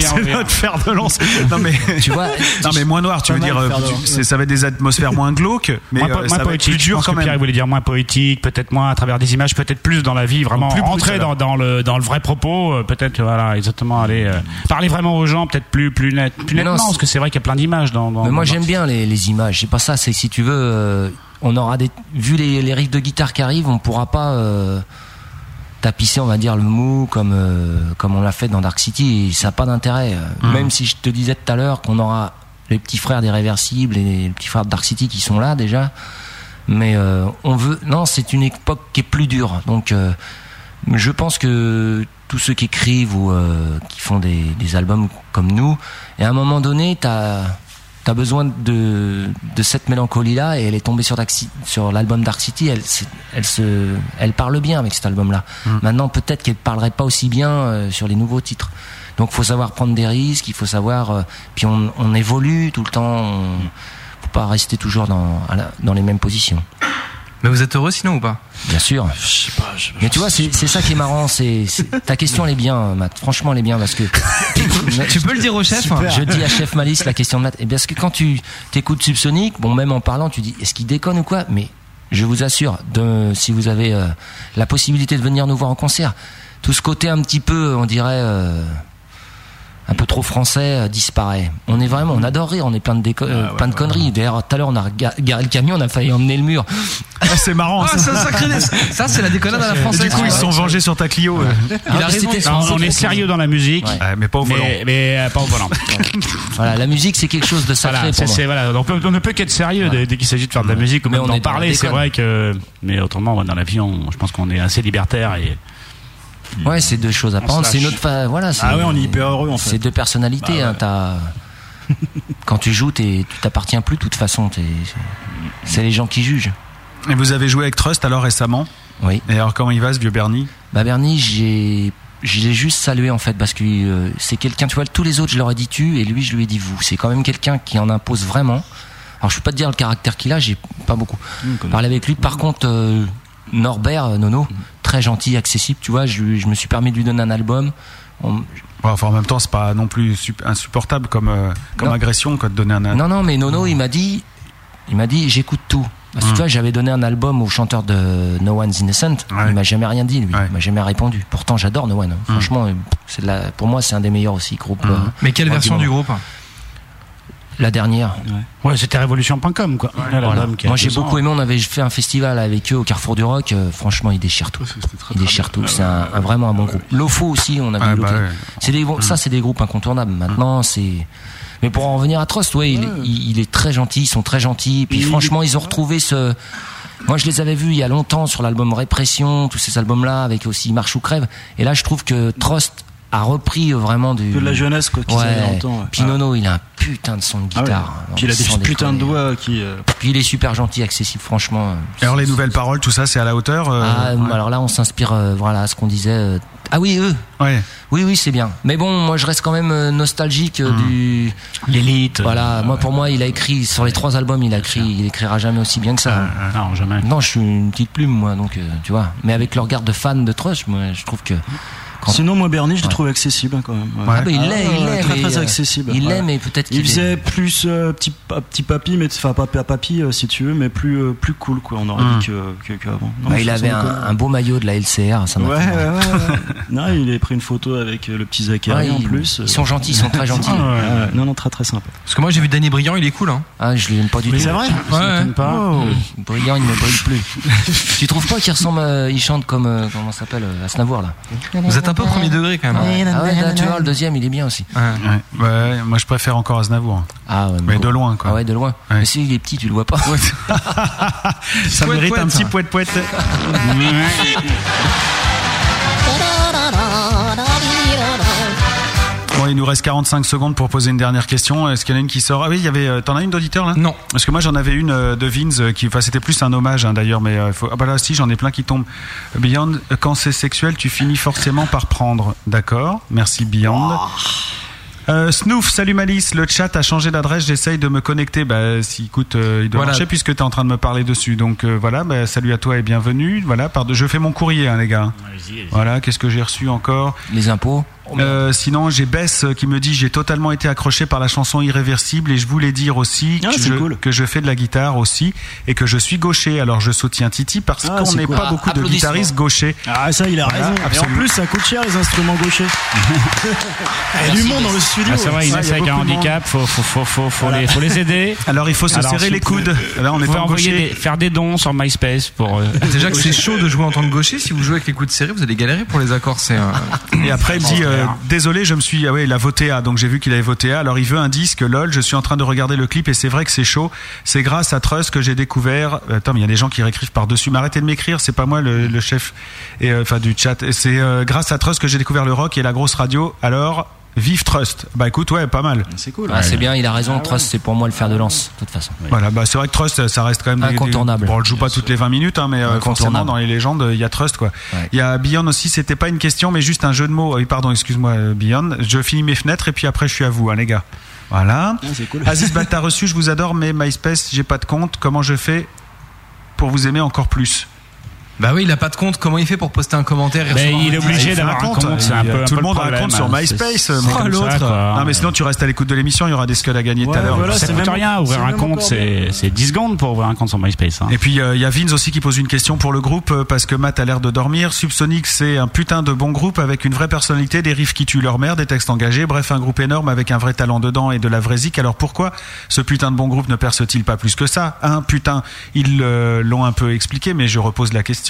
C'est notre fer de lance. Non mais
tu vois,
non mais moins noir, tu
Pas
veux
mal,
dire,
le
euh,
fer de
tu-
lance.
c'est- ça va être des atmosphères moins glauques, mais
moins, po-
euh,
moins
ça va être
poétique.
plus
je
dur
pense
quand
que
même.
Pierre il voulait dire moins poétique, peut-être moins à travers des images, peut-être plus dans la vie, vraiment
plus brut,
rentrer dans,
alors.
dans le dans le vrai propos, euh, peut-être voilà exactement aller euh, parler vraiment aux gens, peut-être plus plus net, plus
Mais non,
nettement,
c'est-
parce que c'est vrai qu'il y a plein d'images dans. dans-
Mais moi
dans-
j'aime bien les, les images, c'est pas ça, c'est que si tu veux, euh, on aura des, vu les, les riffs de guitare qui arrivent, on pourra pas euh, tapisser, on va dire, le mou comme, euh, comme on l'a fait dans Dark City, et ça n'a pas d'intérêt.
Mhm.
Même si je te disais tout à l'heure qu'on aura les petits frères des réversibles et les petits frères de Dark City qui sont là déjà, mais euh, on veut, non, c'est une époque qui est plus dure, donc euh, je pense que tous ceux qui écrivent ou euh, qui font des, des albums comme nous, et à un moment donné, t'as as besoin de, de cette mélancolie-là, et elle est tombée sur, Dark Ci- sur l'album Dark City, elle, se- elle, se, elle parle bien avec cet album-là. Maintenant, peut-être qu'elle parlerait pas aussi bien euh, sur les nouveaux titres. Donc, faut savoir prendre des risques, il faut savoir... euh, puis on, on évolue tout le temps, on, faut pas rester toujours dans, à la- dans les mêmes positions.
Mais vous êtes heureux sinon ou pas
Bien sûr. Mais tu vois, c'est c'est ça qui est marrant. C'est c'est- ta question, elle est bien, Matt. Franchement, elle est bien parce que
Tu peux le dire au chef, hein.
Je dis à chef Malice la question de Matt. Et parce que quand tu t'écoutes Subsonic, bon, même en parlant, tu dis est-ce qu'il déconne ou quoi Mais je vous assure, de, si vous avez euh, la possibilité de venir nous voir en concert, tout ce côté un petit peu, on dirait. euh, un peu trop français euh, disparaît. On est vraiment, on adore rire, on est plein de, déco-
Ah
euh, plein de conneries. D'ailleurs, tout à l'heure, on a rega- garé le camion, on a failli emmener le mur.
c'est marrant.
Ah, ça, ça, crée des- ça, c'est la déconnade à la
Et du
française.
coup, ils se sont vengés sur ta Clio. euh.
Il a raison.
Non, Ah, on est sérieux dans la musique,
Ouais, mais pas au volant.
mais, mais, euh, pas au volant.
Voilà, la musique, c'est quelque chose de sacré
Voilà,
pour
c'est-
moi.
c'est- voilà, Euh, on, peut- on ne peut qu'être sérieux dès, dès qu'il s'agit de faire de la musique ou
Mais
même
on est
d'en
dans la
parler. C'est
déconne.
vrai que, mais autrement, ouais, dans la vie, on- je pense qu'on est assez libertaire et
Ouais, c'est deux choses à
On
part.
se
C'est
lâche.
notre fa- voilà. c'est-
Ah ouais, on est hyper heureux, en fait.
C'est deux personnalités.
Bah
hein, t'as- Quand tu joues, t'es- tu t'appartiens plus. De toute façon, t'es- c'est les gens qui jugent.
Et vous avez joué avec Trust alors récemment
Oui.
Et alors comment il va ce vieux Bernie
Bah Bernie, j'ai je l'ai juste salué en fait parce que euh, c'est quelqu'un tu vois tous les autres je leur ai dit tu et lui je lui ai dit vous c'est quand même quelqu'un qui en impose vraiment alors je peux pas te dire le caractère qu'il a j'ai pas beaucoup parlé avec lui par contre euh, Norbert euh, Nono très gentil accessible tu vois je, lui- je me suis permis de lui donner un album On-
Ouais, Enfin en même temps, c'est pas non plus sup- insupportable comme, euh, comme
Non.
agression quoi, de donner un.
Non, non, mais Nono, il m'a dit, il m'a dit, j'écoute tout.
Hmm.
Parce que tu vois, j'avais donné un album au chanteur de No One's Innocent. Il m'a jamais rien dit, lui. Il m'a jamais répondu. Pourtant, j'adore No One.
Hmm.
hein. Franchement, euh, c'est de la- pour moi, c'est un des meilleurs aussi groupes. euh,
Hum. Mais quelle
rock
version
monde.
du groupe
La dernière.
Ouais, c'était révolution.com quoi. Là,
Voilà.
l'album qui hein. a
Moi, j'ai
deux ans.
beaucoup aimé. On avait fait un festival avec eux au Carrefour du Rock. euh, franchement, ils déchirent tout. ils déchirent tout.
Ah
C'est un- un- vraiment un bon groupe. Lofo aussi, on avait
Ah,
eu
bah
l'occasion.
ouais.
C'est des gros- Ça, c'est des groupes incontournables. Maintenant,
Mm.
c'est. Mais pour en revenir à Trust, ouais, il, il- il est très gentil. Ils sont très gentils. Et puis, franchement, ils ont retrouvé ce. Moi, je les avais vus il y a longtemps sur l'album Répression, tous ces albums-là, avec aussi Marche ou Crève. Et là, je trouve que Trust a repris euh, vraiment du.
De la jeunesse, quoi, qu'ils
Ouais.
avaient longtemps, ouais.
Puis
Ah.
Nono, il a un putain de son de
Ah ouais.
guitare. Alors,
Puis il a des
sans
putains
déconner. hein.
de doigts qui. euh,
Puis il est super gentil, accessible, franchement. euh,
Alors les nouvelles paroles, tout ça, c'est à la hauteur euh,
Ah,
ouais.
Alors là, on s'inspire, euh, voilà, à ce qu'on disait. euh, Ah oui, eux. Oui, oui, c'est bien. Mais bon, moi, je reste quand même euh, nostalgique euh,
Mmh.
du.
L'élite.
Euh,
Voilà, moi, pour moi, il a écrit sur les trois albums, il a écrit, il écrira jamais aussi bien que ça.
Euh,
non, jamais.
Non, je suis une petite plume, moi, donc euh, tu vois. Mais avec le regard de fan de Trush, moi, je trouve que. quand-
Sinon, moi, Bernie, je le trouve accessible hein, quand même.
Ah, bah, il l'est, il
ouais,
l'est,
Très,
mais,
très
euh,
accessible.
il l'est,
Ouais.
mais peut-être
Il
qu'il est-
faisait plus euh, petit, pa- petit papy, mais enfin, pas pas papy euh, si tu veux, mais plus, euh, plus cool, quoi. On aurait
Hum.
dit qu'avant. Que, qu'avant. Non, mais
Ouais, Bah, il
sans
avait un,
déconner.
un beau maillot de la LCR, ça m'a
Ouais, ouais,
fait marrer.
ouais, ouais. non, il a pris une photo avec euh, le petit Zachary
Ouais,
en
ils-
plus. Ah,
ils sont gentils, ils sont très gentils.
Ouais, ouais, ouais. Euh, Non, non, très très sympa.
Parce que moi, j'ai vu Danny Briand, il est cool. Hein.
Ah, je l'aime pas du
Mais
tout.
c'est vrai
Ouais, Ça m'étonne ouais. Oh. pas.
Mmh. Brillant, il ne brille plus. tu trouves pas qu'il ressemble, euh, il chante comme, euh, comment ça s'appelle, euh, Asnavour là
Vous êtes un peu premier degré quand même. hein.
Ah ouais, là, tu vois, le deuxième, il est bien aussi.
Ouais. Ah. Ouais, moi je préfère encore Aznavour.
Ah ouais,
mais de loin quoi.
Ah ouais, de loin. Mais si il est petit, tu le vois pas.
euh,
Ça
Pouet,
mérite
pouet,
un
ça.
petit poète poète. bon, il nous nous reste 45 secondes pour poser une dernière question. Est-ce qu'il y en a une qui sort Ah oui, il y avait. euh, T'en as une d'auditeur là
Non.
Parce que moi j'en avais une euh, de Vince euh, qui. Enfin, c'était plus un hommage hein, d'ailleurs, mais euh, faut- ah bah là si, j'en ai plein qui tombent. Beyond, euh, quand c'est sexuel, tu finis forcément par prendre. D'accord. Merci Beyond. Euh, Snoof, salut Malice, le chat a changé d'adresse, j'essaye de me connecter. Bah, si, écoute, euh, il doit
Voilà.
marcher puisque tu es en train de me parler dessus. Donc euh, voilà, bah, salut à toi et bienvenue. Voilà, par je fais mon courrier, hein, les gars. Voilà, qu'est-ce que j'ai reçu encore
Les impôts.
Oh,
Euh, sinon, j'ai Bess euh, qui me dit j'ai totalement été accroché par la chanson Irréversible et je voulais dire aussi
Ah,
que, je, que je fais de la guitare aussi et que je suis gaucher. Alors je soutiens Titi parce
Ah,
qu'on
c'est
n'est
cool.
pas
Ah,
beaucoup de
applaudissements.
guitaristes gauchers.
Ah ça il a
Voilà,
raison. Et en
absolument.
plus ça coûte cher les instruments gauchers. Il y a du monde dans le studio.
Ah, c'est vrai, Inès avec un handicap, faut, faut, faut, faut, faut, les, faut les aider.
Alors il faut se serrer les coudes. Là, on est pas en gaucher.
faire des dons sur MySpace pour. euh,
Déjà que c'est chaud de jouer en tant que gaucher, si vous jouez avec les coudes serrés, vous allez galérer pour les accords. C'est euh, un-
Et après, il me dit euh, Désolé, je me suis. Ah ouais, il a voté A, donc j'ai vu qu'il avait voté A. Alors il veut un disque, lol, je suis en train de regarder le clip et c'est vrai que c'est chaud. C'est grâce à Trust que j'ai découvert. euh, Attends, mais il y a des gens qui réécrivent par-dessus. Mais arrêtez de m'écrire, c'est pas moi le, le chef et, euh, enfin, du chat. Et C'est euh, grâce à Trust que j'ai découvert le rock et la grosse radio. Alors, vive Trust. Bah écoute, ouais, pas mal.
C'est
cool. Ah, c'est bien, il a raison. Trust, c'est pour moi le fer de lance, de toute façon.
Voilà, bah c'est vrai que Trust, ça reste quand même des- des-
Incontournable.
bon, on le joue pas toutes les 20 minutes, hein, mais euh, forcément dans les légendes, il y a Trust quoi. Il y a Beyond aussi. C'était pas une question, mais juste un jeu de mots. Ah Oui, pardon, excuse-moi, euh, Beyond. Je finis mes fenêtres et puis après je suis à vous, hein, les gars. Voilà.
Ah, c'est cool.
Ah,
Aziz Bata reçu, je vous adore, mais MySpace, j'ai pas de compte. Comment je fais pour vous aimer encore plus
Bah oui, il a pas de compte. Comment il fait pour poster un commentaire et
Mais
recevoir un
Ben, il est
message
obligé
Ah, il fait
d'avoir un compte,
c'est
il- tout le monde a un
problème,
compte sur
hein.
MySpace,
C'est-
euh,
c'est
moi,
pas
comme ça,
l'autre.
quoi. Non mais sinon tu restes à l'écoute de l'émission, il y aura des scuds à gagner tout à l'heure.
ça coûte rien, ouvrir un compte, c'est c'est 10 secondes pour ouvrir un compte sur MySpace. hein.
Et puis euh, il y a Vince aussi qui pose une question pour le groupe euh, parce que Matt a l'air de dormir. Subsonic c'est un putain de bon groupe avec une vraie personnalité, des riffs qui tuent leur mère, des textes engagés, bref un groupe énorme avec un vrai talent dedans et de la vraie zik. Alors pourquoi ce putain de bon groupe ne perce-t-il pas plus que ça Hein putain, ils euh, l'ont un peu expliqué mais je repose la question.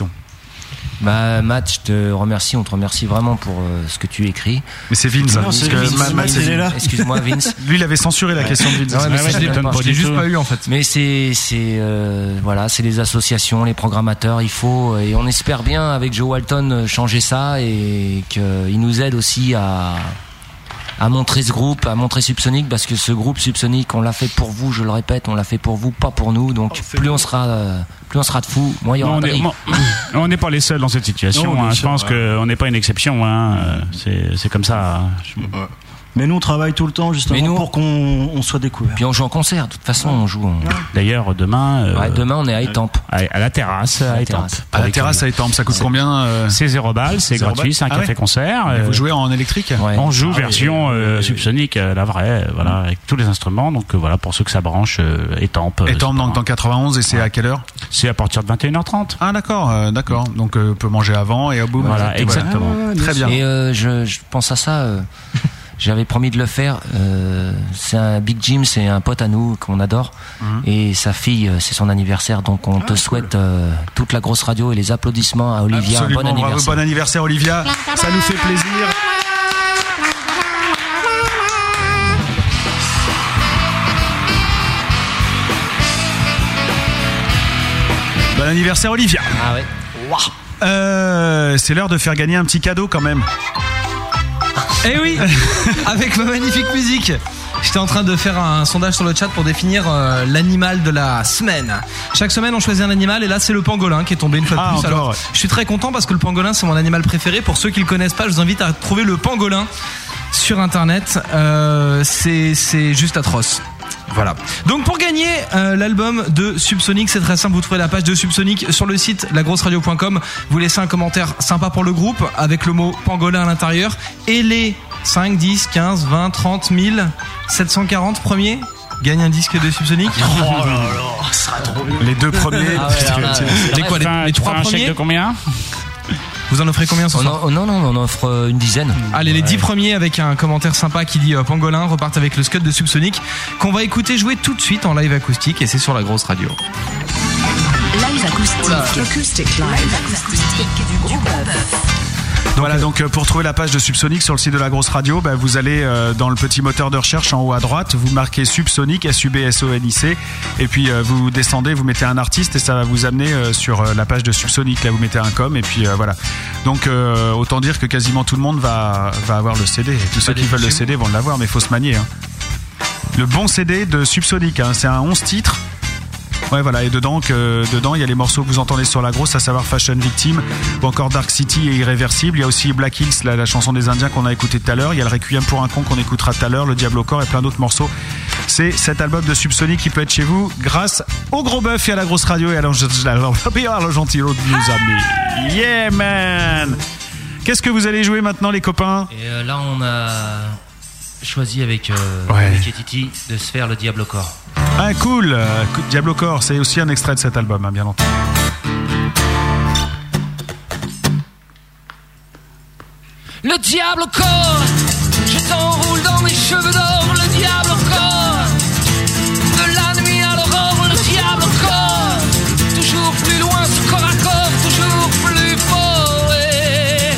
Bah, Matt, je te remercie, on te remercie vraiment pour euh, ce que tu écris.
Mais c'est Vince, hein,
Parce que Ma- Matt, c'est Vince. Excuse-moi, Vince.
Lui il avait censuré la question de Vince.
Ouais, mais ça, je l'ai pas- je l'ai
juste pas eu.
en fait.
Mais c'est, c'est, euh, voilà, c'est les associations, les programmateurs. Il faut euh, et on espère bien avec Joe Walton euh, changer ça et qu'il nous aide aussi à à montrer ce groupe, à montrer Subsonic, parce que ce groupe Subsonic, on l'a fait pour vous, je le répète, on l'a fait pour vous, pas pour nous.
Oh,
Donc plus on sera, euh, plus on sera de fous, moins il y
Non,
aura
on
de
est-
rires.
moi- on n'est pas les seuls dans cette situation.
Non, on est
hein. Je
seuls,
pense
ouais.
qu'on n'est pas une exception. hein. Euh, C'est c'est comme ça. hein. Je-
Mais nous on travaille tout le temps justement pour qu'on on soit découvert.
Puis on joue en concert, de toute façon on joue. en-
D'ailleurs, demain. euh,
Ouais, demain on est à Étampes.
À, à la terrasse, à Étampes.
À la terrasse à Étampes, ça coûte combien euh,
C'est 0 balles, c'est
Zéro
gratuit,
balle.
c'est un
Ah ouais.
café-concert.
Mais
euh,
Vous jouez en électrique
On joue
Ah oui.
version euh, subsonique, euh, la vraie, euh, voilà,
Mm.
avec tous les instruments. Donc euh, voilà, pour ceux que ça branche, euh, Étampes. euh,
Étampes,
c'est
donc,
pas-
dans 91 et c'est à quelle heure
C'est à partir de 21h30.
Ah d'accord, euh, d'accord. Donc euh, on peut manger avant et au bout.
Voilà, exactement.
Ah,
Très bien.
Et euh, je, je pense à ça. euh, J'avais promis de le faire. euh, c'est un Big Jim, c'est un pote à nous qu'on adore.
Mhm.
Et sa fille, euh, c'est son anniversaire. Donc
Ah,
on te souhaite euh, toute la grosse radio et les applaudissements à Olivia.
Absolument,
Bon
bravo,
anniversaire.
bon anniversaire Olivia, ça nous fait plaisir. Bon anniversaire Olivia.
Ah ouais.
Euh, c'est l'heure de faire gagner un petit cadeau quand même.
Eh oui, avec ma magnifique musique. J'étais en train de faire un sondage sur le chat pour définir euh, l'animal de la semaine. Chaque semaine, on choisit un animal et là, c'est le pangolin qui est tombé une fois de
Ah,
plus.
encore,
Alors,
ouais.
je suis très content parce que le pangolin, c'est mon animal préféré. Pour ceux qui le connaissent pas, je vous invite à trouver le pangolin sur internet. Euh, c'est c'est juste atroce. Voilà. Donc pour gagner euh, l'album de Subsonic, c'est très simple. Vous trouvez la page de Subsonic sur le site lagrosseradio.com. Vous laissez un commentaire sympa pour le groupe avec le mot pangolin à l'intérieur et les 5, 10, 15, 20, 30 000 740 premiers gagnent un disque de Subsonic.
Les deux premiers.
Ah ouais, alors là, c'est vrai. Enfin, tu feras un chèque de
combien
Vous en offrez combien ce
On en-
soir
oh, Non, non, on en offre euh, une dizaine.
Allez, les 10 premiers avec un commentaire sympa qui dit euh, pangolin repartent avec le scud de Subsonic qu'on va écouter jouer tout de suite en live acoustique et c'est sur la grosse radio.
Live acoustique. Acoustic live. acoustique du groupe.
voilà, donc euh, pour trouver la page de Subsonic sur le site de la grosse radio, bah, vous allez euh, dans le petit moteur de recherche en haut à droite, vous marquez Subsonic, S-U-B-S-O-N-I-C, et puis euh, vous descendez, vous mettez un artiste et ça va vous amener euh, sur euh, la page de Subsonic. Là, vous mettez un com et puis euh, voilà. Donc euh, autant dire que quasiment tout le monde va, va avoir le CD. Et tous ceux qui veulent le CD vont l'avoir, mais faut se manier. hein. Le bon CD de Subsonic, hein, c'est un 11 titres. Ouais, voilà, et dedans, que, dedans, il y a les morceaux que vous entendez sur la grosse, à savoir Fashion Victim, ou encore Dark City et Irréversible. Il y a aussi Black Hills, la, la chanson des Indiens qu'on a écoutée tout à l'heure. Il y a le Requiem pour un con qu'on écoutera tout à l'heure, le Diablo Corps et plein d'autres morceaux. C'est cet album de Subsonic qui peut être chez vous grâce au gros bœuf et à la grosse radio et à l'ange- à l'ange- à l'angentillo de nos amis. Yeah, man! Qu'est-ce que vous allez jouer maintenant, les copains?
Et euh, là, on a choisi avec euh,
Ouais.
Mickey Titi de se faire le Diablo Corps.
Ah cool euh, Diablo Corps, c'est aussi un extrait de cet album, hein, bien entendu.
Le diable au corps, je t'enroule dans mes cheveux d'or, le diable au corps. De la nuit à l'aurore, le diable au corps. Toujours plus loin, ce corps à corps, toujours plus fort. et-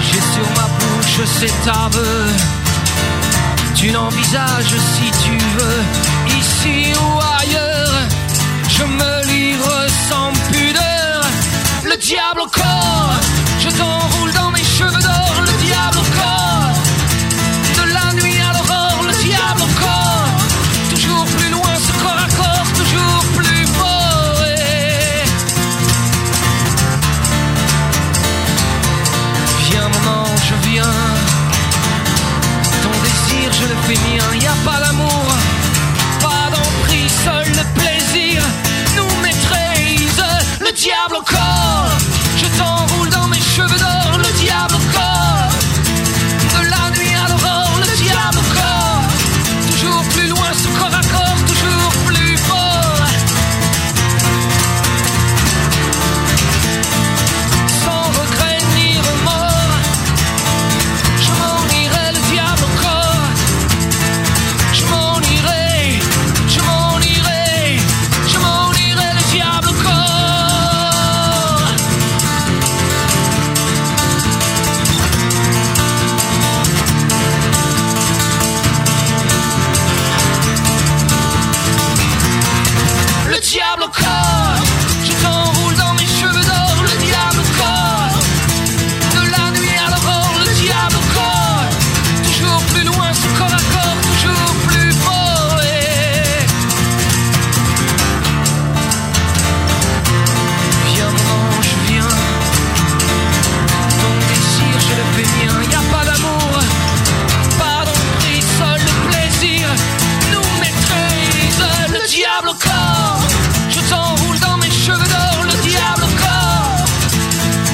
J'ai sur ma bouche cet aveu. Tu l'envisages si tu veux, ici ou ailleurs. Je me livre sans pudeur. Le diable au corps, je t'enroule dans mes cheveux d'or. Le diable au corps, de la nuit à l'aurore. Le diable au corps, toujours plus loin, ce corps à corps, toujours plus fort. et- Viens mon ange, viens. Ton désir, je le fais mien. Y a pas d'amour, pas d'emprise, seul le plaisir nous maîtrise. Le diable au corps, je t'enroule dans mes cheveux d'or. Le diable au corps, de la nuit à l'aurore. Le diable au corps, toujours plus loin, ce corps à corps, toujours plus fort. Sans regret ni remords. Je m'en irai, le diable au corps. Je m'en irai, je m'en irai, je m'en irai, le diable au corps. Le diable au corps. Je t'enroule dans mes cheveux d'or, le diable au corps. De la nuit à l'aurore, le diable au corps. Toujours plus loin, ce corps à corps, toujours plus fort. eh. et- Viens, mon ange, viens. Ton désir, je le fais mien. Y a pas d'amour, pas d'emprise, seul le plaisir nous maîtrise. Le diable au corps, je t'enroule dans mes cheveux d'or, le diable au corps.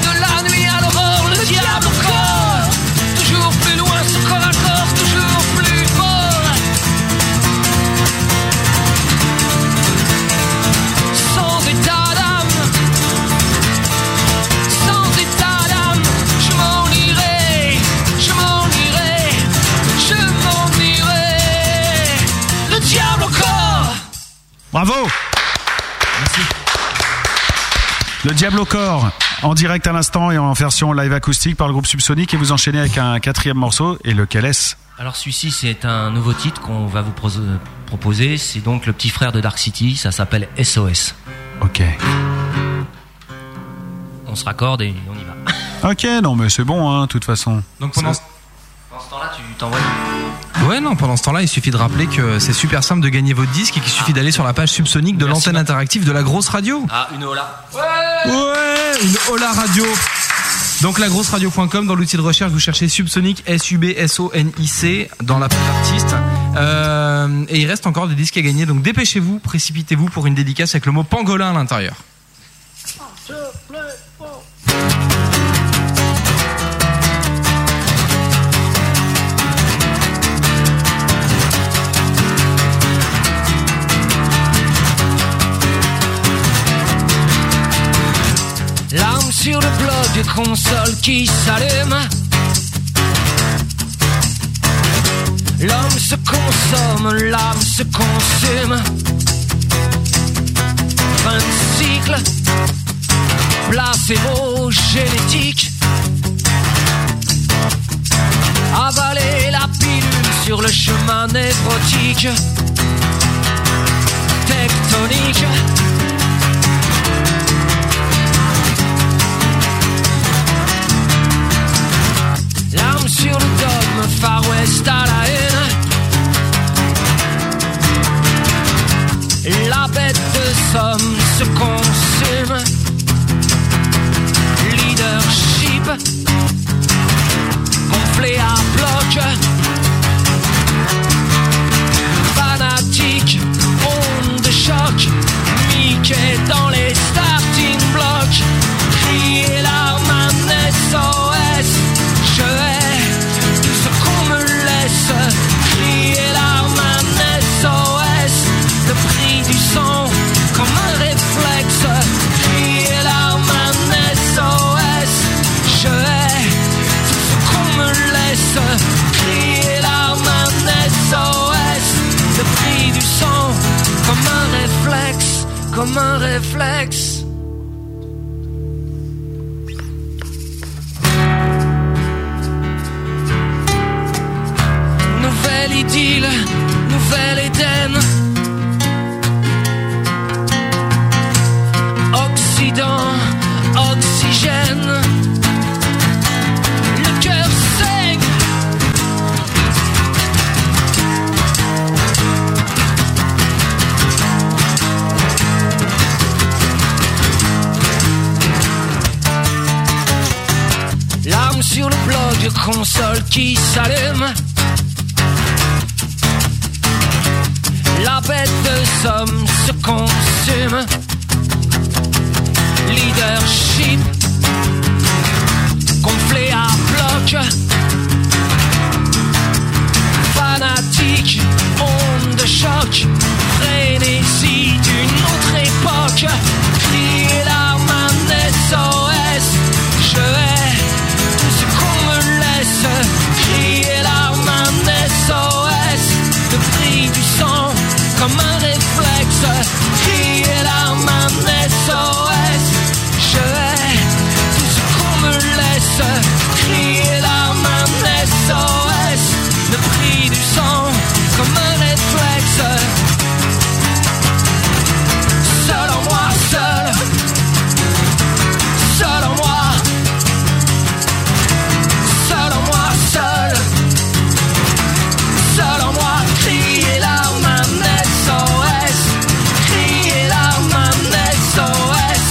De la nuit à l'aurore, le diable au corps. Toujours plus loin, ce corps à corps, toujours plus fort. Sans état d'âme, sans état d'âme, je m'en irai, je m'en irai, je m'en irai. Le diable au corps.
Bravo Le Diablo Corps, en direct à l'instant et en version live acoustique par le groupe Subsonic, et vous enchaînez avec un quatrième morceau, et lequel est-ce
Alors celui-ci, c'est un nouveau titre qu'on va vous pro- proposer. C'est donc le petit frère de Dark City. Ça s'appelle SOS.
Ok.
On se raccorde et on y va.
Ok, non mais c'est bon, hein, de toute façon.
Donc pendant
Ça-
Dans ce temps-là, tu t'envoies.
Ouais, non, pendant ce temps-là, il suffit de rappeler que c'est super simple de gagner votre disque et qu'il suffit d'aller sur la page subsonique de l'antenne interactive de la grosse radio.
Ah, une Ola.
Ouais, une Ola Radio. Donc la grosse radio.com dans l'outil de recherche vous cherchez Subsonic S U B S O N I C dans la page artiste Euh, et il reste encore des disques à gagner donc dépêchez-vous précipitez-vous pour une dédicace avec le mot pangolin à l'intérieur.
L'arme sur le bloc, console qui s'allume. L'homme se consomme, l'âme se consume. Fin de cycle, placebo génétique. Avaler la pilule sur le chemin névrotique, tectonique. L'arme sur le dogme, Far West à la haine. La bête de somme se consume. Leadership, gonflé à bloc. Fanatique, onde de choc. Mickey dans les starting blocks. Crier l'arme, un SOS. Je hais tout ce qu'on me laisse Crier l'arme, un SOS Le prix du sang comme un réflexe Crier l'arme, un SOS Je hais tout ce qu'on me laisse Crier l'arme, un SOS Le prix du sang comme un réflexe Comme un réflexe Nouvelle idylle, nouvelle Éden. Occident, oxygène. Le cœur saigne. L'arme sur le blog, console qui s'allume. La bête de somme se consume. Leadership gonflé à bloc. Fanatique, onde de choc. Frénésie d'une autre époque. Crier l'arme, un SOS. Je hais tout ce qu'on me laisse. Crier l'arme, un SOS. Le prix du sang comme un réflexe. Crier l'arme, un SOS. Je hais tout ce qu'on me laisse. Crier l'arme, un SOS. Le prix du sang comme un réflexe. Seul en moi, seul. Seul en moi. Seul en moi, seul. Seul en moi, crier l'arme, un SOS. Crier l'arme, un SOS.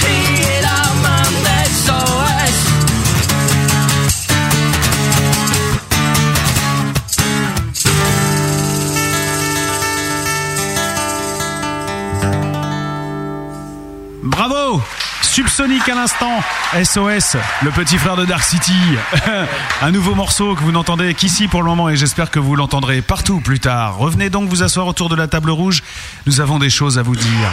Crier l'arme, un SOS.
Bravo Subsonic à l'instant, SOS, le petit frère de Dark City. Un nouveau morceau que vous n'entendez qu'ici pour le moment et j'espère que vous l'entendrez partout plus tard. Revenez donc vous asseoir autour de la table rouge, nous avons des choses à vous dire.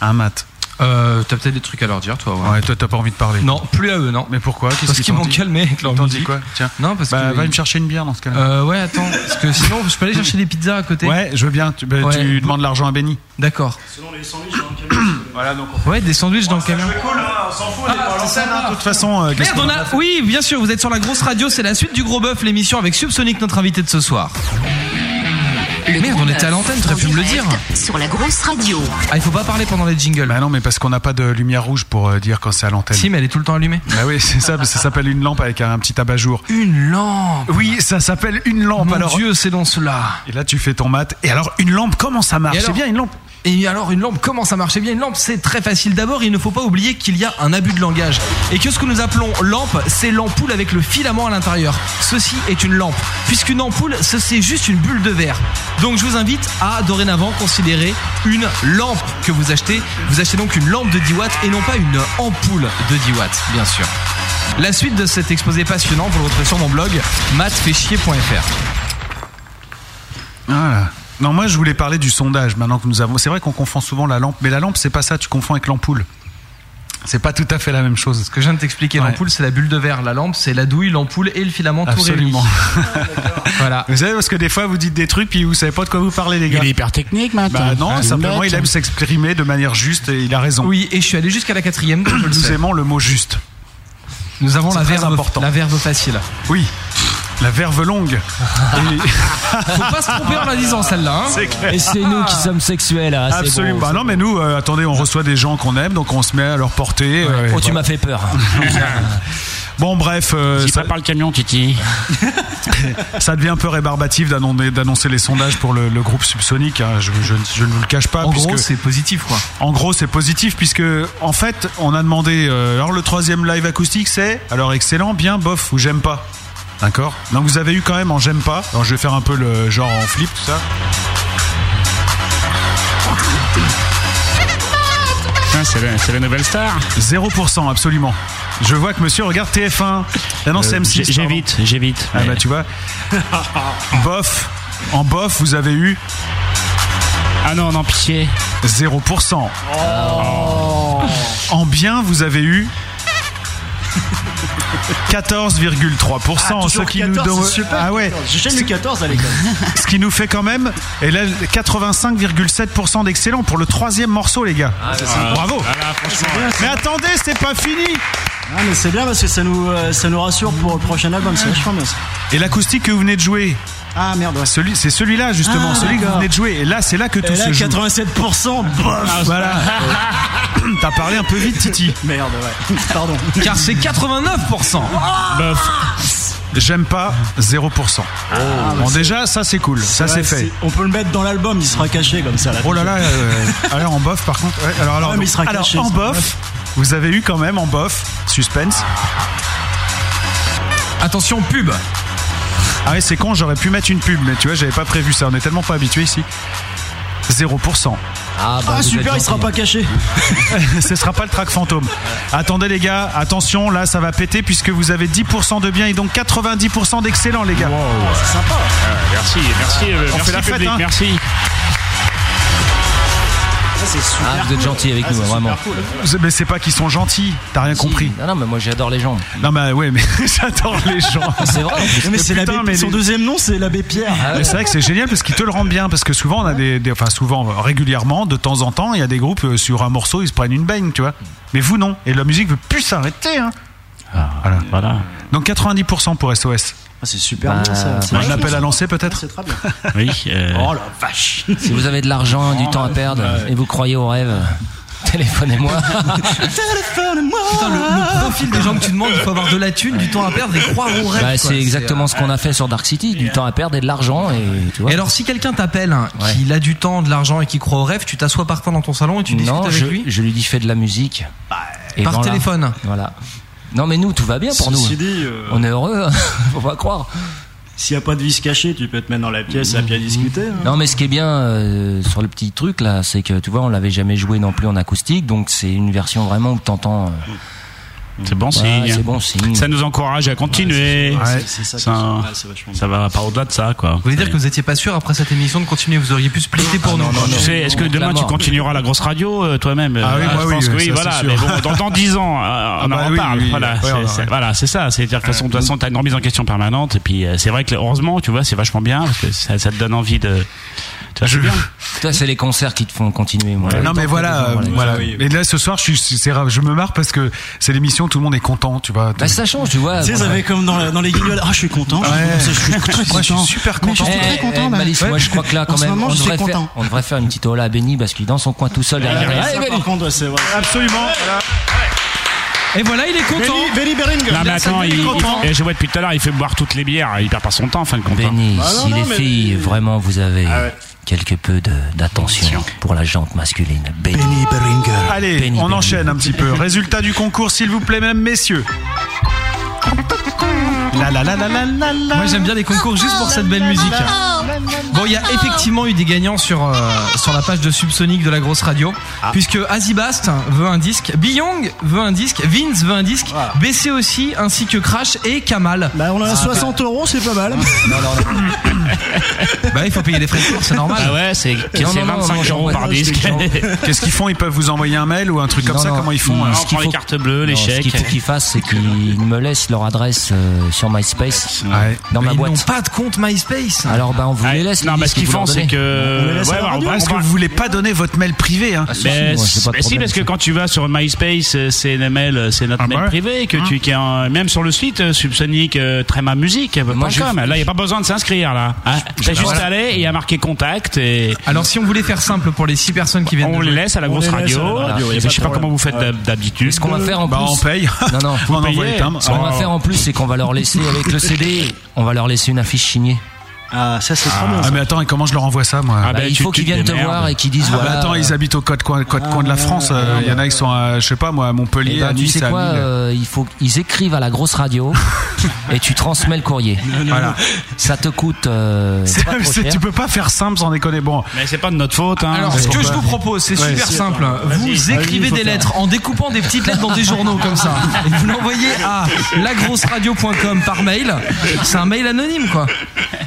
Un mat.
Euh, t'as peut-être des trucs à leur dire, toi. Ouais,
toi, t'as pas envie de parler.
Non, plus à eux, non.
Mais pourquoi Qu'est-ce
Parce
qu'ils
qu'ils
t'ont
m'ont
dit
calmé avec leur
Ils t'ont dit
musique.
quoi Tiens.
Non, parce
Bah,
que.
va me chercher une bière dans ce cas-là.
Euh, ouais, attends. Parce que sinon, je peux aller chercher des pizzas à côté.
Ouais, je veux bien. Tu, bah,
Ouais.
tu demandes l'argent à Benny.
D'accord.
Voilà, donc
Ouais, des sandwichs dans le camion.
hein, on s'en fout,
Ah,
de toute façon, euh, qu'est-ce qu'on
Merde, on a- Oui, bien sûr, vous êtes sur la grosse radio, c'est la suite du gros bœuf, l'émission avec Subsonic, notre invité de ce soir. Merde, on était à l'antenne, t'aurais pu me le dire.
Sur la grosse radio.
Ah, il faut pas parler pendant les jingles.
Bah non, mais parce qu'on n'a pas de lumière rouge pour euh, dire quand c'est à l'antenne.
Si, mais elle est tout le temps allumée.
Bah oui, c'est ça, parce que ça s'appelle une lampe avec un petit tabac-jour.
Une lampe
Oui, ça s'appelle une lampe.
Mon
alors.
Dieu, c'est dans cela.
Et là, tu fais ton mat. Et alors, une lampe, comment ça marche
Et
C'est
alors
bien une lampe.
Et alors une lampe, comment ça marche Eh bien une lampe, c'est très facile. D'abord, il ne faut pas oublier qu'il y a un abus de langage. Et que ce que nous appelons lampe, c'est l'ampoule avec le filament à l'intérieur. Ceci est une lampe. Puisqu'une ampoule, ce c'est juste une bulle de verre. Donc je vous invite à dorénavant considérer une lampe que vous achetez. Vous achetez donc une lampe de 10 watts et non pas une ampoule de 10 watts, bien sûr. La suite de cet exposé passionnant, vous le retrouvez sur mon blog matfaichier.fr.
Voilà. Non, moi, je voulais parler du sondage maintenant que nous avons. C'est vrai qu'on confond souvent la lampe, mais la lampe, c'est pas ça, tu confonds avec l'ampoule. C'est pas tout à fait la même chose.
Ce que je viens de t'expliquer, l'ampoule, c'est la bulle de verre. La lampe, c'est la douille, l'ampoule et le filament tout
Absolument.
réunis. voilà.
Vous savez, parce que des fois, vous dites des trucs, puis vous savez pas de quoi vous parlez, les gars.
Il est hyper technique maintenant.
Bah non,
Ah,
simplement,
une
il aime
note.
s'exprimer de manière juste et il a raison.
Oui, et je suis allé jusqu'à la quatrième. je le
Nous
sais.
aimons le mot juste.
Nous avons
C'est
la
très
verve,
important.
la verve facile.
Oui. La verve longue.
Faut pas se tromper en la disant celle-là. hein.
Et c'est nous qui sommes sexuels. hein, c'est
Absolument.
bon,
Bah
c'est
non, mais nous, euh, attendez, on reçoit des gens qu'on aime, donc on se met à leur portée. euh, et
bon. Oh, tu
voilà.
m'as fait peur.
Bon, bref, euh,
Dis
ça,
pas par le camion, Titi.
ça devient un peu rébarbatif d'annon- d'annoncer les sondages pour le, le groupe subsonique. hein, je, je- je ne vous le cache pas.
En
puisque-
gros, c'est positif, quoi.
En gros, c'est positif puisque, en fait, on a demandé. euh, alors, le troisième live acoustique, c'est alors excellent, bien, bof ou j'aime pas. D'accord Donc, vous avez eu quand même en j'aime pas. Alors, je vais faire un peu le genre en flip, tout ça.
Ah, c'est la, c'est la nouvelle star.
0%, absolument. Je vois que monsieur regarde TF1. Ah non, c'est
Euh,
M6.
j'ai-
pardon.
J'évite, j'évite.
Ah
mais-
bah, tu vois. bof. En bof, vous avez eu
Ah non, non, pitié.
0%. En bien, vous avez eu 14,3%.
Ah,
ce qui nous donne- Ah ouais.
J'ai jamais eu 14 à l'école.
Ce qui nous fait quand même, et là, 85,7% d'excellent pour le troisième morceau, les gars.
Ah,
Ah, Bravo.
Voilà, franchement.
Mais attendez, c'est pas fini.
Non, Ah, mais c'est bien parce que ça nous, euh, ça nous rassure pour le prochain album, c'est vachement bien ça.
Et l'acoustique que vous venez de jouer,
Ah merde, ouais.
celui, c'est celui-là justement,
Ah,
celui que vous
d'accord.
venez de jouer. Et là, c'est là que tout
Et
se
là,
joue. Ah,
87%, bof Ah,
Voilà. T'as parlé un peu vite, Titi.
Merde, ouais. Pardon.
Car c'est 89%.
Bah, J'aime pas 0%. bon, déjà, ça c'est cool, ça c'est
Ouais,
fait.
Ah, c'est- On peut le mettre dans l'album, il sera caché comme ça. Là.
Oh là là, euh, alors en bof par contre. ouais, alors alors,
Ouais, mais il sera
alors,
caché,
en
ça.
bof, vous avez eu quand même en bof, suspense.
Attention, pub.
Ah ouais, c'est con, j'aurais pu mettre une pub, mais tu vois, j'avais pas prévu ça, on est tellement pas habitué ici. 0%.
Ah, bah,
Ah
vous êtes
super, il sera
gentils.
pas caché.
Ce sera pas le track fantôme. Attendez les gars, attention, là ça va péter puisque vous avez 10% de bien et donc 90% d'excellent les gars.
C'est sympa.
Merci, merci, euh, merci
fait la fête,
public,
hein.
merci.
Ça, c'est super.
Ah, vous êtes gentils avec
Ah,
nous,
c'est
vraiment. Ah
super cool.
C'est- Mais c'est pas qu'ils sont gentils, t'as rien compris.
Non, non, mais moi j'adore les gens.
Non mais ouais, mais j'adore les gens.
Ah, C'est vrai.
Non, mais c'est
putain,
l'abbé-
mais
son
les-
deuxième nom, c'est l'abbé Pierre.
Ah.
Mais c'est vrai que c'est génial parce qu'ils te le rendent bien parce que souvent on a des, des- enfin souvent régulièrement de temps en temps il y a des groupes euh, sur un morceau ils se prennent une baigne tu vois mais vous non et la musique veut plus s'arrêter hein.
voilà.
donc 90% pour SOS
Ah, c'est super bien ça. C'est
un
vachement
appel à
sympa.
lancer peut-être
C'est très bien.
Oui, euh,
Oh la vache.
Si vous avez de l'argent, du
Oh,
temps à perdre et vous croyez aux rêves, téléphonez-moi.
Putain, le, le profil des gens que tu demandes, il faut avoir de la thune, du temps à perdre et croire au rêve.
Bah,
quoi. euh,
c'est exactement ce qu'on a fait sur Dark City, du temps à perdre et de l'argent et tu vois.
Et alors, si quelqu'un t'appelle, hein, qui a du temps, de l'argent et qui croit au rêve, tu t'assois par terre dans ton salon et tu discutes
non,
avec
je,
lui Bah,
je lui dis fais de la musique. Et
par
dans la-
téléphone.
Voilà. Non mais nous tout va bien pour nous.
Ceci dit, euh,
On est heureux, hein. faut pas croire.
s'il n'y a pas de vis cachée, tu peux te mettre dans la pièce à bien discuter. hein.
Non mais ce qui est bien euh, sur le petit truc là, c'est que tu vois, on l'avait jamais joué non plus en acoustique, donc c'est une version vraiment où t'entends. euh,
c'est bon
ouais,
signe.
c'est bon signe.
Ça nous encourage à continuer.
Ouais, c'est- c'est ça qui est
ça,
sympa, c'est vachement bien.
ça va pas au-delà de ça, quoi.
Vous voulez dire que vous étiez pas sûr après cette émission de continuer, vous auriez pu
Ah,
splitter pour nous.
Tu sais, est-ce que demain
Clairement.
tu continueras la grosse radio euh, toi-même
Ah oui,
Euh,
moi,
je
oui,
pense
oui,
que oui,
ça,
voilà.
c'est
Mais
sûr.
bon, dans, dans 10 ans, euh, on
bah
en
oui,
reparle.
oui,
voilà,
ouais,
c'est,
ouais.
c'est- voilà, c'est ça. C'est-à-dire que de toute façon, t'as une remise en question permanente. Et puis, euh, c'est vrai que heureusement, tu vois, c'est vachement bien parce que ça, ça te donne envie de. Tu vois, c'est bien.
Toi, c'est les concerts qui te font continuer. Moi.
non
Tant
mais
que
voilà,
les gens,
euh,
ils
voilà.
ont envie.
Et là ce soir je suis, c'est rare, je me marre parce que c'est l'émission, tout le monde est content, tu vois.
Bah ça change, tu vois.
Tu sais, ça
Voilà.
fait comme dans, la- dans les guignols. Ah, je suis content. je suis
Ouais.
content, Je suis très content.
Moi, je suis super
Mais je
content.
suis très
Eh,
content.
eh,
là.
Malice, moi je crois que là
En
quand
ce
même
moment,
on,
je suis
devrait faire, Ah,
content.
on devrait faire une petite ola à Benny parce qu'il est dans son coin tout seul derrière.
Ouais,
Allez,
ça,
Benny.
par contre, ouais, c'est vrai.
Absolument. voilà.
Et voilà, il est content.
Benny, Benny Beringer.
Non, mais attends, il, il-
content.
et je vois depuis tout à l'heure, il fait boire toutes les bières. Il perd pas son temps, en fin de compte. hein.
Benny,
Ah, non,
si
non,
les
mais- Ah
filles vraiment vous avez quelque peu de- d'attention pour la jante masculine, Benny.
Beringer.
Allez,
Benny,
on
Benny.
enchaîne un petit peu. Résultat du concours s'il vous plaît mesdames messieurs. La la la la la la la.
Moi j'aime bien les concours juste pour cette belle musique. Bon, il y a
Ah.
effectivement eu des gagnants sur, euh, sur la page de Subsonic de la grosse radio.
Ah.
Puisque Azibast veut un disque, Beyong veut un disque, Vince veut un disque, BC aussi, ainsi que Crash et Kamal. Bah,
On a 60 euros, c'est pas mal.
Bah, il faut payer les frais de cours, c'est normal.
Ah ouais, c'est- c'est 25 euros par disque. Qu'est-ce qu'ils font Ils peuvent vous envoyer un mail ou un truc comme ça Comment ils font euh,
ce
alors
qu'il faut- non, Ce qu'il faut qu'ils fassent, c'est qu'ils me laissent leur adresse euh, sur MySpace dans ma
Ils n'ont
boîte.
pas de compte MySpace.
Alors ben on vous les laisse.
non,
les
mais ce qu'ils
disques, vous
font,
leur
c'est
donnez.
que-
On les laisse à
Ouais,
la
alors,
radio.
on va-
Parce que vous voulez pas donner votre mail privé
Ah,
Ah,
hein
Mais, mais Bah, si, parce que quand tu vas sur MySpace, euh, c'est le mail, euh, c'est notre mail
ouais.
privé que tu qui est en- même sur le site euh, Subsonic euh, Tréma Musique. euh, point
je-
com. Là, il n'y a pas besoin de s'inscrire là. Hein T'as juste
voilà.
à aller et il y a marqué contact et
Alors, si on voulait faire simple pour les 6 personnes qui viennent
on
de
les
jouer.
laisse à la grosse radio. Et Je sais pas comment vous faites d'hab- d'habitude.
Ce qu'on va faire en
Bah,
plus, Non non,
Vous payez.
Ce qu'on va
Oh.
faire en plus, c'est qu'on va leur laisser avec le CD, on va leur laisser une affiche signée.
Ah ça c'est
trop
ah,
bien, ça.
mais attends, et comment je leur envoie ça moi ben,
Ah, bah, Bah, il tu- faut tu qu'ils te viennent te démerdes. voir et qu'ils disent,
Ah, bah,
voilà, euh, Ah.
attends, ils habitent au code coin, côte coin de la France. euh, Il y en a qui sont, à, je sais pas moi, à Montpellier,
Eh ben,
à
tu
Nice,
sais
à
quoi,
Lille.
euh, il faut ils écrivent à la grosse radio et tu transmets le courrier.
Voilà.
Ça te coûte. euh,
C'est-
pas trop
c'est-
cher.
tu peux pas faire simple sans déconner. Bon,
mais c'est pas de notre faute.
Alors, ce que je vous propose, c'est
Ouais,
super
c'est-
simple.
vas-y,
Vous
vas-y,
écrivez
faut
des
faire.
lettres en découpant des petites lettres dans des journaux comme ça. Et vous l'envoyez à lagrosseradio.com par mail. C'est un mail anonyme, quoi.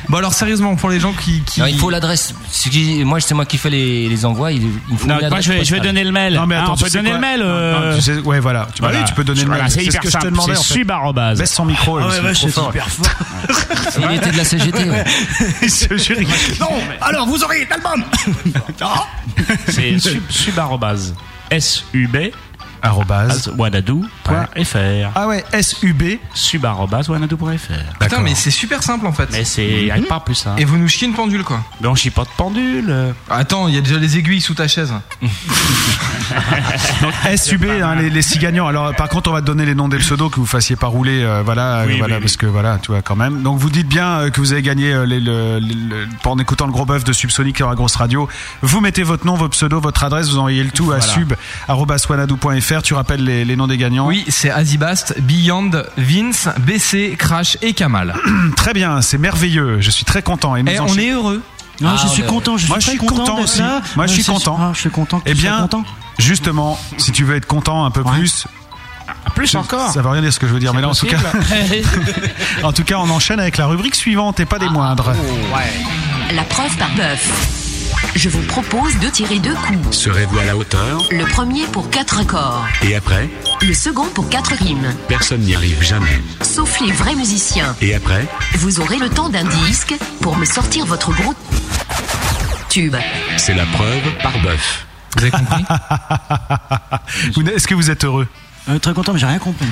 Bon, alors sérieusement, pour les gens qui. qui-
Non, il faut l'adresse. Ce qui- Moi, c'est moi qui fais les, les envois. Il, il faut
Non,
l'adresse
moi, je vais- je vais
postale.
donner le mail. Non, mais
Ah,
attends,
on
tu
peut
sais
donner
quoi
le mail,
Non,
euh,
Non, tu sais- ouais, voilà. Tu,
Voilà.
bah oui, tu peux donner le
Voilà,
mail.
c'est
ce
hyper
que je te
simple,
demandais.
c'est
en fait.
sub arrobase.
Baisse son micro.
Ah
aussi,
ouais, vache,
trop
c'est
fort.
hyper
fort. Il était de la CGT. ouais.
Non, alors vous aurez l'album
Ah C'est sub, sub arrobase. sub
arrobase
wanadoo.fr.
Ah ouais, sub
sub arrobase wanadoo.fr.
Putain, mais c'est super simple en fait. Mhm.
Mais c'est y a pas plus hein. ça.
Et vous nous chiez une pendule, quoi.
Mais on chie pas de pendule.
Attends, il y a déjà les aiguilles sous ta chaise.
Donc, SUB, hein, les, les six gagnants. Alors, par contre, on va te donner les noms des pseudos que vous fassiez pas rouler, euh, voilà,
Oui,
euh, voilà,
oui,
parce que voilà, tu vois quand même. Donc, vous dites bien euh, que vous avez gagné euh, les- le- le- le- en écoutant le gros bœuf de Subsonic sur la grosse radio. Vous mettez votre nom, vos pseudos, votre adresse, vous envoyez le tout à
Voilà.
sub@wanadoo.fr. Tu rappelles les, les noms des gagnants.
Oui, c'est Azibast, Beyond, Vince, BC, Crash et Kamal.
Très bien, c'est merveilleux. Je suis très content. Et nous
Eh, on
enchaî-
est heureux.
Non, Ah, je suis content, je suis
Ah, Moi,
très
je suis
content
content
d'être
aussi.
là.
Moi, je
Euh,
suis
c'est-
content.
Ah, je suis content. que
Eh
tu sois
bien,
content.
justement, si tu veux être content un peu plus.
Plus encore.
Ça veut rien dire ce que je veux dire, mais là, en tout cas, en tout cas, on enchaîne avec la rubrique suivante et pas des moindres.
La preuve par bœuf. Je vous propose de tirer deux coups.
Serez-vous à la hauteur
Le premier pour quatre accords,
Et après
le second pour quatre rimes.
Personne n'y arrive jamais.
Sauf les vrais musiciens.
Et après
Vous aurez le temps d'un disque pour me sortir votre gros tube.
C'est la preuve par bœuf.
Vous avez compris
Vous n'êtes- Est-ce que vous êtes heureux
Euh, Très content, mais j'ai rien compris.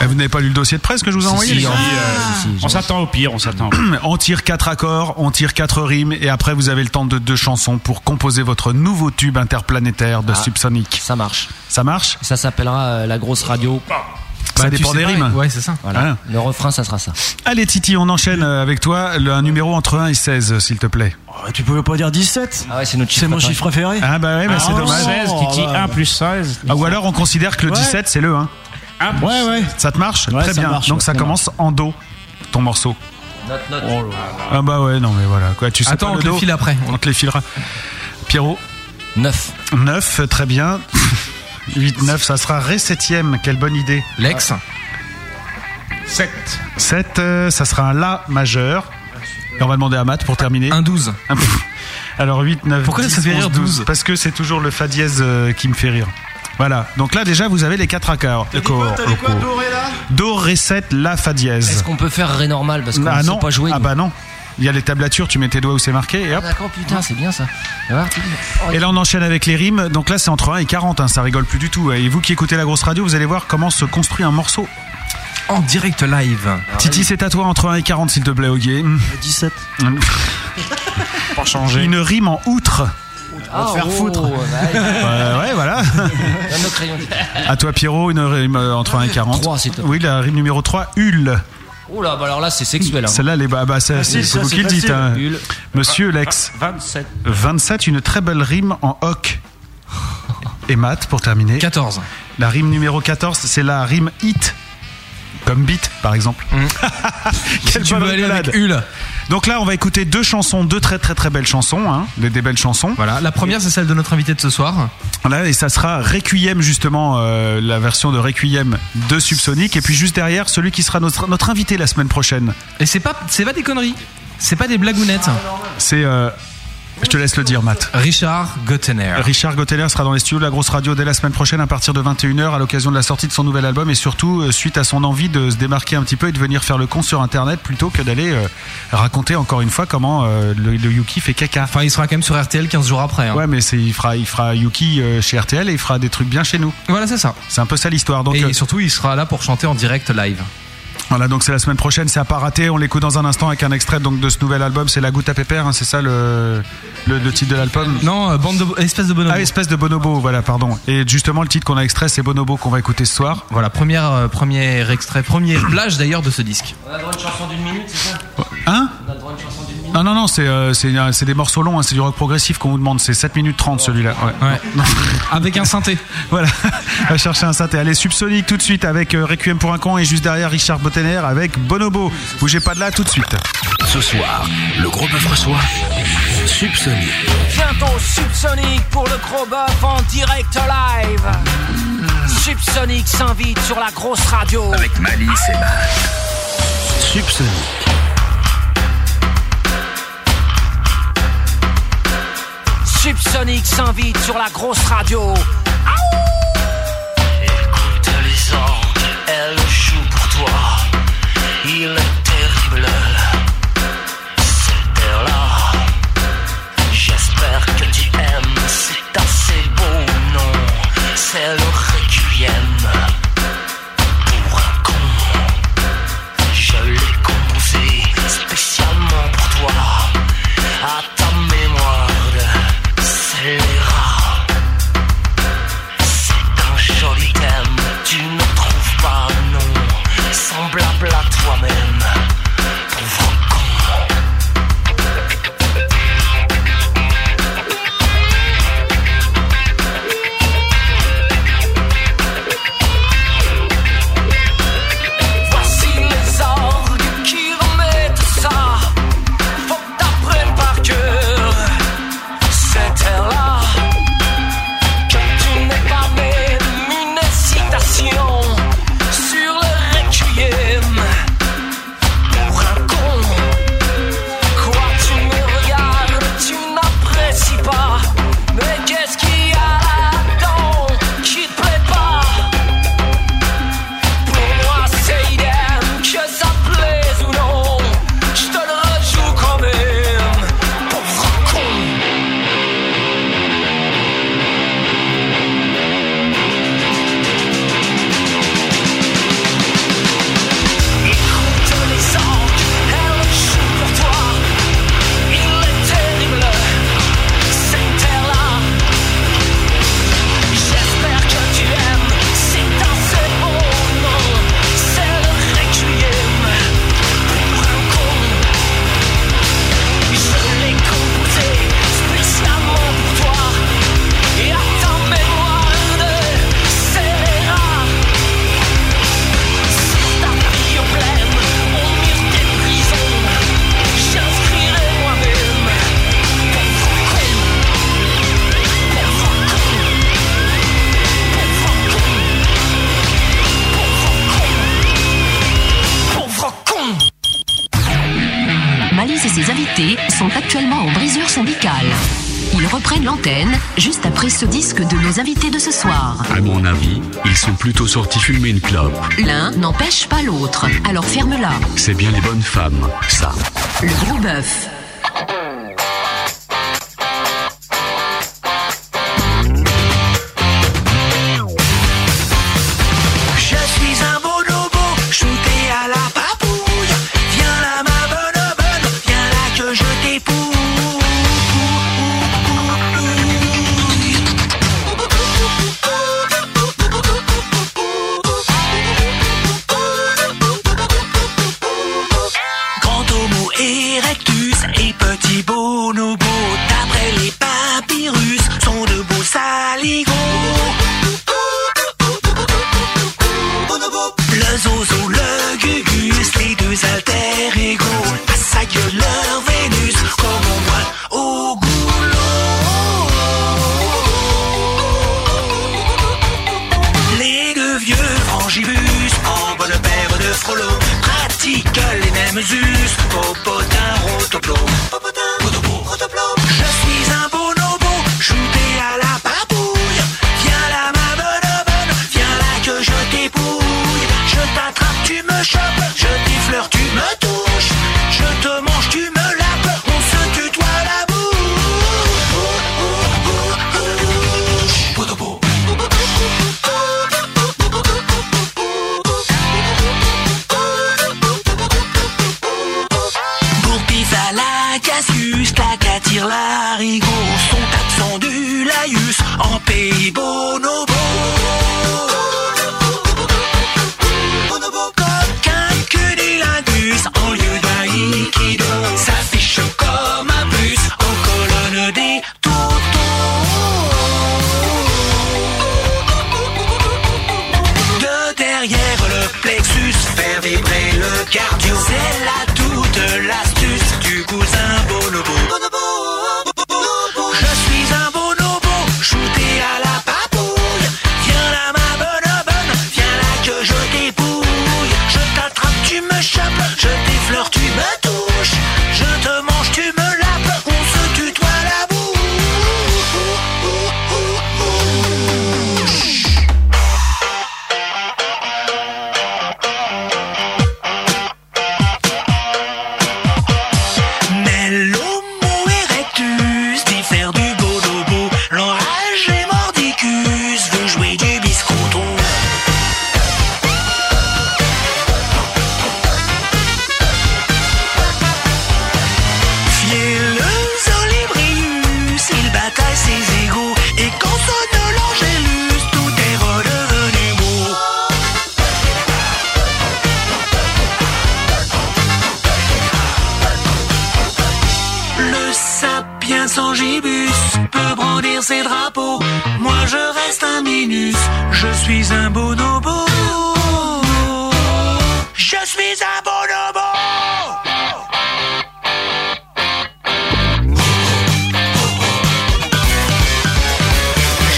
Ah, Vous n'avez pas lu le dossier de presse que je vous ai
Si,
envoyé
si,
les gars
on-
euh,
si, si, on s'attend au pire, on s'attend.
On tire quatre accords, on tire quatre rimes, et après vous avez le temps de deux chansons pour composer votre nouveau tube interplanétaire de
Ah.
Subsonic.
Ça marche.
Ça marche
Ça s'appellera euh, la grosse radio.
Ça
Bah, tu
dépend
sais
des
pas,
rimes.
Ouais, c'est ça.
Ah.
Voilà. Le refrain, ça sera ça.
Allez Titi, on enchaîne euh, avec toi le, un numéro entre 1 et 16, s'il te plaît.
Oh, tu pouvais pas dire 17
Ah ouais, c'est notre chiffre.
mon
préféré.
chiffre préféré.
Ah bah ouais, bah, c'est
Ah,
dommage.
16, Titi,
Oh, bah.
1 plus 16.
Ah, ou alors on considère que le
Ouais.
17 c'est le 1.
Ah,
Ouais, ouais.
Ça te marche
Ouais,
Très
ça
bien.
marche,
Donc
ouais,
ça
ça
commence en Do, ton morceau.
Note, note.
Ah bah ouais, non mais voilà. Quoi, tu sais
Oh Attends,
pas
on te
do
les file après.
On te les filera. Pierrot
9.
9, très bien. 8, 9, ça sera Ré 7ème, quelle bonne idée. Ah.
Lex.
7.
7, euh, ça sera un La majeur. Et on va demander à Matt pour terminer.
1 12.
Un- pff. Alors 8, 9,
Pourquoi
10,
ça fait rire,
11, 12,
12?
Parce que c'est toujours le Fa dièse euh, qui me fait rire. Voilà, donc là déjà vous avez les 4 accords. Accords, accords. Do, Ré 7, La, Fa
Est-ce
dièse.
qu'on peut faire Ré normal parce qu'on
Ah
ne
non,
sait pas jouer
ah
nous.
bah non. Il y a les tablatures, tu mets tes doigts où c'est marqué et
Ah,
hop.
D'accord, putain, c'est bien ça. Ça va Oh,
Et là, on enchaîne avec les rimes. Donc là, c'est entre 1 et 40. hein, ça rigole plus du tout. Et vous qui écoutez la grosse radio, vous allez voir comment se construit un morceau. Ah,
En direct live.
Titi, c'est à toi entre 1 et 40, s'il te plaît, Ogier.
17.
Pour changer.
Une rime en outre.
On va faire foutre.
Euh, ouais, voilà.
Donne le crayon.
À toi, Pierrot, une rime euh, entre 1 et 40.
Trois, c'est toi.
Oui, la rime numéro 3, Hul.
Oh là, bah alors là, c'est sexuel. hein.
Celle-là, les bah, bah, c'est c'est- c'est vous qui le dites. hein.
Hul.
Monsieur Lex.
27.
27, une très belle rime en hoc. Et Matt, pour terminer.
14.
La rime numéro 14, c'est la rime hit. Comme beat, par exemple.
Mm.
Quelle
si tu
bonne
veux aller
rigolade.
avec Hul,
Donc là, on va écouter deux chansons, deux très très très belles chansons, hein, des, des belles chansons.
Voilà, Ah, la première c'est celle de notre invité de ce soir.
Voilà, et ça sera Requiem justement, euh, la version de Requiem de Subsonic, et puis juste derrière celui qui sera notre, notre invité la semaine prochaine.
Et c'est pas, c'est pas des conneries, c'est pas des blagounettes.
C'est euh, je te laisse le dire, Matt.
Richard Gottener.
Richard Gottener sera dans les studios de la grosse radio dès la semaine prochaine à partir de 21h à l'occasion de la sortie de son nouvel album et surtout euh, suite à son envie de se démarquer un petit peu et de venir faire le con sur internet plutôt que d'aller euh, raconter encore une fois comment euh, le, le Yuki fait caca.
Enfin, il sera quand même sur RTL 15 jours après. hein.
Ouais, mais c'est- il fera, il fera Yuki euh, chez RTL et il fera des trucs bien chez nous.
Voilà, c'est ça.
C'est un peu ça l'histoire. Donc,
et
euh,
surtout, il sera là pour chanter en direct live.
Voilà, donc c'est la semaine prochaine, c'est à pas rater. On l'écoute dans un instant avec un extrait donc, de ce nouvel album. C'est La Goutte à Pépère, hein, c'est ça le, le, le titre de l'album
Non, euh, bande de, espèce de bonobo.
Ah, espèce de bonobo, voilà, pardon. Et justement, le titre qu'on a extrait, c'est Bonobo qu'on va écouter ce soir.
Voilà, première, euh, premier extrait, premier plage d'ailleurs de ce disque.
On a le droit à une chanson d'une minute, c'est ça
Hein
On a le droit à une chanson d'une minute.
Non, non, non, c'est euh, c'est, euh, c'est des morceaux longs, hein, c'est du rock progressif qu'on vous demande. C'est 7 minutes 30 celui-là. Ouais.
Avec un synthé.
voilà, à chercher un synthé. Allez, Subsonic tout de suite avec euh, Requiem pour un con et juste derrière Richard Bottener avec Bonobo. Bougez pas de là tout de suite.
Ce soir, le gros bœuf reçoit Subsonic.
Viens ton Subsonic pour le gros bœuf en direct live. Subsonic s'invite sur la grosse radio.
Avec Malice et Matt. Subsonic.
Subsonic s'invite sur la grosse radio. Écoute les ondes, elle joue pour toi. Il est terrible. Cette heure-là, j'espère que tu aimes. C'est assez beau, non? C'est le requiem. Pour un con, je l'ai composé spécialement pour toi. À ta mémoire, de scélérat. C'est un joli thème, tu ne trouves pas non Semblable à toi-même, pauvre con Voici les orgues qui remettent ça Faut que t'apprennes par cœur Cette là Que tu n'es pas même une citation Sur le requiem Pour un con Quoi tu me regardes, tu n'apprécies pas Mais qu'est-ce qu'il y a là-dedans qui te plaît pas pour moi c'est idem que ça plaise ou non Je te le rejoue quand même Pauvre con Écoute les anges, elle joue pour toi Il est terrible, cette terre-là J'espère que tu aimes, c'est assez beau, non C'est le requiem pour un con Je l'ai composé spécialement pour toi Et à ta mémoire de scélérat Sur ta vie emblème, au mur des prisons J'inscrirai moi-même Pauvre con, pauvre con Pauvre con
Malice et ses invités sont actuellement en brisure syndicale. Ils reprennent l'antenne juste après ce disque de nos invités de ce soir.
À mon avis, ils sont plutôt sortis fumer une clope.
L'un n'empêche pas l'autre, alors ferme-la.
C'est bien les bonnes femmes, ça.
Le gros bœuf.
Je suis un bonobo, shooté à la papouille. Viens là, ma bonne bonne, viens là que je t'épouille. Quant au mot erectus,
Apollo pratique les mêmes us. Popotin, rotoplo, popotin, rotoplo, rotoplo. Je suis un bonobo, shooté à la papouille. Viens là, ma bonne bonne, viens là que je dépouille. Je t'attrape, tu me chopes, je t'effleure, tu me touches. Je te mange, tu me lapes, on se tutoie la Oh, bouche. Bonobo. Gourpif à la Cassius, claque à tire l'arigot, sont absents du laïus, en pays bonobo. Bonobo coq, un cunilingus, en lieu d'un liquide, s'affiche comme un bus, aux colonnes des De derrière le plexus, faire vibrer le cardio. C'est la toute l'astuce du cousin bonobo. Je suis un bonobo, shooté à la papouille. Viens là, ma bonne bonne, viens là que je dépouille. Je t'attrape, tu me chopes, je t'effleure, tu me touches. Je te mange, tu me lapes, on se tutoie la bouche. Mais l'homo erectus diffère du bonobo. L'enragé mordicus veut jouer du biscotto. Fielleux olibrius, il bataille ses égaux. Et quand sonne l'angélus, tout est redevenu beau. Le sapien sans gibus peut brandir ses drapeaux. Moi je reste un minus, je suis un bonobo. Je suis un bonobo.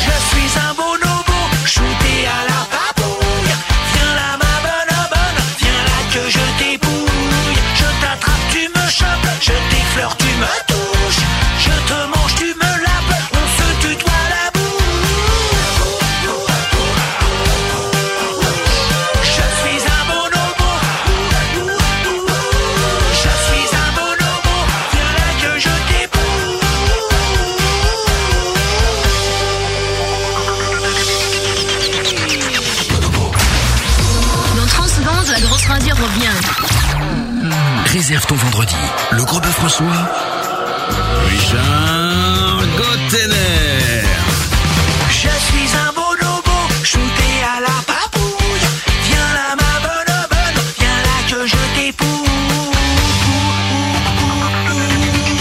Je suis un bonobo, shooté à la papouille. Viens là, ma bonne oh, bonne, viens là que je dépouille. Je t'attrape, tu me chopes, je t'effleure, tu me touches. Je te mange, tu me lapes, on se tutoie la bouche. Je suis un bonobo, je suis un bonobo, viens là que je
Dans 30 secondes, la grosse radio revient.
Réserve ton vendredi. Le gros bœuf reçoit. Richard Gottener.
Je suis un bonobo, shooté à la papouille. Viens là, ma bonne bonne, viens là que je dépouille.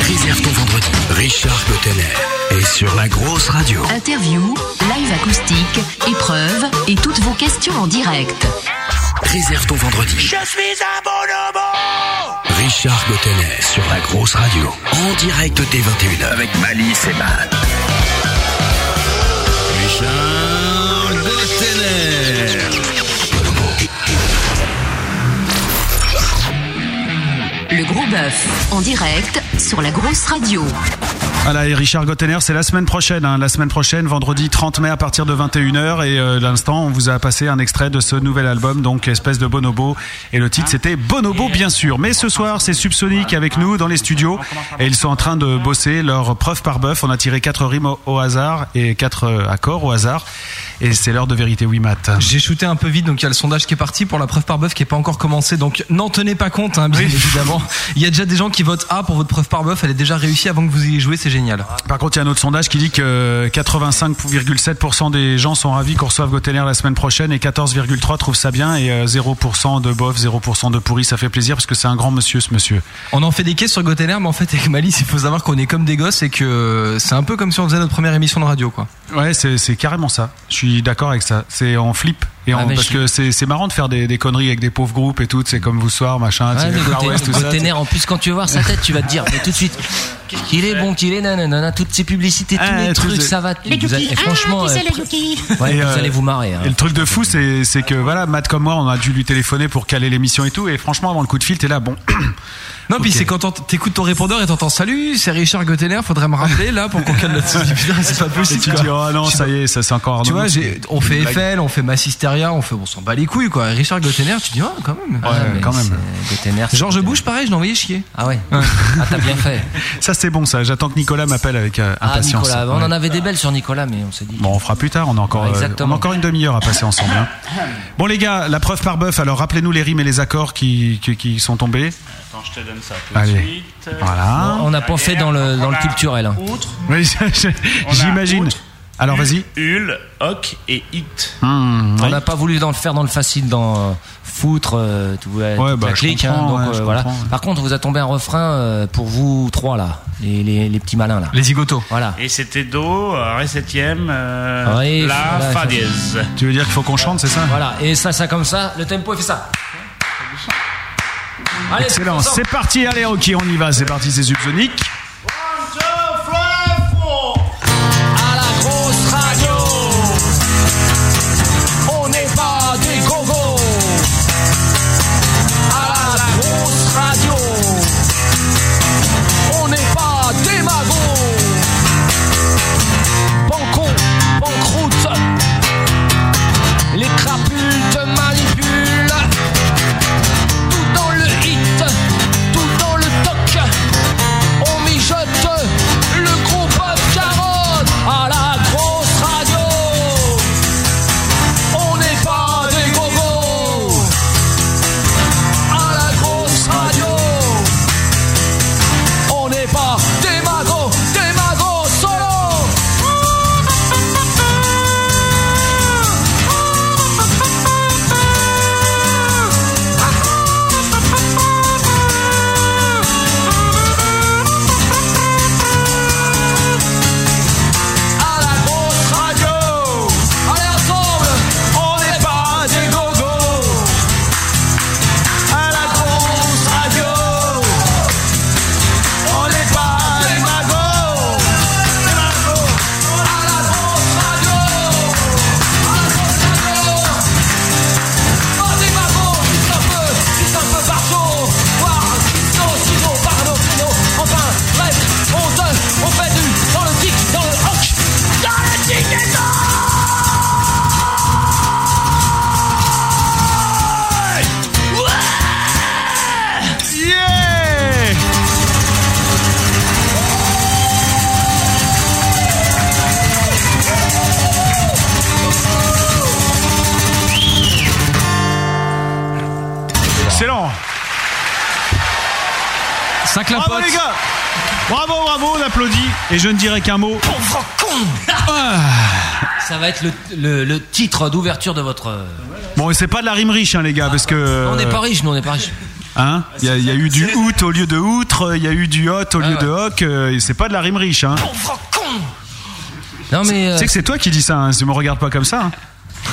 Réserve ton vendredi. Richard Gottener est sur la grosse radio.
Interview, live acoustique, épreuve et toutes vos questions en direct.
Réserve ton vendredi.
Je suis un bonobo.
Richard Gottenet sur la grosse radio. En direct dès 21h. Avec Malice et Matt. Richard
Le gros bœuf en direct sur la grosse radio.
Voilà, et Richard Gottener, c'est la semaine prochaine. hein. la semaine prochaine, vendredi 30 mai à partir de 21h. Et euh, l'instant, on vous a passé un extrait de ce nouvel album, donc Espèce de Bonobo. Et le titre, c'était Bonobo, bien sûr. Mais ce soir, c'est Subsonic avec nous dans les studios. Et ils sont en train de bosser leur preuve par bœuf. On a tiré quatre rimes au, au hasard et quatre euh, accords au hasard. Et c'est l'heure de vérité, oui, Matt.
J'ai shooté un peu vite, donc il y a le sondage qui est parti pour la preuve par bœuf qui n'est pas encore commencé. Donc n'en tenez pas compte, hein, bien évidemment. Il y a déjà des gens qui votent A pour votre preuve par bœuf. Elle est déjà réussie avant que vous ayez joué, c'est génial.
Par contre, il y a un autre sondage qui dit que 85,7% des gens sont ravis qu'on reçoive Gotener la semaine prochaine et 14,3% trouvent ça bien et euh, 0% de bof, 0% de pourri, ça fait plaisir parce que c'est un grand monsieur ce monsieur.
On en fait des caisses sur Gotener, mais en fait, avec Malice, il faut savoir qu'on est comme des gosses et que c'est un peu comme si on faisait notre première émission de radio, quoi.
Ouais, c'est c'est carrément ça. Je suis d'accord avec ça. C'est en flip. Et
Ouais,
en-
Ah, mais
parce
je-
que c'est c'est marrant de faire des, des conneries avec des pauvres groupes et tout, c'est comme vous soir, machin,
Ouais,
c'est
mais
le Far West,
Gauthier-
tout ça.
Gauthier Nerf, en plus, quand tu vas voir sa tête, tu vas te dire, mais tout de suite, il est bon, qu'il est nanana, toutes ces publicités, tous
Ah,
les
tous
trucs,
ces-
ça va.
Les
Vous allez-
Yuki.
et franchement,
Ah, tu sais,
euh,
les
ouais,
Et,
vous
euh,
allez vous marrer. hein.
Et le truc de fou, c'est c'est que voilà, Matt comme moi, on a dû lui téléphoner pour caler l'émission et tout. Et franchement, avant le coup de fil, t'es là, bon.
Non, puis c'est quand t'ent- t'écoutes ton répondeur et t'entends Salut, c'est Richard Gottener, faudrait me rappeler là pour qu'on calme notre Putain, c'est pas
Et
possible.
tu
quoi.
dis, oh non,
Je sais
ça
pas.
y est, ça c'est encore.
Tu
Arnaud
vois,
Mouk,
j'ai-
c'est-
on
c'est
fait
une blague.
FL, on fait Massisteria, on fait bon, on s'en bat les couilles quoi. Et Richard Gottener, tu dis ah quand
hein.
même.
Ouais,
mais
quand même.
c'est- Georges Bush, pareil, je l'ai envoyé chier.
Ah ouais. Ah, t'as bien fait.
Ça c'est bon, ça. J'attends que Nicolas m'appelle avec euh,
Ah,
impatience.
Nicolas, on
Ouais.
en avait des belles sur Nicolas, mais on s'est dit.
Bon, on fera plus tard. On a encore,
Ouais,
euh,
exactement.
on a encore une demi-heure à passer ensemble. hein. Bon les gars, la preuve par bœuf. Alors rappelez-nous les rimes et les accords qui qui, qui sont tombés.
Attends, je te donne ça tout de
Allez.
suite.
Voilà.
On n'a pas fait dans le, dans le
on a
culturel. hein.
outre.
Oui, je- je- j'imagine. Alors vas-y.
Hul, Hoc et Hit.
on
Hum, oui.
n'a pas voulu dans le faire dans le facile, dans euh, foutre, euh, tout, euh,
Ouais,
toute
bah,
la
je
clique.
comprends,
donc, euh,
ouais, je
voilà.
comprends, ouais.
Par contre, vous a tombé un refrain euh, pour vous trois là, les, les, les petits malins là.
Les zigotos.
Voilà.
Et c'était Do, euh, Ré septième, euh,
Oui,
La,
voilà,
Fa
ça-
dièse.
Tu veux dire qu'il faut qu'on chante, c'est ça
Ah,
Voilà. Et ça, ça comme ça, le tempo il fait ça. Allez,
Excellent.
ensemble.
C'est parti. Allez, ok, on y va. C'est parti. C'est subsonique.
À la grosse radio, on n'est pas des gogos. À la grosse radio, on n'est pas des magots. Banco, banqueroute, les crapules te manipulent. Tout dans le hit, tout dans le toc, on mijote le gros pop carotte à la grosse radio. On n'est pas des gogos à la grosse radio. On n'est pas des magos, des magos solo. À la grosse radio, allez ensemble, on n'est pas des gogos. À la grosse radio, on n'est pas des magos. Des magos. À la grosse radio, à la grosse radio, pas des magos, juste un peu, juste un peu partout. Voir qui sont si beaux par nos créneaux. Enfin, bref, on donne, on fait du dans le kick, dans le hoc, dans le kick et dans
Yeah Excellent.
Ça clapote.
Bravo les gars. Bravo, bravo, on applaudit. Et je ne dirai qu'un mot.
Pauvre con
Ah.
Ça va être le, le- le titre d'ouverture de votre. euh,
Bon, et c'est pas de la rime riche, hein, les gars, parce que.
On n'est pas riche, nous on n'est pas riche.
Hein Il y, a- il y a eu du out au lieu de outre, il y a eu du hot au lieu
Ah
de hoc, euh, et c'est pas de la rime riche. Hein.
Pauvre con Non mais. euh,
Tu sais que c'est toi qui dis ça, hein, tu me regardes pas comme ça. hein.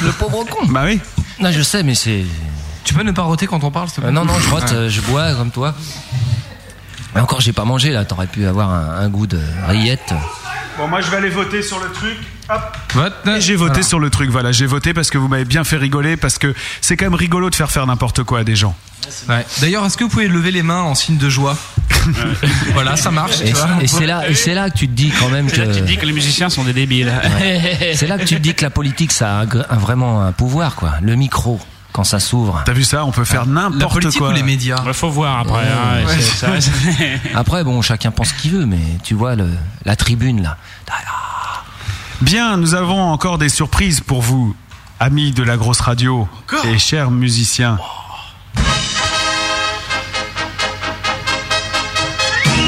le pauvre con
Bah oui.
Non, je sais, mais c'est.
Tu peux ne pas roter quand on parle, s'il te
Euh,
plaît
non, non, je rote, euh, je bois comme toi. Mais encore, j'ai pas mangé là, t'aurais pu avoir un, un goût de rillette.
Bon, moi je vais aller voter sur le truc. Hop.
Vote.
Et J'ai voté sur le truc, voilà, j'ai voté parce que vous m'avez bien fait rigoler, parce que c'est quand même rigolo de faire faire n'importe quoi à des gens.
Ouais. D'ailleurs, est-ce que vous pouvez lever les mains en signe de joie Voilà, ça marche. tu
Et,
vois.
et c'est euh, là, et c'est là que tu te dis quand même que.
Là, tu dis que les musiciens sont des débiles.
Ouais. C'est là que tu te dis que la politique, ça a, un gr- un- vraiment un pouvoir, quoi. Le micro, quand ça s'ouvre.
T'as vu ça On peut faire
La
n'importe
politique
quoi.
ou les médias
Ouais, faut voir après. hein,
Ouais.
c'est- ça- c'est-
Après, bon, chacun pense ce qu'il veut, mais tu vois, le, la tribune, là.
Bien, nous avons encore des surprises pour vous, amis de la grosse radio et chers musiciens.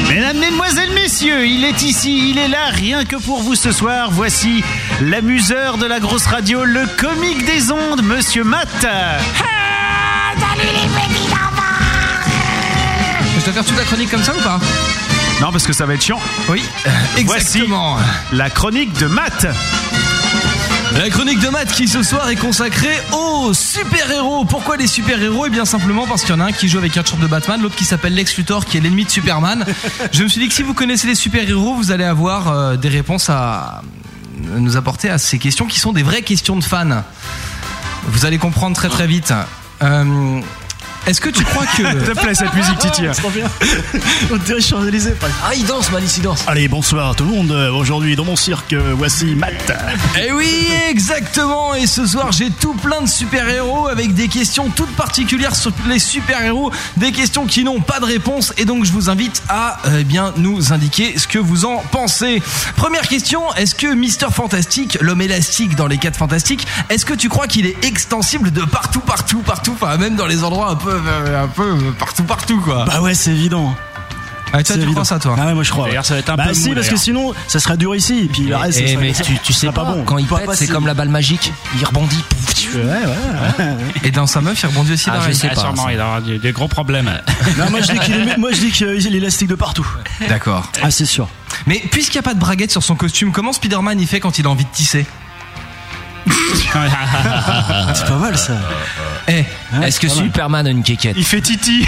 Mesdames, Mesdemoiselles, Messieurs, il est ici, il est là, rien que pour vous ce soir. Voici l'amuseur de la grosse radio, le comique des ondes, Monsieur Matt.
Je dois faire toute la chronique comme ça ou pas
Non, parce que ça va être chiant.
Oui, exactement.
Voici la chronique de Matt.
La chronique de Matt qui ce soir est consacrée aux super-héros. Pourquoi les super-héros Eh bien simplement parce qu'il y en a un qui joue avec un short de Batman, l'autre qui s'appelle Lex Luthor qui est l'ennemi de Superman. Je me suis dit que si vous connaissez les super-héros, vous allez avoir euh, des réponses à nous apporter à ces questions qui sont des vraies questions de fans. Vous allez comprendre très très vite. Euh, est-ce que tu crois que...
S'il te plaît, cette musique,
Ah
Titi.
Trop bien. On dirait Champs-Élysées.
Ah, il danse, Malice, il danse.
Allez, bonsoir tout le monde. Euh, Aujourd'hui, dans mon cirque, euh, voici Matt.
Eh oui, exactement. Et ce soir, j'ai tout plein de super-héros avec des questions toutes particulières sur les super-héros, des questions qui n'ont pas de réponse. Et donc, je vous invite à euh, eh bien nous indiquer ce que vous en pensez. Première question est-ce que Mister Fantastique, l'homme élastique dans les 4 fantastiques, est-ce que tu crois qu'il est extensible de partout, partout, partout, enfin même dans les endroits un peu, euh, un peu euh, partout, partout quoi.
Bah ouais, c'est évident.
Ah, toi,
C'est
tu
évident.
penses à toi
Ah ouais, moi je crois.
D'ailleurs, ça va être un
bah
peu
si,
mou,
parce que
d'ailleurs.
sinon, ça serait dur ici. Et puis le reste, ça
Eh,
serait-
mais
ça
tu, tu sais
serait
pas,
pas, bon.
quand il
Pas
pète, c'est
facile.
comme la balle magique, il rebondit. Pouf,
Ouais, ouais, ouais.
Et dans sa meuf, il rebondit aussi
Ah, je
pareil.
sais
Ah,
pas,
sûrement,
ça.
il aura des, des gros problèmes.
Non, moi je dis qu'il est, moi je dis qu'il est élastique de partout.
D'accord.
Ah c'est sûr.
Mais puisqu'il n'y a pas de braguette sur son costume, comment Spider-Man il fait quand il a envie de tisser
C'est pas mal ça.
Eh,
Est-ce que Superman a une quéquette
Il fait Titi.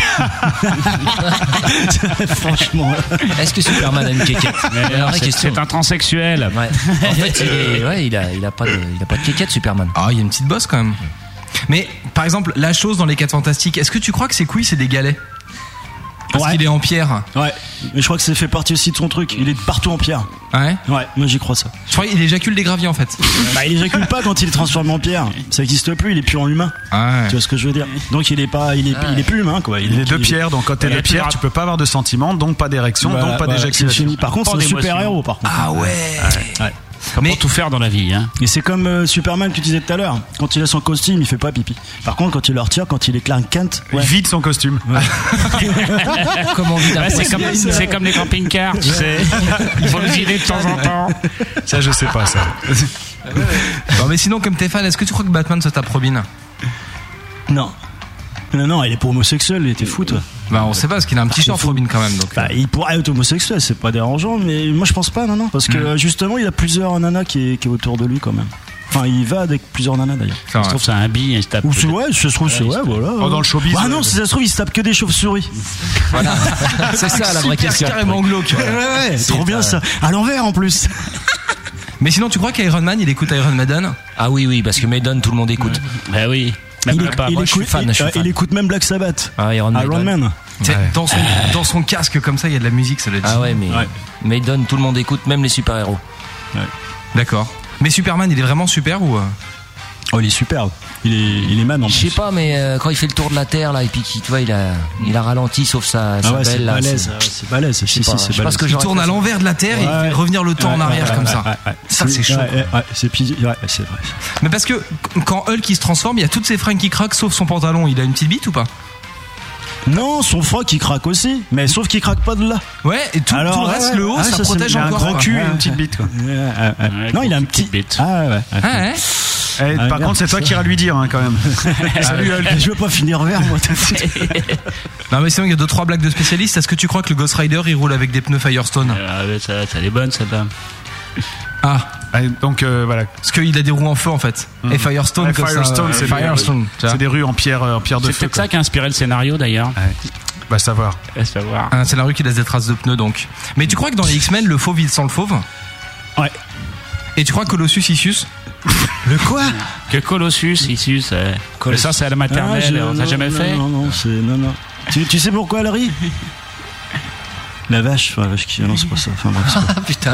Franchement.
Est-ce que Superman a une quéquette
Mais
La
non,
vraie
c'est-
question.
C'est un transsexuel.
Ouais. En fait, il, est- ouais, il, a, il a pas de, il a pas de quéquette, Superman.
Ah, il y a une petite bosse quand même. Mais par exemple, la chose dans les 4 fantastiques, est-ce que tu crois que ses couilles c'est des galets Parce
Ouais.
qu'il est en pierre.
Ouais. Mais je crois que ça fait partie aussi de son truc. Il est de partout en pierre.
Ouais.
Ouais, moi j'y crois ça.
Je crois qu'il éjacule des graviers en fait.
Bah il éjacule pas quand il est transformé en pierre. Ça existe plus. Il est plus en humain.
Ouais.
Tu vois ce que je veux dire Donc il est pas, il est, il est plus humain quoi.
Ah Il est de pierre, donc quand t'es
Il
de
est
pierre,
plus
tu peux pas avoir de sentiments, donc pas d'érection,
Bah,
donc pas
bah,
d'éjaculation.
c'est fini. Par contre,
Pas
c'est un
d'émotion.
super héros par contre.
Ah ouais.
Comme
Mais-
pour tout faire dans la vie. Hein.
Et c'est comme euh, Superman que tu disais tout à l'heure. Quand il a son costume, il fait pas pipi. Par contre, quand il le retire, quand il est Clark Kent,
Il vide son costume.
Comme on dit d'un
Ouais,
point-
Bah, c'est comme, c'est comme les camping-cars, tu sais. Il faut les idées de temps en temps.
Ça, je sais pas, ça.
Bon, mais sinon, comme t'es fan, est-ce que tu crois que Batman se tape Robin
non. Non, non, il est pas homosexuel, il était fou, toi.
Bah, on sait pas, parce qu'il a un petit short Robin quand même. Donc.
Bah, il pourrait être homosexuel, c'est pas dérangeant, mais moi je pense pas, non, non. Parce que
Hmm.
euh, justement, il a plusieurs nanas qui est, qui est autour de lui quand même. Enfin, il va avec plusieurs nanas d'ailleurs.
Ça
Je
va.
trouve ça un bille, je tape.
Ou c'est ouais, si ça se trouve, c'est ouais, voilà.
Oh, dans le showbiz,
Ah
euh,
ouais.
non, si ça se trouve, il se tape que des chauves-souris.
Voilà. C'est ça la
Super
vraie question.
carrément glauque.
Ouais, ouais, ouais, trop bien
euh,
ça. À l'envers en plus.
Mais sinon, tu crois qu'Iron Man il écoute Iron Maiden
Ah oui, oui, parce que Maiden, tout le monde écoute.
Bah oui. Même
il,
pas.
il
moi, je suis
écoute,
fan,
il-
je suis
euh,
fan.
il écoute même Black Sabbath.
Ah, Iron Maiden.
Iron Man.
Tu sais, dans, son, dans son casque comme ça, il y a de la musique, ça le dit.
Ah ouais, mais
Ouais.
Maiden, tout le monde écoute, même les super-héros.
D'accord. Mais Superman, il est vraiment super ou. euh
Oh, il est superbe. Il est, il est man en
Je
plus.
sais pas, mais euh, quand il fait le tour de la Terre, là, et puis qu'il- tu vois, il a, il a ralenti, sauf sa,
Ah
sa
ouais, c'est
belle, là.
balèze,
c'est-
ouais, c'est balèze. Si,
Je sais
si,
pas,
c'est
je pense
balèze.
que
Il
j'aurais
tourne à
fait ça.
l'envers de la Terre et il fait
Ouais.
revenir le temps en
Ouais,
arrière
ouais,
comme
ouais,
ça.
ouais, ouais.
Ça, c'est chaud.
Ouais, ouais, ouais, c'est pis- ouais, c'est vrai.
Mais parce que qu- quand Hulk il se transforme, il y a toutes ses fringues qui craquent sauf son pantalon. Il a une petite bite ou pas
Non, son froc il craque aussi, mais sauf qu'il craque pas de là.
Ouais, et tout,
Alors,
tout le
ouais,
reste,
ouais.
le haut,
Ah,
ça,
ça, c'est-
protège
il a un
encore.
gros
quoi.
Cul et une petite bite, quoi.
Ouais, ouais, ouais.
Ouais,
non, il a un petit.
petite bite.
Ah ouais, ouais.
Ah ouais.
Eh,
Ah,
par
merde.
contre, c'est toi qui iras lui dire, hein, quand même. Salut, Hulk.
Je veux pas finir vert, moi. t'as dit.
Non, mais sinon, il y a deux, trois blagues de spécialistes. Est-ce que tu crois que le Ghost Rider il roule avec des pneus Firestone
Ah, ouais, ça, ça, elle est bonne, celle-là.
Ah,
Allez, Donc, euh, voilà.
parce qu'il a des roues en feu en fait. Et Firestone,
mm. Ouais,
comme ça,
Firestone,
euh,
c'est des-
Firestone. tu vois.
C'est des rues en pierre, euh, en pierre de
C'est
feu.
peut-être ça qui a inspiré le scénario, d'ailleurs.
quoi. Ouais. Bah, savoir.
À savoir.
Ah, c'est la rue qui laisse des traces de pneus donc. Mais tu crois que dans les X-Men, le fauve il sent le fauve
Ouais.
Et tu crois que Colossus il suce
Le quoi
Que Colossus, il suce. euh, Mais ça, c'est à
Ah,
la
je-
maternelle. on
non,
t'a jamais
non,
fait
Non, non, c'est. Non, non. Tu, tu sais pourquoi elle rit La vache, enfin, la vache qui. Non, c'est pas ça. Enfin, bref, c'est pas- Ah,
Putain.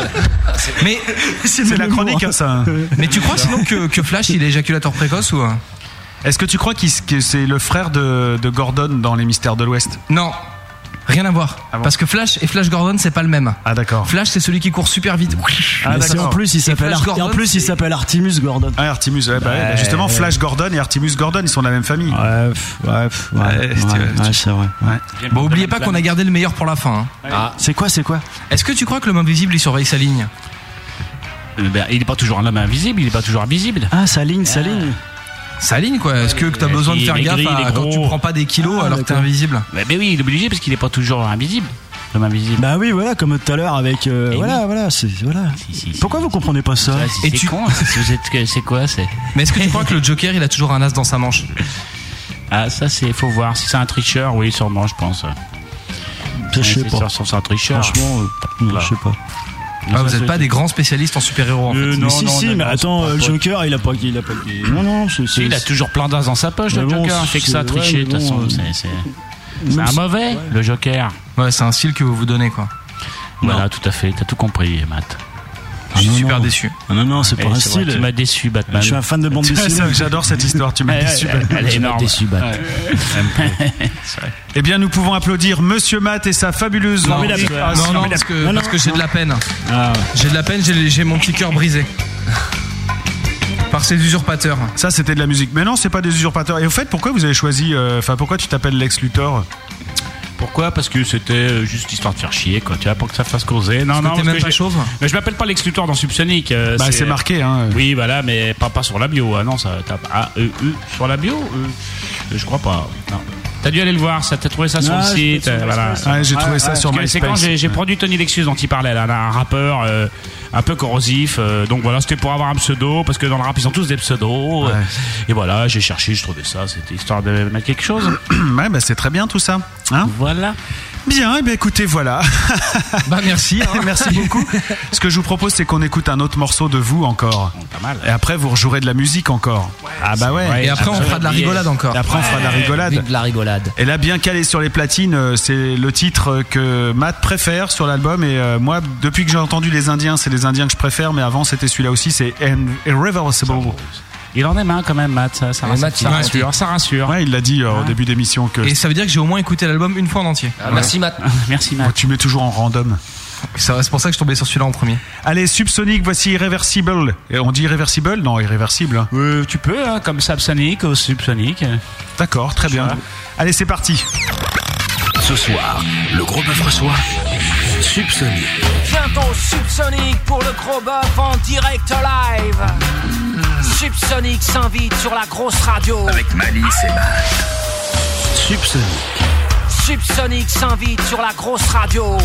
mais,
C'est la chronique, hein, ça.
mais tu crois sinon que, que Flash il est éjaculateur précoce ou. euh
Est-ce que tu crois qu'il s- que c'est le frère de, de Gordon dans Les Mystères de l'Ouest
Non, rien à voir.
Ah bon
Parce que Flash et Flash Gordon, c'est pas le même.
Ah, d'accord.
Flash, c'est celui qui court super vite.
Ah,
Mais c'est en
d'accord.
plus, il
Et
s'appelle
Flash
Ar- et en
Gordon,
plus, il
c'est-
s'appelle Artemus Gordon.
Ah, Artemus, ouais, bah, ouais, bah, justement, Flash Gordon et Artemus Gordon, ils sont de la même famille.
Ouais, pff, ouais, pff, ouais,
Ouais,
ouais,
si tu veux,
ouais, c'est vrai.
Bon, oubliez pas qu'on a gardé le meilleur pour la fin. hein.
Ah. C'est quoi, c'est quoi
Est-ce que tu crois que l'homme invisible il surveille sa ligne
Eh ben, il est pas toujours un homme invisible, il est pas toujours invisible.
Ah, sa ligne, sa ligne.
Sa ligne quoi Est-ce que t'as
Il-
besoin de
il
faire
est
gaffe
gris, il
à-
est
quand tu
gros.
prends pas des kilos
Ah,
alors que t'es
d'accord.
invisible
Mais, mais oui, il est obligé parce qu'il est pas toujours invisible. L'homme invisible.
Bah oui, voilà, comme tout à l'heure avec. euh,
Eh
voilà, voilà, c'est. Voilà. Pourquoi vous comprenez pas Ah, ça
Et tu
hein. C'est quoi c'est
Mais est-ce que tu crois que le Joker il a toujours un as dans sa manche
Ah ça c'est faut voir si c'est un tricheur oui sûrement je pense.
Je sais pas.
Sur un tricheur.
Franchement, euh, je sais pas.
Ah, Vous n'êtes pas des grands spécialistes en super-héros en
Euh,
fait.
mais si, si, mais attends, euh, le Joker, il a pas. Il a pas non, non, c'est.
Si, il a toujours plein d'as dans sa poche, le
Mais bon,
Joker. Il fait que ça,
c'est-
tricher,
ouais,
de toute
mais bon,
façon.
euh,
c'est- c'est- C'est un
si-
mauvais, le Joker.
Ouais, c'est un style que vous vous donnez, quoi.
Voilà, tout à fait, t'as tout compris, Matt.
Je suis super déçu.
Ah non, non, c'est
Eh,
pas un
c'est vrai,
style.
Tu m'as déçu, Batman.
Je suis un fan de bande
C'est
dessinée.
ça que J'adore cette histoire, tu m'as
Elle-
déçu.
elle-
Batman.
elle est énorme.
Eh bien, nous pouvons applaudir Monsieur Matt et sa fabuleuse.
Non,
envie Ah,
non, non, parce que, parce que j'ai de la peine. J'ai de la peine, j'ai j'ai mon petit cœur brisé. Par ces usurpateurs.
Ça, c'était de la musique. Mais non, c'est pas des usurpateurs. Et au fait, pourquoi vous avez choisi. euh, Enfin, pourquoi tu t'appelles Lex Luthor
Pourquoi Parce que c'était euh, juste histoire de faire chier, quoi. Tu vois, pour que ça fasse causer. Non,
Parce que
non,
t'es même pas
j'ai-
chauve
Mais je m'appelle pas Lex Luthor dans Subsonic. euh,
Bah, c'est marqué, hein.
Oui, voilà, mais pas, pas sur la bio. Ah non, ça tape A E U sur la bio. euh, je crois pas. Non. T'as dû aller le voir, ça t'as trouvé ça sur
Ah,
le
j'ai
site.
trouvé ça
euh,
sur
voilà.
MySpace. Ouais, j'ai trouvé ça sur
parce que C'est quand
MySpace.
j'ai j'ai produit Tony Lexus dont il parlait là, un rappeur euh, un peu corrosif. euh, donc voilà, c'était pour avoir un pseudo parce que dans le rap ils ont tous des pseudos. euh, et voilà, j'ai cherché, je trouvais ça. C'était histoire de mettre quelque chose.
ouais, bah, c'est très bien tout ça. Hein
voilà.
Bien, eh bien, écoutez, voilà.
bah, merci.
hein.
merci beaucoup. Ce que je vous propose, c'est qu'on écoute un autre morceau de vous encore.
Oh, Pas mal.
Et après, vous rejouerez de la musique encore. ah bah ouais.
Et après, on fera de la rigolade encore.
Et après, on fera de la rigolade.
de la rigolade.
Et là, bien calé sur les platines, euh, c'est le titre que Matt préfère sur l'album. Et euh, moi, depuis que j'ai entendu Les Indiens, c'est Les Indiens que je préfère. Mais avant, c'était celui-là aussi, c'est In- Irreversible.
Il en aime un quand même, Matt. Ça, ça rassure.
Matt, il
ça
est
rassure.
gentil.
Ça rassure. Hein
Ouais, il l'a dit euh, au début d'émission que.
Et ça veut dire que j'ai au moins écouté l'album une fois en entier.
Ah,
merci,
Ah, Matt.
merci
Oh, tu mets toujours en random.
C'est pour ça que je tombais sur celui-là en premier.
Allez, Subsonic, voici Irreversible. Et on dit Irreversible Non, Irréversible.
Euh, tu peux, hein, comme Subsonic ou Subsonic.
D'accord, très bien. Allez, c'est parti.
Ce soir, le gros bœuf reçoit Subsonic.
Bientôt Subsonic pour le gros bœuf en direct live. Subsonic s'invite sur la grosse radio.
Avec Malice et Matt. Subsonic.
Subsonic s'invite sur la grosse radio.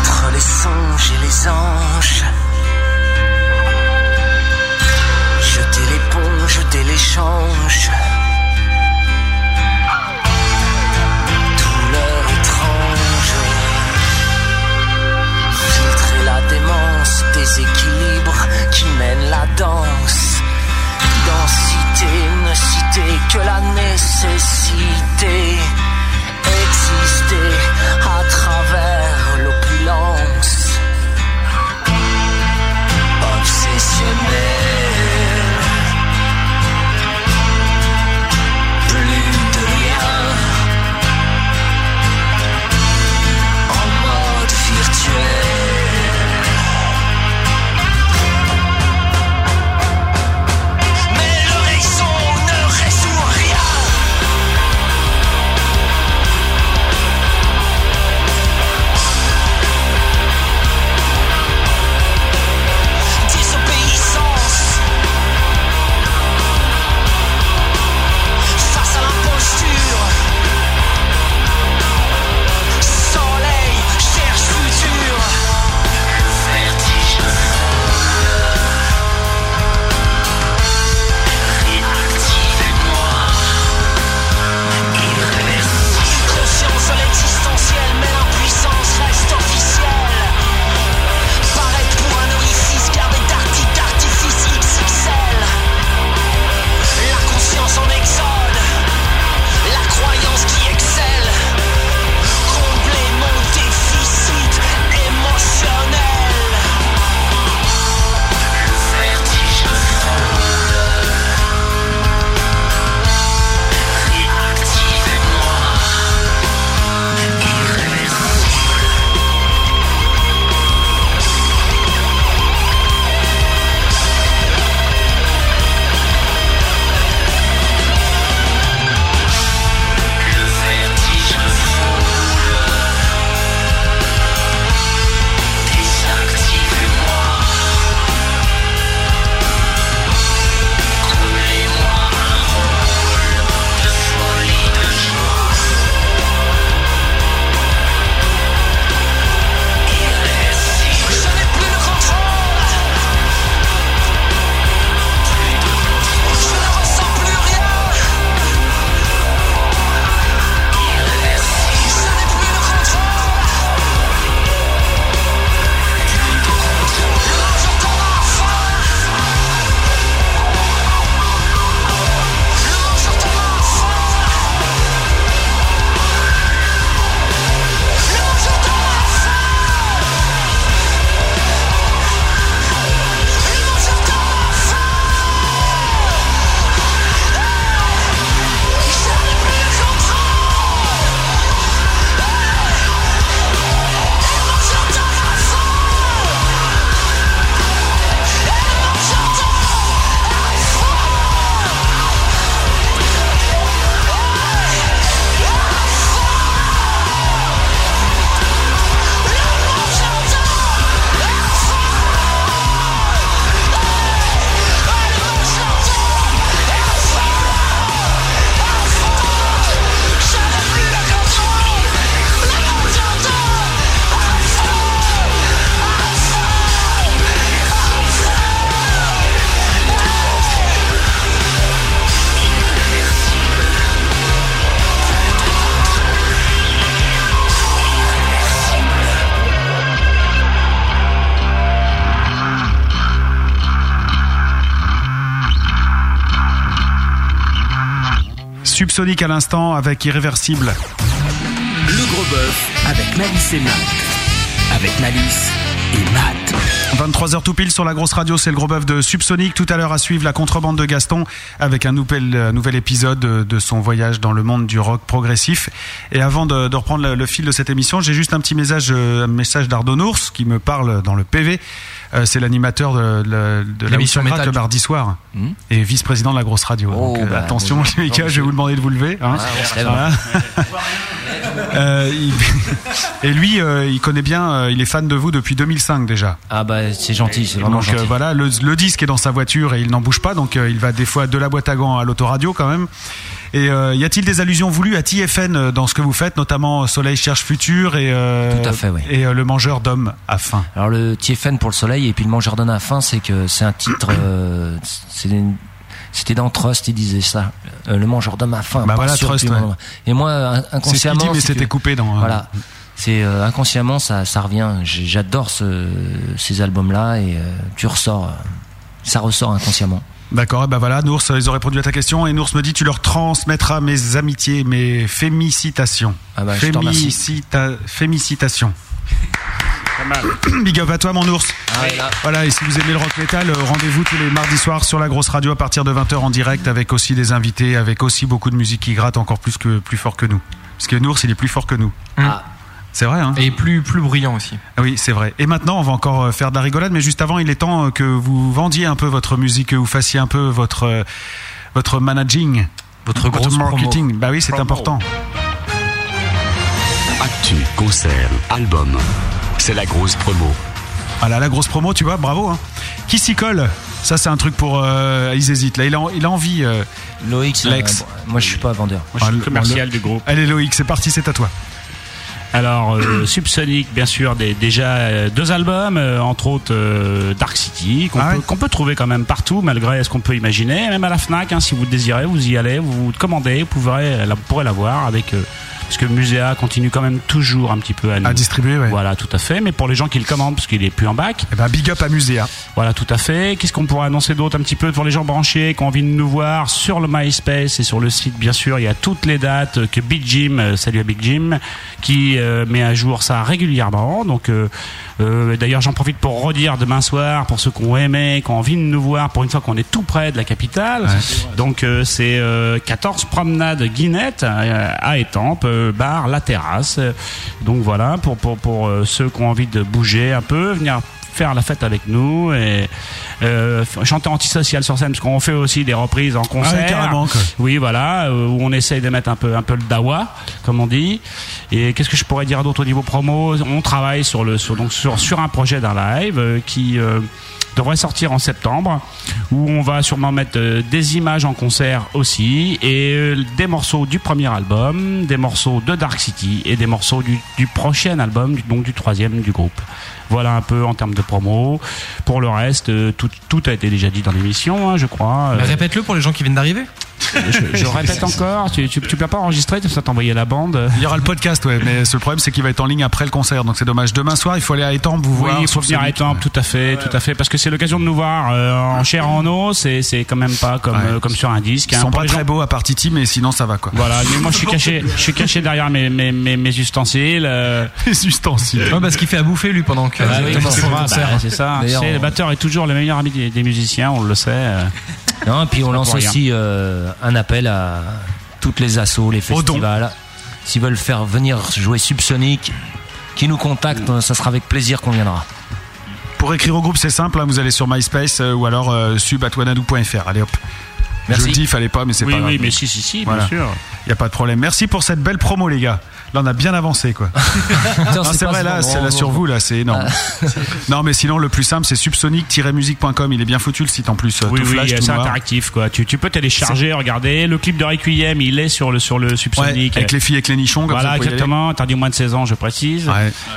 Entre les songes et les anges, jeter l'éponge dès l'échange. Douleur étrange, filtrer la démence, déséquilibre qui mène la danse. Densité ne citer que la nécessité exister à travers l'opulence obsessionnelle. Plus de rien en mode virtuel. Mais l'horizon ne résout rien.
Subsonic à l'instant avec Irréversible.
Le gros bœuf avec Malice et Matt. Avec Malice et Matt.
23h tout pile sur la grosse radio, c'est le gros bœuf de Subsonic. Tout à l'heure à suivre la contrebande de Gaston avec un nouvel, euh, nouvel épisode de, de son voyage dans le monde du rock progressif. Et avant de, de reprendre le, le fil de cette émission, j'ai juste un petit message, euh, un message d'Ardonours qui me parle dans le PV. Euh, c'est l'animateur de, de, de la
L'émission
Autocrate
métal.
le mardi soir
Hmm
et vice-président de la grosse radio. Donc, euh,
bah,
attention,
bonjour. Ah,
les gars, je vais vous demander de vous lever. hein.
Ouais, on se lève.
Voilà. Euh, il- Et lui, euh, il connaît bien, euh, il est fan de vous depuis 2005 déjà.
Ah bah c'est gentil, c'est vraiment
donc euh,
gentil.
voilà, le, le disque est dans sa voiture et il n'en bouge pas, donc euh, il va des fois de la boîte à gants à l'autoradio quand même. Et euh, y a-t-il des allusions voulues à TFN euh, dans ce que vous faites, notamment euh, Soleil cherche futur et, euh,
Tout à fait, oui.
et euh, le mangeur d'hommes à faim
Alors le TFN pour le soleil et puis le mangeur d'un à faim, c'est que c'est un titre. euh, c'est une- C'était dans Trust, il disait ça. Euh, le mangeur d'homme à faim.
Bah
par
voilà,
sur-
Trust,
du-
ouais.
Et moi, un-
C'est ce qu'il
inconsciemment.
dit, mais
si tu
c'était
veux.
coupé dans, euh,
Voilà. C'est euh, inconsciemment, ça, ça revient. J'ai- J'adore ce- ces albums-là et euh, tu ressors. euh, ça ressort inconsciemment.
D'accord, et ben voilà, Nours, ils ont répondu à ta question et Nours me dit tu leur transmettras mes amitiés, mes fémicitations.
Ah bah, je te remercie.
Fémicita- Fémicitations. Big up à toi mon ours.
Ah,
Voilà et si vous aimez le rock metal, euh, rendez-vous tous les mardis soirs sur la grosse radio à partir de 20h en direct avec aussi des invités, avec aussi beaucoup de musique qui gratte encore plus que plus fort que nous. Parce que Nours il est plus fort que nous.
Mm.
C'est vrai hein.
Et plus plus brillant Ah. aussi.
Ah Oui, c'est vrai. Et maintenant, on va encore euh, faire de la rigolade, mais juste avant, il est temps euh, que vous vendiez un peu votre musique, que vous fassiez un peu votre, euh, votre managing, votre,
grosse promo.
marketing. Bah oui, c'est
Promo.
important.
Actu, concert, album. C'est la grosse promo.
Voilà, Ah la grosse promo, tu vois, bravo. hein. Qui s'y colle Ça, c'est un truc pour. euh, ils hésitent. Là, il a, il a envie. euh,
Loïc,
Lex.
euh, moi je suis pas vendeur.
Ah, le- le-
du groupe.
Allez, Loïc, c'est parti, c'est à toi.
Alors, euh, Subsonic, bien sûr, des- déjà euh, deux albums, euh, entre autres euh, Dark City,
Ah
qu'on peut, qu'on peut trouver quand même partout, malgré ce qu'on peut imaginer, même à la Fnac, hein, si vous le désirez, vous y allez, vous commandez, vous pourrez, la, pourrez l'avoir avec. euh, parce que Muséa continue quand même toujours un petit peu à, nous-
distribuer,
Voilà, tout à fait. Mais pour les gens qui le commandent, parce qu'il est plus en bac.
Eh ben, big up à Muséa.
Voilà, tout à fait. Qu'est-ce qu'on pourrait annoncer d'autre un petit peu pour les gens branchés qui ont envie de nous voir sur le MySpace et sur le site, bien sûr. Il y a toutes les dates euh, que Big Jim, euh, salut à Big Jim, qui euh, met à jour ça régulièrement. Donc, euh, euh, d'ailleurs, j'en profite pour redire demain soir pour ceux qui ont aimé, qui ont envie de nous voir pour une fois qu'on est tout près de la capitale. Donc, euh, c'est euh, 14 promenades Guinette euh, à Étampes, euh, bar, la terrasse. Donc, voilà, pour, pour, pour euh, ceux qui ont envie de bouger un peu, venir faire la fête avec nous et euh, f- chanter antisocial sur scène parce qu'on fait aussi des reprises en concert
Ah oui, carrément, quoi.
oui voilà euh, où on essaye de mettre un peu un peu le dawa comme on dit et qu'est-ce que je pourrais dire d'autre au niveau promo on travaille sur le sur donc sur sur un projet d'un live euh, qui euh, devrait sortir en septembre où on va sûrement mettre euh, des images en concert aussi et euh, des morceaux du premier album des morceaux de Dark City et des morceaux du, du prochain album du- donc du troisième du groupe voilà un peu en termes de promo pour le reste euh, tout, tout a été déjà dit dans l'émission hein, je crois
Mais
Euh,
Répète-le pour les gens qui viennent d'arriver.
je, je répète encore, tu, tu, tu peux pas enregistrer, tu peux t'envoyer la bande.
Il y aura le podcast, ouais, mais le seul problème, c'est qu'il va être en ligne après le concert, donc c'est dommage. Demain soir, il faut aller à Étampes, vous
Oui,
voir.
il faut
sur
venir à
Sonic.
Étampes, tout à fait, tout à fait, parce que c'est l'occasion de nous voir euh, en chair et en os, et c'est quand même pas comme, euh, comme sur un disque.
Ils
hein.
sont
Pour
pas
les gens-
très beaux à part Titi, mais sinon, ça va, quoi.
Voilà, mais moi je suis caché, je suis caché derrière mes, mes, mes, mes ustensiles. euh.
Les ustensiles.
Ouais, parce qu'il fait à bouffer lui pendant que.
Ah oui,
pendant
c'est
le
vrai,
concert.
bah, c'est ça. Tu
D'ailleurs,
sais, le
on-
batteur est toujours le meilleur ami des, des musiciens, on le sait. euh.
Non, et puis on
pas
lance
pour rien.
aussi euh, un appel à toutes les assos, les festivals. S'ils veulent faire venir jouer Subsonic, qui nous contactent,
Mm.
euh, ça sera avec plaisir qu'on viendra.
Pour écrire au groupe, c'est simple, hein, vous allez sur MySpace euh, ou alors euh, subatwanadou.fr. Allez hop.
Merci.
Je le dis, il fallait pas, mais c'est
Oui,
pas grave.
oui, mais si, si, si, bien sûr.
Il n'y a pas de problème. Merci pour cette belle promo, les gars. Là, on a bien avancé, quoi. Non,
c'est
c'est
pas
vrai,
ce
là,
moment,
c'est là
vraiment.
sur vous, là, c'est énorme.
Ah.
non, mais sinon, le plus simple, c'est subsonic-musique.com. Il est bien foutu, le site en plus. euh,
Oui,
tout
oui,
flash, tout
c'est
noir.
interactif quoi. Tu, tu peux télécharger, regarder. Le clip de Requiem, il est sur le sur le Subsonic.
Ouais,
euh,
avec les filles avec les nichons, comme ça,
voilà,
vous pouvez y
exactement. Interdit au moins de 16 ans, je précise.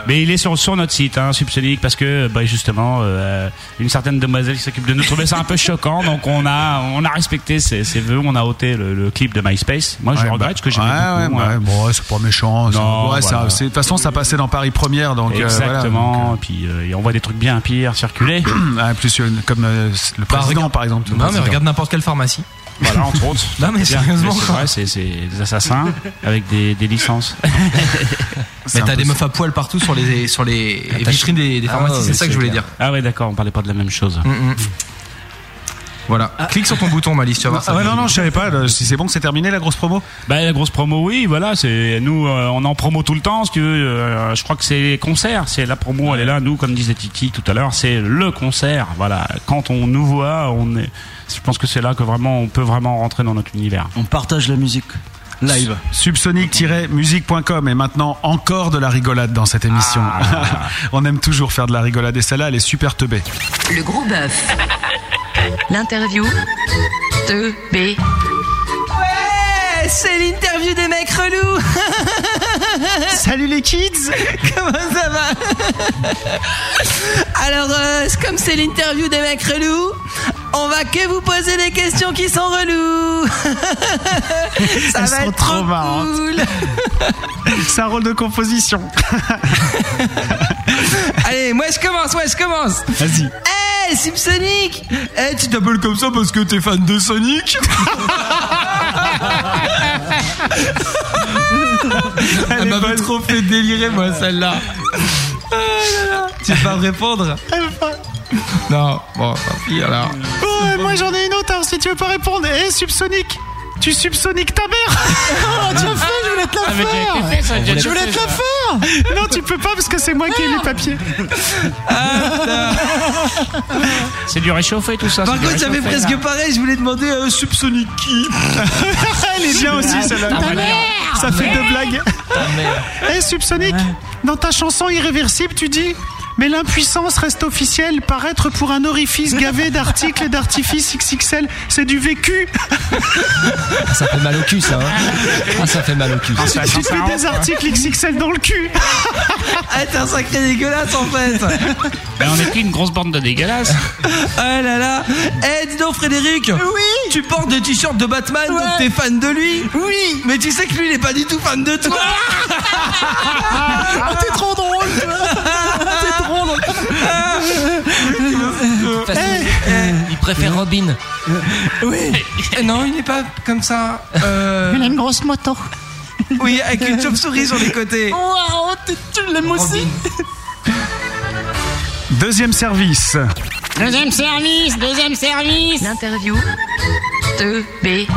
Mais il est sur sur notre site, hein, Subsonic, parce que bah, justement, euh, une certaine demoiselle qui s'occupe de nous trouvait ça un peu choquant, donc on a on a respecté ses, ses vœux, on a ôté le, le clip de MySpace. Moi, je
Ouais,
regrette
bah,
parce que
ouais,
j'aimais
ouais,
beaucoup.
bah,
hein.
ouais, bon, ouais, c'est pas méchant. c'est-
Non,
ouais,
Oh, voilà.
ça- c'est- De toute façon, ça passait dans Paris Première, donc. euh, voilà,
Exactement. Et puis euh, et on voit des trucs bien pires circuler.
Ah, plus euh, comme euh, le
Bah,
président
regarde-
par exemple.
Non, mais regarde n'importe quelle pharmacie.
Voilà, entre autres.
Non, mais
Bien,
sérieusement,
mais c'est
quoi.
vrai, c'est c'est des assassins avec des, des licences.
Mais t'as des meufs à poil partout sur les, sur les vitrines des, des pharmacies, c'est ça que je voulais dire. Hmm. Mm,
Ah ouais, d'accord, on parlait pas de la même chose. Ah.
Voilà. Clique sur ton bouton, Malice, tu vas voir ça.
ouais, non, non, je savais pas. Si c'est bon que c'est terminé la grosse promo Bah, la grosse promo, oui, voilà. c'est Nous, euh, on est en promo tout le temps, si tu veux. euh, je crois que c'est les concerts. C'est la promo, elle est là. Nous, comme disait Titi tout à l'heure, c'est le concert. Voilà. Quand on nous voit, on est. Je pense que c'est là que vraiment on peut vraiment rentrer dans notre univers.
On partage la musique live.
Subsonic-musique.com et maintenant encore de la rigolade dans cette émission.
Ah.
On aime toujours faire de la rigolade et celle-là, elle est super teubée.
Le gros bœuf.
L'interview de B.
Ouais, Eh, c'est l'interview des mecs relous.
Salut les kids.
Comment ça va Alors, euh, c'est comme c'est l'interview des mecs relous, on va que vous poser des questions qui sont reloues.
Elles
ça va
sont
être
trop
trop
marrantes.
cool.
C'est un rôle de composition.
Allez, moi je commence, ouais, je commence.
Vas-y.
Hey, Subsonic
Eh, tu t'appelles comme ça parce que t'es fan de Sonic Elle m'avait trop fait délirer, moi, celle-là. Ah
Oh
là là. Tu vas me répondre Non, bon, bah, tant pis
euh,
alors.
Oh, et moi j'en ai une autre, hein, si tu veux pas répondre. Hé, Subsonic tu subsoniques ta mère Oh, tu as fait, je voulais te la
Ah, mais tu l'as fait, ça, tu
faire
l'as
Je voulais
fait,
te la faire Non, tu peux pas parce que c'est moi qui ai les papiers.
Ah,
C'est du réchauffé tout ça.
Par
c'est du
contre, j'avais
réchauffé,
presque
là.
pareil, je voulais demander à Subsonic qui
Elle est bien aussi celle-là.
Ta mère
Ça fait deux blagues. Hé Subsonic, dans ta chanson Irréversible, tu dis Mais l'impuissance reste officielle, paraître pour un orifice gavé d'articles et d'artifices XXL, c'est du vécu.
Ah, Ça fait mal au cul, ça. hein. Ah, ça fait mal au cul.
tu tu te mets des articles XXL dans le cul.
Ah, t'es un sacré dégueulasse en fait
Mais Ben, on est pris une grosse bande de dégueulasses.
Ah là là Eh, dis donc, Frédéric Oui Tu portes des t-shirts de Batman, donc t'es fan de lui Oui Mais tu sais que lui, il est pas du tout fan de toi
Ah. T'es trop drôle T'es drôle
façon,
Eh,
Eh,
Il préfère Robin.
Oui Eh, Non, il n'est pas comme ça. Euh...
Il a une grosse moto.
Oui, avec une chauve-souris sur les côtés.
Waouh, tu l'aimes aussi
Deuxième service.
Deuxième service, deuxième service. L'interview de B.
Eh,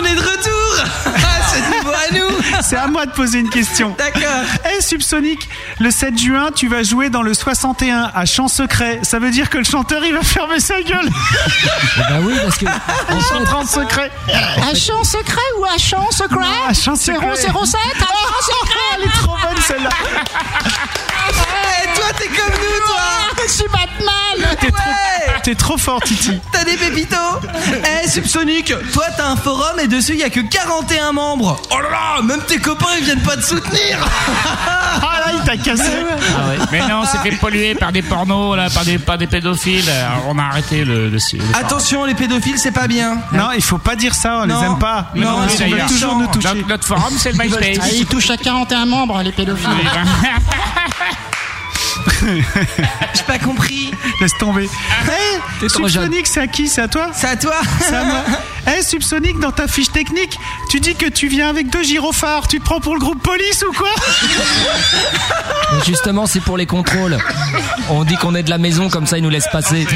on est de retour Ah, C'est de nouveau à nous
C'est à moi de poser une question.
D'accord.
Hé Subsonic, le 7 juin, tu vas jouer dans le 61 à Champ Secret. Ça veut dire que le chanteur, il va fermer sa gueule.
Bah oui, parce que. En fait,
Champ secret.
Un chant secret ou un chant secret
Non, un chant secret.
007 Un chant
Ah,
secret
Ah, Elle est trop bonne celle-là.
Eh, toi, t'es comme nous, toi
Ah, Je suis Batman
T'es trop,
Ouais
t'es trop fort, Titi.
T'as des pépitos Eh, Subsonic, toi, t'as un forum et dessus, il y a que 41 membres Oh là là Même tes copains, ils viennent pas te soutenir
Ah là, il t'a cassé.
Ah
Mais non, c'est fait polluer par des pornos, là, par des, par des pédophiles. Alors, on a arrêté le. le, le-
Attention, les pédophiles, c'est pas bien
Non, il faut pas dire ça, on
Non.
les aime pas.
Mais non,
oui,
ils veulent
d'ailleurs.
toujours nous toucher.
Notre, notre forum, c'est le
Ah,
MySpace.
Ils touchent à 41 membres, les pédophiles.
ben.
J'ai pas compris Ah.
Laisse tomber. Hé,
T'es trop
Subsonic, c'est à qui C'est à toi
C'est à toi
C'est à moi. Hé, Subsonic, dans ta fiche technique, tu dis que tu viens avec deux gyrophares. Tu te prends pour le groupe police ou quoi
mais Justement, c'est pour les contrôles. On dit qu'on est de la maison, comme ça, ils nous laissent passer.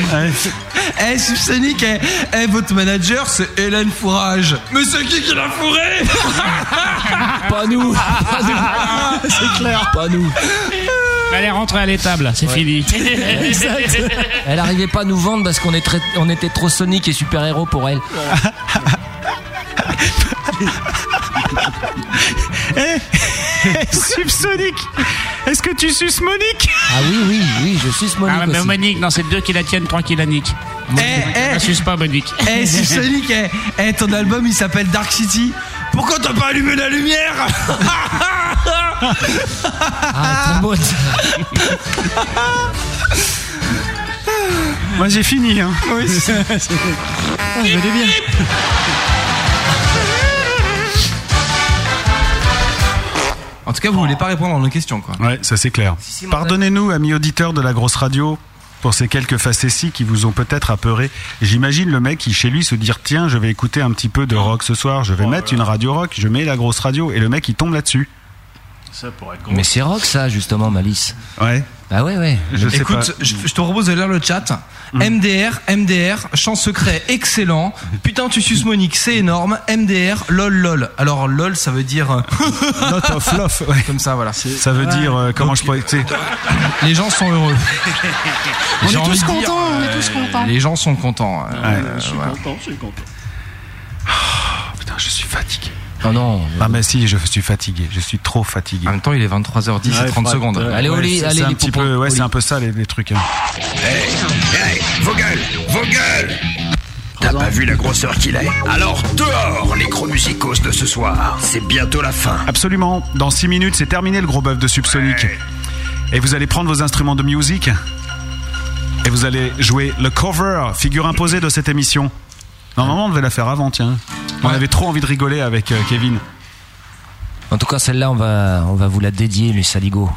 Eh, Subsonic, eh, eh, votre manager, c'est Hélène Fourage Mais c'est qui qui l'a fourré
Pas nous. Pas nous.
C'est clair.
Pas nous.
Allez, rentrez à l'étable, là, c'est fini.
Elle arrivait pas à nous vendre parce qu'on est très- on était trop Sonic et super-héros pour elle.
Hé, Subsonic, est-ce que tu suces Monique
Ah oui, oui, oui, je suis Sonic
Ah, mais
aussi.
Monique, non, c'est deux qui la tiennent, trois qui la niquent.
Eh,
Je
eh
suis pas Monique.
Eh, Subsonic, eh, eh, ton album, il s'appelle Dark City Pourquoi t'as pas allumé la lumière
Ah, très bonne.
Moi, j'ai fini. Hein.
En tout cas, vous voulez pas répondre à nos questions, quoi
Ouais, ça c'est clair. Pardonnez-nous, amis auditeurs de la grosse radio,
pour ces quelques facéties qui vous ont peut-être apeuré. J'imagine le mec qui chez lui se dire tiens, je vais écouter un petit peu de rock ce soir, je vais
Oh
mettre une radio rock, je mets la grosse radio et le mec il tombe là-dessus.
Ça pourrait être
Mais c'est rock ça justement, Malice.
Ouais.
Bah ouais ouais.
Je Écoute, je, je te propose de lire le chat.
Mm.
MDR, MDR, chant secret, excellent. Putain, tu suces Monique, c'est énorme. MDR, lol, lol. Alors, lol, ça veut dire. euh,
Not of love. ouais.
Comme ça, voilà.
Ça veut dire euh, comment je pourrais. tu sais.
Les gens sont heureux.
On est
J'ai
tous
envie de dire,
contents, on est
euh,
tous contents.
Les gens sont contents. euh,
je suis
voilà.
content, je suis content.
Oh, Putain, je suis fatigué.
Ah non.
Ah mais si, je suis fatigué, je suis trop fatigué. En même
temps, il est 23h10
et 30 secondes. Allez, au lit, allez,
c'est un
les
petit
poupons,
peu, ouais,
au
c'est
lit.
un peu ça les, les trucs. hein.
Hey, hey, vos gueules, vos gueules T'as pas vu la grosseur qu'il est Alors dehors les gros musicos de ce soir, c'est bientôt la fin.
Absolument. Dans 6 minutes, c'est terminé le gros bœuf de Subsonic. Et vous allez prendre vos instruments de musique et vous allez jouer le cover, figure imposée de cette émission. Normalement, on devait la faire avant, tiens. On avait trop envie de rigoler avec euh, Kevin.
En tout cas, celle-là, on va, on va vous la dédier, Hein. les saligots.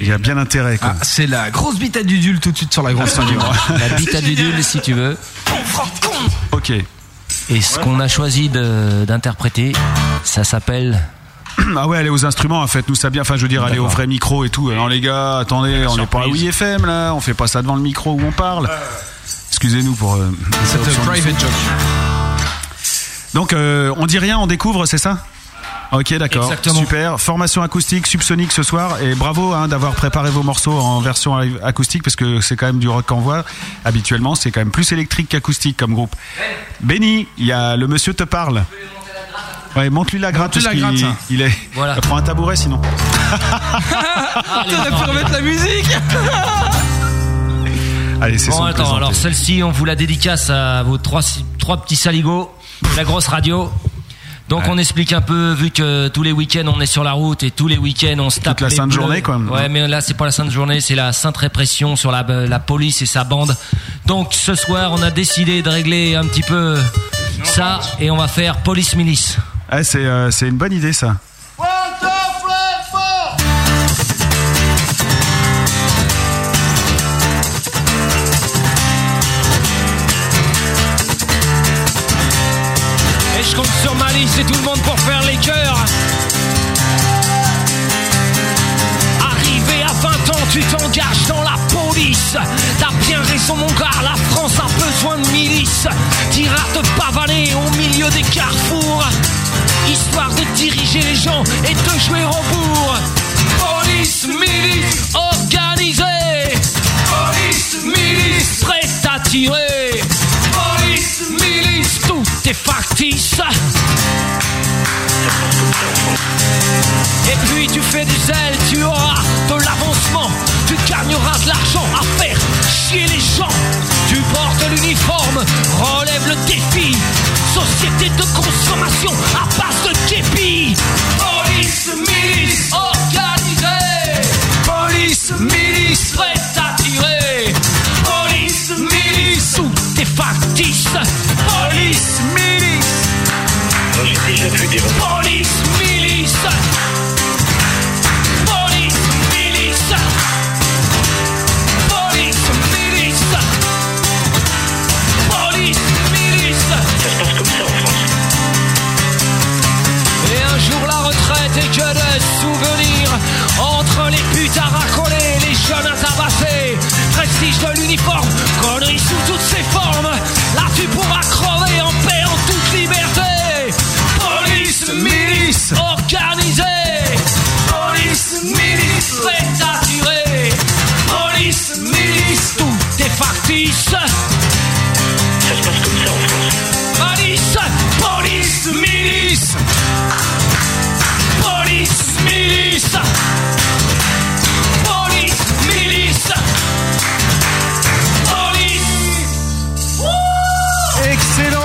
Il y a bien intérêt. quoi.
Ah,
Ah,
C'est la grosse bite à Dudule tout de suite sur la grosse radio.
La bite à dudule, si tu veux.
Ok.
Et ce qu'on a choisi de- d'interpréter, ça s'appelle.
Ah ouais, allez aux instruments, faites-nous ça bien. Enfin, je veux dire, allez au vrai micro et tout. Euh, Non, les gars, attendez, on n'est pas à
surprise.
OuiFM là, on fait pas ça devant le micro où on parle. Excusez-nous pour. euh,
Euh. C'est
interruption
un
du
private joke.
Donc, euh, on dit rien, on découvre, c'est ça Ok, d'accord.
Exactement.
Super. Formation acoustique, subsonique ce soir. Et bravo hein, d'avoir préparé vos morceaux en version live- acoustique, parce que c'est quand même du rock qu'on voit. Habituellement, c'est quand même plus électrique qu'acoustique comme groupe. Benny, il y a le monsieur te parle. Ouais, monte-lui la gratte.
Monte-lui la
parce qu'il-
gratte.
Il, est. Prends un tabouret sinon.
Putain, on a pu remettre la musique
Allez, c'est
Bon,
son
attends,
présenté.
alors celle-ci, on vous la dédicace à vos trois, trois petits saligots, de la grosse radio. Donc on explique un peu, vu que tous les week-ends on est sur la route et tous les week-ends on se tape.
la
les
sainte
bleus.
journée, quoi.
Ouais, mais là c'est pas la sainte journée, c'est la sainte répression sur la, euh, la police et sa bande. Donc ce soir on a décidé de régler un petit peu ça et on va faire police milice.
Ah, c'est euh, c'est une bonne idée ça.
Et je compte sur Malice et tout le monde pour faire les cœurs. Arrivé à 20 ans, tu t'engages dans la police. T'as bien raison, mon gars, la France a besoin de milices. Tira de pavaner au milieu des carrefours. Histoire de diriger les gens et de jouer au bourg. Police, milice, organisée. Police, milice, prête à tirer. Police, milice, tout est factice. Et puis tu fais du zèle, tu auras de l'avancement, tu gagneras de l'argent à faire chier les gens. Tu portes l'uniforme, relève le défi. Société de consommation à base de képi. Police, milice, organisée. Police, milice, prête à tirer. Police, milice, tout est factice. Police, milice. Police, milice. Police, milice Police, milice Police, milice Ça se passe comme ça en France Et un jour la retraite et que de souvenirs Entre les putes à racoler, les jeunes à tabasser Prestige de l'uniforme, conneries sous toutes ses formes Là tu pourras crever en paix, en toute liberté Police, milice organisée Police, milice, prête à tirer. Police, milice, tout est factice. Ça se passe comme ça en France. Malice, police, milice. Police, milice. Police, milice. Police.
Excellent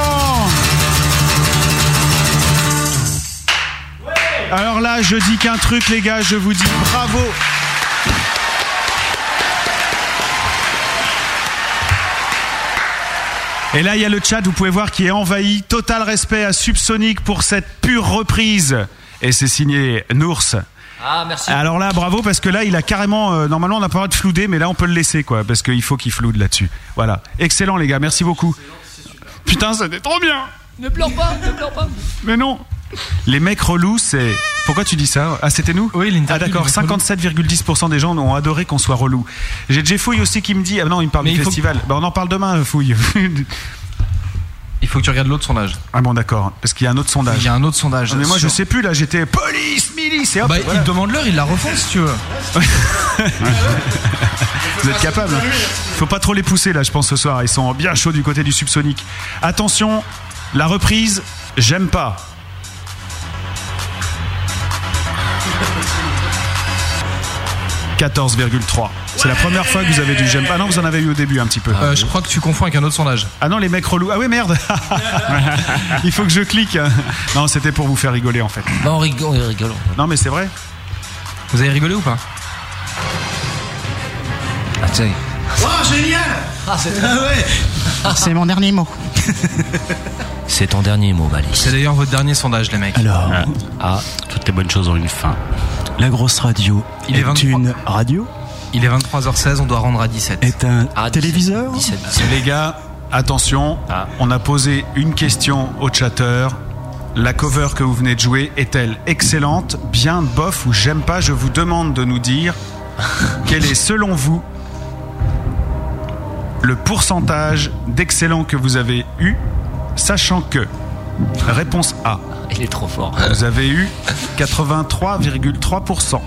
Alors là, je dis qu'un truc, les gars, je vous dis bravo Et là, il y a le chat, vous pouvez voir, qui est envahi. Total respect à Subsonic pour cette pure reprise. Et c'est signé Nours.
Ah, merci.
Alors là, bravo, parce que là, il a carrément. euh, normalement, on n'a pas le droit de flouder, mais là, on peut le laisser, quoi, parce qu'il faut qu'il floude là-dessus. Voilà. Excellent, les gars, merci beaucoup. Putain, c'était trop bien
Ne pleure pas, ne pleure pas.
Mais non Les mecs relous, c'est. Pourquoi tu dis ça Ah, c'était nous
Oui,
Ah, d'accord,
des mecs relous.
57,10% des gens ont adoré qu'on soit relou. J'ai Jay Fouille aussi qui me dit. Ah non, il me parle
Mais
du
il faut
festival. Bah, on en parle demain, Fouille.
Il faut que tu regardes l'autre sondage.
Ah bon, d'accord, parce qu'il y a un autre sondage.
Il y a un autre sondage.
Ah, mais moi,
sur-
je sais plus, là, j'étais police, milice, et hop,
Bah,
voilà.
il demande l'heure, il la refont si tu veux.
Vous êtes capable. hein. Faut pas trop les pousser là, je pense ce soir. Ils sont bien chauds du côté du subsonique. Attention, la reprise, j'aime pas. « 14,3. C'est la première fois que vous avez du j'aime pas. Ah Non, vous en avez eu au début un petit peu.
Ah,
Euh, je crois que tu confonds avec un autre sondage.
Ah non, les mecs relous. Ah oui, merde. Il faut que je clique. hein. Non, c'était pour vous faire rigoler en fait.
Non, rigole, rigole.
Non, mais c'est vrai.
Vous avez rigolé ou pas
Ah, tiens.
Oh, génial Ah, c'est
C'est mon dernier mot.
C'est ton dernier mot, Malice.
C'est d'ailleurs votre dernier sondage, les mecs.
Alors,
Ah,
toutes les bonnes choses ont une fin.
la grosse radio
Il est
est,
23.
une radio
Il est 23h16, on doit rendre à 17.
Est un téléviseur
Les gars, attention,
Ah.
on a posé une question au chatter. La cover que vous venez de jouer est-elle excellente, bien, bof ou j'aime pas Je vous demande de nous dire quel est selon vous le pourcentage d'excellent que vous avez eu, sachant que réponse A.
Il est trop fort.
Vous avez eu 83,3%.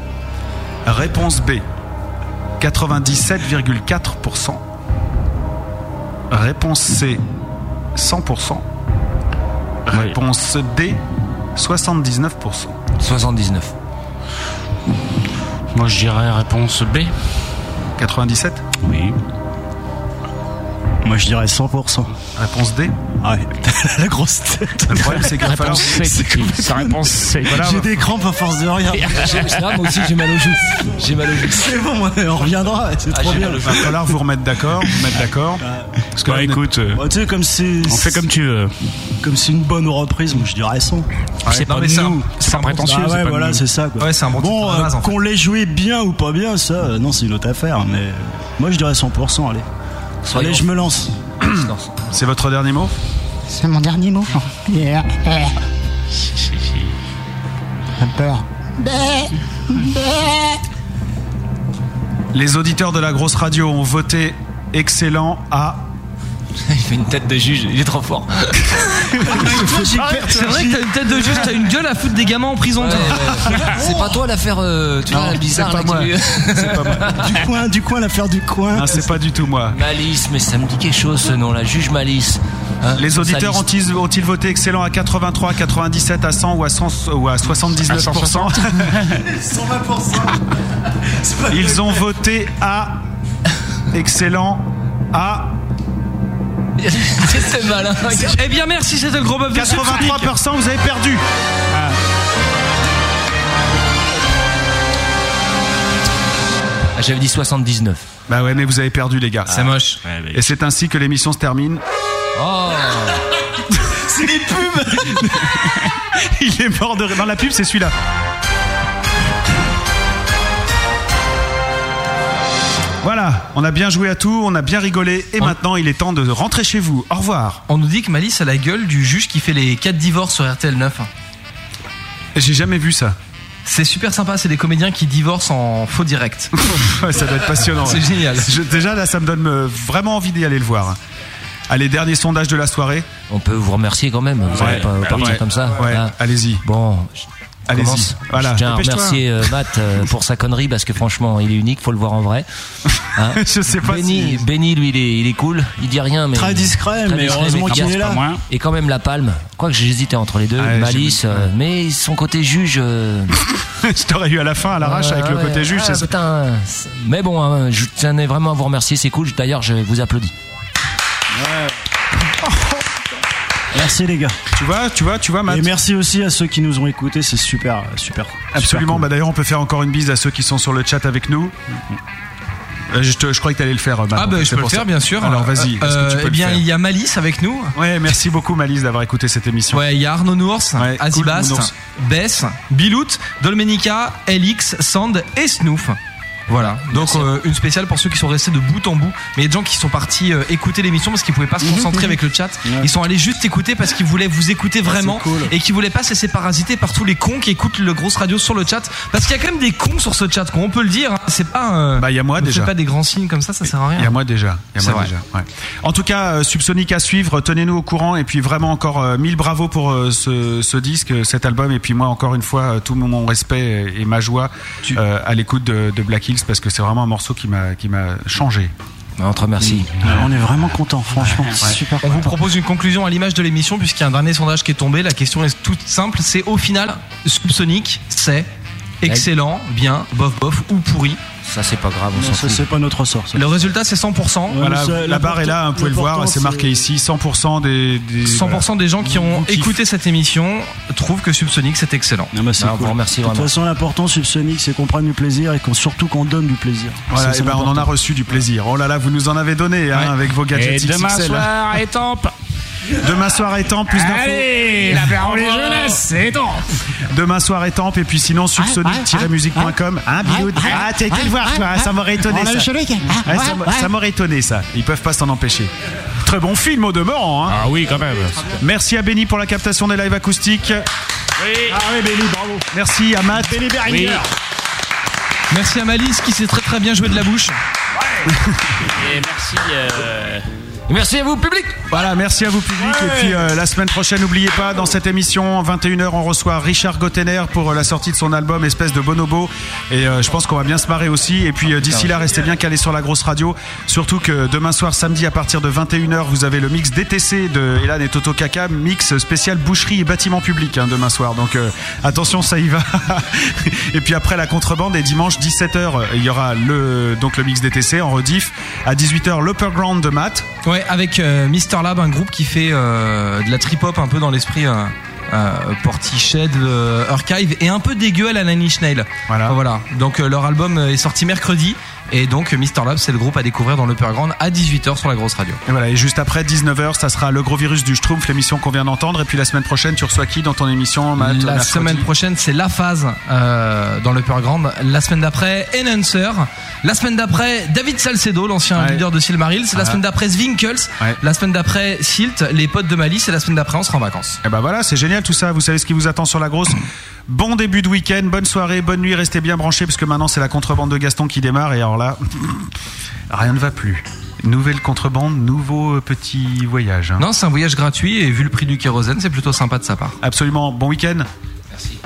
Réponse B. 97,4%. Réponse C. 100%. Réponse D. 79%.
79.
Moi, je dirais réponse B.
97
Oui.
Moi je dirais 100%.
Réponse D
Ah Ouais, la grosse tête.
Le problème, c'est qu'il va
Réponse
falloir-
C,
C'est
Kiki.
complètement-
Sa réponse C.
Voilà.
J'ai des crampes à force de rien.
Ah, moi aussi, j'ai mal aux joues. J'ai mal aux joues.
C'est bon, moi, on reviendra. C'est
Ah,
trop bien.
Il va falloir vous remettre d'accord, vous mettre d'accord. Parce que là, vous n'êtes-
écoute, euh,
Bah, tu sais, comme c'est.
on fait comme tu veux.
Comme c'est une bonne reprise, moi je dirais 100.
C'est pas non, mais de c'est nous. un- c'est un bon titre.
Ah
c'est
ouais,
pas de
voilà,
nous.
c'est ça. Quoi.
Ouais, c'est un bon titre
Bon, euh,
à la base, en fait.
qu'on l'ait joué bien ou pas bien, ça, euh, non, c'est une autre affaire. Mais euh, moi je dirais 100%. Allez, allez, je me lance.
C'est votre dernier mot
C'est mon dernier mot. Yeah. Yeah. J'ai peur.
Les auditeurs de la grosse radio ont voté excellent à
Il fait une tête de juge, il est trop fort.
C'est vrai que t'as une tête de juste, t'as une gueule à foutre des gamins en prison. toi.
C'est pas toi l'affaire euh, tu vois, la bizarre
c'est pas
là,
moi.
qui-
Du coin, du coin, l'affaire du coin.
Non, c'est pas du tout moi.
Malice, mais ça me dit quelque chose ce nom, la juge Malice. Hein,
Les auditeurs
ça,
ont-ils ont-ils voté excellent à 83, 97, à 100 ou à, 100 ou à 79%
120%. C'est pas
Ils ont voté à excellent à
C'est malin.
Eh bien, merci, c'était le gros bœuf de
83%. Vous avez perdu.
Ah, J'avais dit 79.
Bah ouais, mais vous avez perdu les gars. C'est
moche.
Et c'est ainsi que l'émission se termine.
Oh
C'est les pubs
Il est mort de rire. Dans la pub, c'est celui-là. Voilà, on a bien joué à tout, on a bien rigolé, et maintenant il est temps de rentrer chez vous. Au revoir.
On nous dit que Malice a la gueule du juge qui fait les 4 divorces sur RTL 9.
J'ai jamais vu ça.
C'est super sympa, c'est des comédiens qui divorcent en faux direct.
Ouais, ça doit être passionnant.
C'est génial.
Je- déjà, là, ça me donne euh, vraiment envie d'y aller le voir. Allez, dernier sondage de la soirée.
On peut vous remercier quand même, vous
Ouais,
n'allez pas
bah
partir
ouais.
comme ça.
Ouais,
Voilà.
allez-y.
Bon, je
Allez-y.
commence.
Voilà,
Je tiens à
dépêche-toi.
remercier euh, Matt euh, pour sa connerie parce que franchement, il est unique, faut le voir en vrai. Hein
Je sais pas
Benny,
si-
Benny, lui, il est, il est cool, il dit rien, mais.
Très discret, mais heureusement qu'il
classe,
est là.
pas moins. Et quand même la palme. Quoique j'hésitais entre les deux,
Ouais,
Malice, euh, mais son côté juge. euh,
Je t'aurais eu à la fin, à l'arrache,
Ouais,
avec le
ouais.
côté juge.
Ah,
c'est ça.
putain, c'est- Mais bon, hein, je tenais vraiment à vous remercier, c'est cool. D'ailleurs, je vous applaudis.
Merci les gars.
tu vois, tu vois, tu vois, Matt.
Et merci aussi à ceux qui nous ont écoutés, c'est super, euh, super.
Absolument. Bah, D'ailleurs, on peut faire encore une bise à ceux qui sont sur le chat avec nous. Euh, Je, te- je croyais que t'allais le faire. euh,
Ah
Matt, en
bah
fait,
je
c'est
peux le
pour
faire
ça.
bien sûr.
Alors vas-y. est-ce que
Euh,
tu peux
eh
le
bien
faire
il y a Malice avec nous.
Ouais, merci beaucoup Malice d'avoir écouté cette émission.
Ouais, il y a Arnaud Nours, Azibast,
Nounours.
Bess, Bilout, Dolmenica, LX, Sand et Snoof. Voilà, donc euh, une spéciale pour ceux qui sont restés de bout en bout. Mais il y a des gens qui sont partis euh, écouter l'émission parce qu'ils pouvaient pas se concentrer avec le chat. Ils sont allés juste écouter parce qu'ils voulaient vous écouter vraiment et qu'ils voulaient pas se laisser parasiter par tous les cons qui écoutent le grosse radio sur le chat. Parce qu'il y a quand même des cons sur ce chat, quoi. on peut le dire. hein. C'est pas. euh,
Bah il y a moi
ne faites
déjà.
pas des grands signes comme ça, ça sert à rien.
Il y a moi déjà. Il y a
C'est
moi
vrai.
déjà, ouais. En tout cas, euh, Subsonic à suivre. Tenez-nous au courant. Et puis vraiment encore euh, mille bravos pour euh, ce, ce disque, euh, cet album. Et puis moi, encore une fois, euh, tout mon respect et ma joie euh, à l'écoute de, de Black Hills parce que c'est vraiment un morceau qui m'a qui m'a changé. Mm.
Entre merci.
On est vraiment content, franchement. Super.
On vous propose une conclusion à l'image de l'émission puisqu'il y a un dernier sondage qui est tombé. La question est toute simple, c'est au final, Subsonic, c'est excellent, bien, bof bof ou pourri.
Ça c'est pas grave,
Non, ça, c'est pas notre ressort. ça.
Le résultat c'est 100%.
Voilà, la barre est là, hein, vous pouvez le voir, c'est marqué ici 100% des, des-
100% des gens qui ont écouté cette émission trouvent que Subsonic c'est excellent.
C'est cool. De toute façon, l'important sur Sonic, c'est qu'on prenne du plaisir et qu'on surtout qu'on donne du plaisir.
Voilà,
C'est
eh
ça
ben, on en a
l'important.
reçu du plaisir. Oh là là, vous nous en avez donné hein, avec vos gadgets.
Et demain
XXL.
soir, étampe.
Demain soir étant plus d'infos.
Allez, la parole est jeunesse, c'est étampe.
Demain soir étampe et puis sinon sur sonic-musique.com. Hein, Biloud Ah, t'as été le voir, toi, hein, ça m'aurait étonné.
On a
ça.
le chéri qui- ah,
hein. Ouais, ça
ouais,
m'a-
ouais.
Ça m'aurait étonné, ça. Ils peuvent pas s'en empêcher. Très bon film au demeurant. Ah oui, quand même. Merci à Benny pour la captation des lives acoustiques.
Ah oui, Béli, bravo.
Merci à Matt.
Béli Beringer.
Merci à Malice qui s'est très très bien joué de la bouche.
Et merci. euh,
Merci à vous, public. Voilà, merci à vous, public. Et puis euh, la semaine prochaine, n'oubliez pas, dans cette émission, 21h, on reçoit Richard Gottener pour euh, la sortie de son album Espèce de Bonobo. Et euh, je pense qu'on va bien se marrer aussi. Et puis euh, d'ici là, restez bien calés sur la grosse radio. Surtout que demain soir, samedi, à partir de 21h, vous avez le mix DTC de Elan et Toto Kaka, mix spécial boucherie et bâtiment public hein, demain soir. Donc euh, attention, ça y va. et puis après la contrebande, et dimanche 17h, il y aura le, donc, le mix DTC en rediff. À 18h, l'Upper Ground de Matt.
Ouais, avec euh, Mister Lab, un groupe qui fait euh, de la trip hop un peu dans l'esprit euh, euh, Portiched, euh, Archive et un peu dégueu à la Nine Inch Nails.
Voilà.
Donc euh, leur album est sorti mercredi et donc euh, Mister Lab, c'est le groupe à découvrir dans l'Upper Ground à 18h sur la grosse radio.
Et voilà, et juste après 19h, ça sera le gros virus du Schtroumpf, l'émission qu'on vient d'entendre. Et puis la semaine prochaine, tu reçois qui dans ton émission Matt,
la
mercredi
semaine prochaine, c'est la phase euh, dans l'Upper Ground. La semaine d'après, Enhancer. La semaine d'après, David Salcedo, l'ancien
Ouais.
leader de Silmarils. La
Ah.
semaine d'après, Svinkels. La semaine d'après, Silt, les potes de Malice. Et la semaine d'après, on sera en vacances.
Et ben voilà, c'est génial tout ça. Vous savez ce qui vous attend sur la grosse. Bon début de week-end, bonne soirée, bonne nuit. Restez bien branchés parce que maintenant c'est la contrebande de Gaston qui démarre. Et alors là, rien ne va plus. Nouvelle contrebande, nouveau euh, petit voyage. hein.
Non, c'est un voyage gratuit et vu le prix du kérosène, c'est plutôt sympa de sa part.
Absolument. Bon week-end. Merci.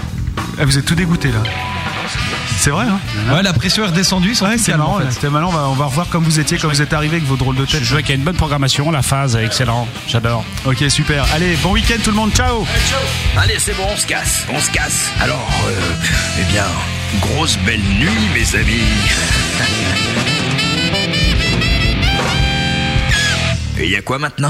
Vous êtes tout dégoûté là. C'est vrai, hein
Ouais, la pression est redescendue.
Ouais, c'est marrant. là. C'était malin. On va, on va revoir comme vous étiez quand vous êtes arrivé avec vos drôles de tête.
Je vois qu'il y a une bonne programmation, la phase, excellent. J'adore.
Ok, super. Allez, bon week-end tout le monde. Ciao.
Allez, c'est bon, on se casse, on se casse. Alors, euh, eh bien, grosse belle nuit, mes amis. Et il y a quoi maintenant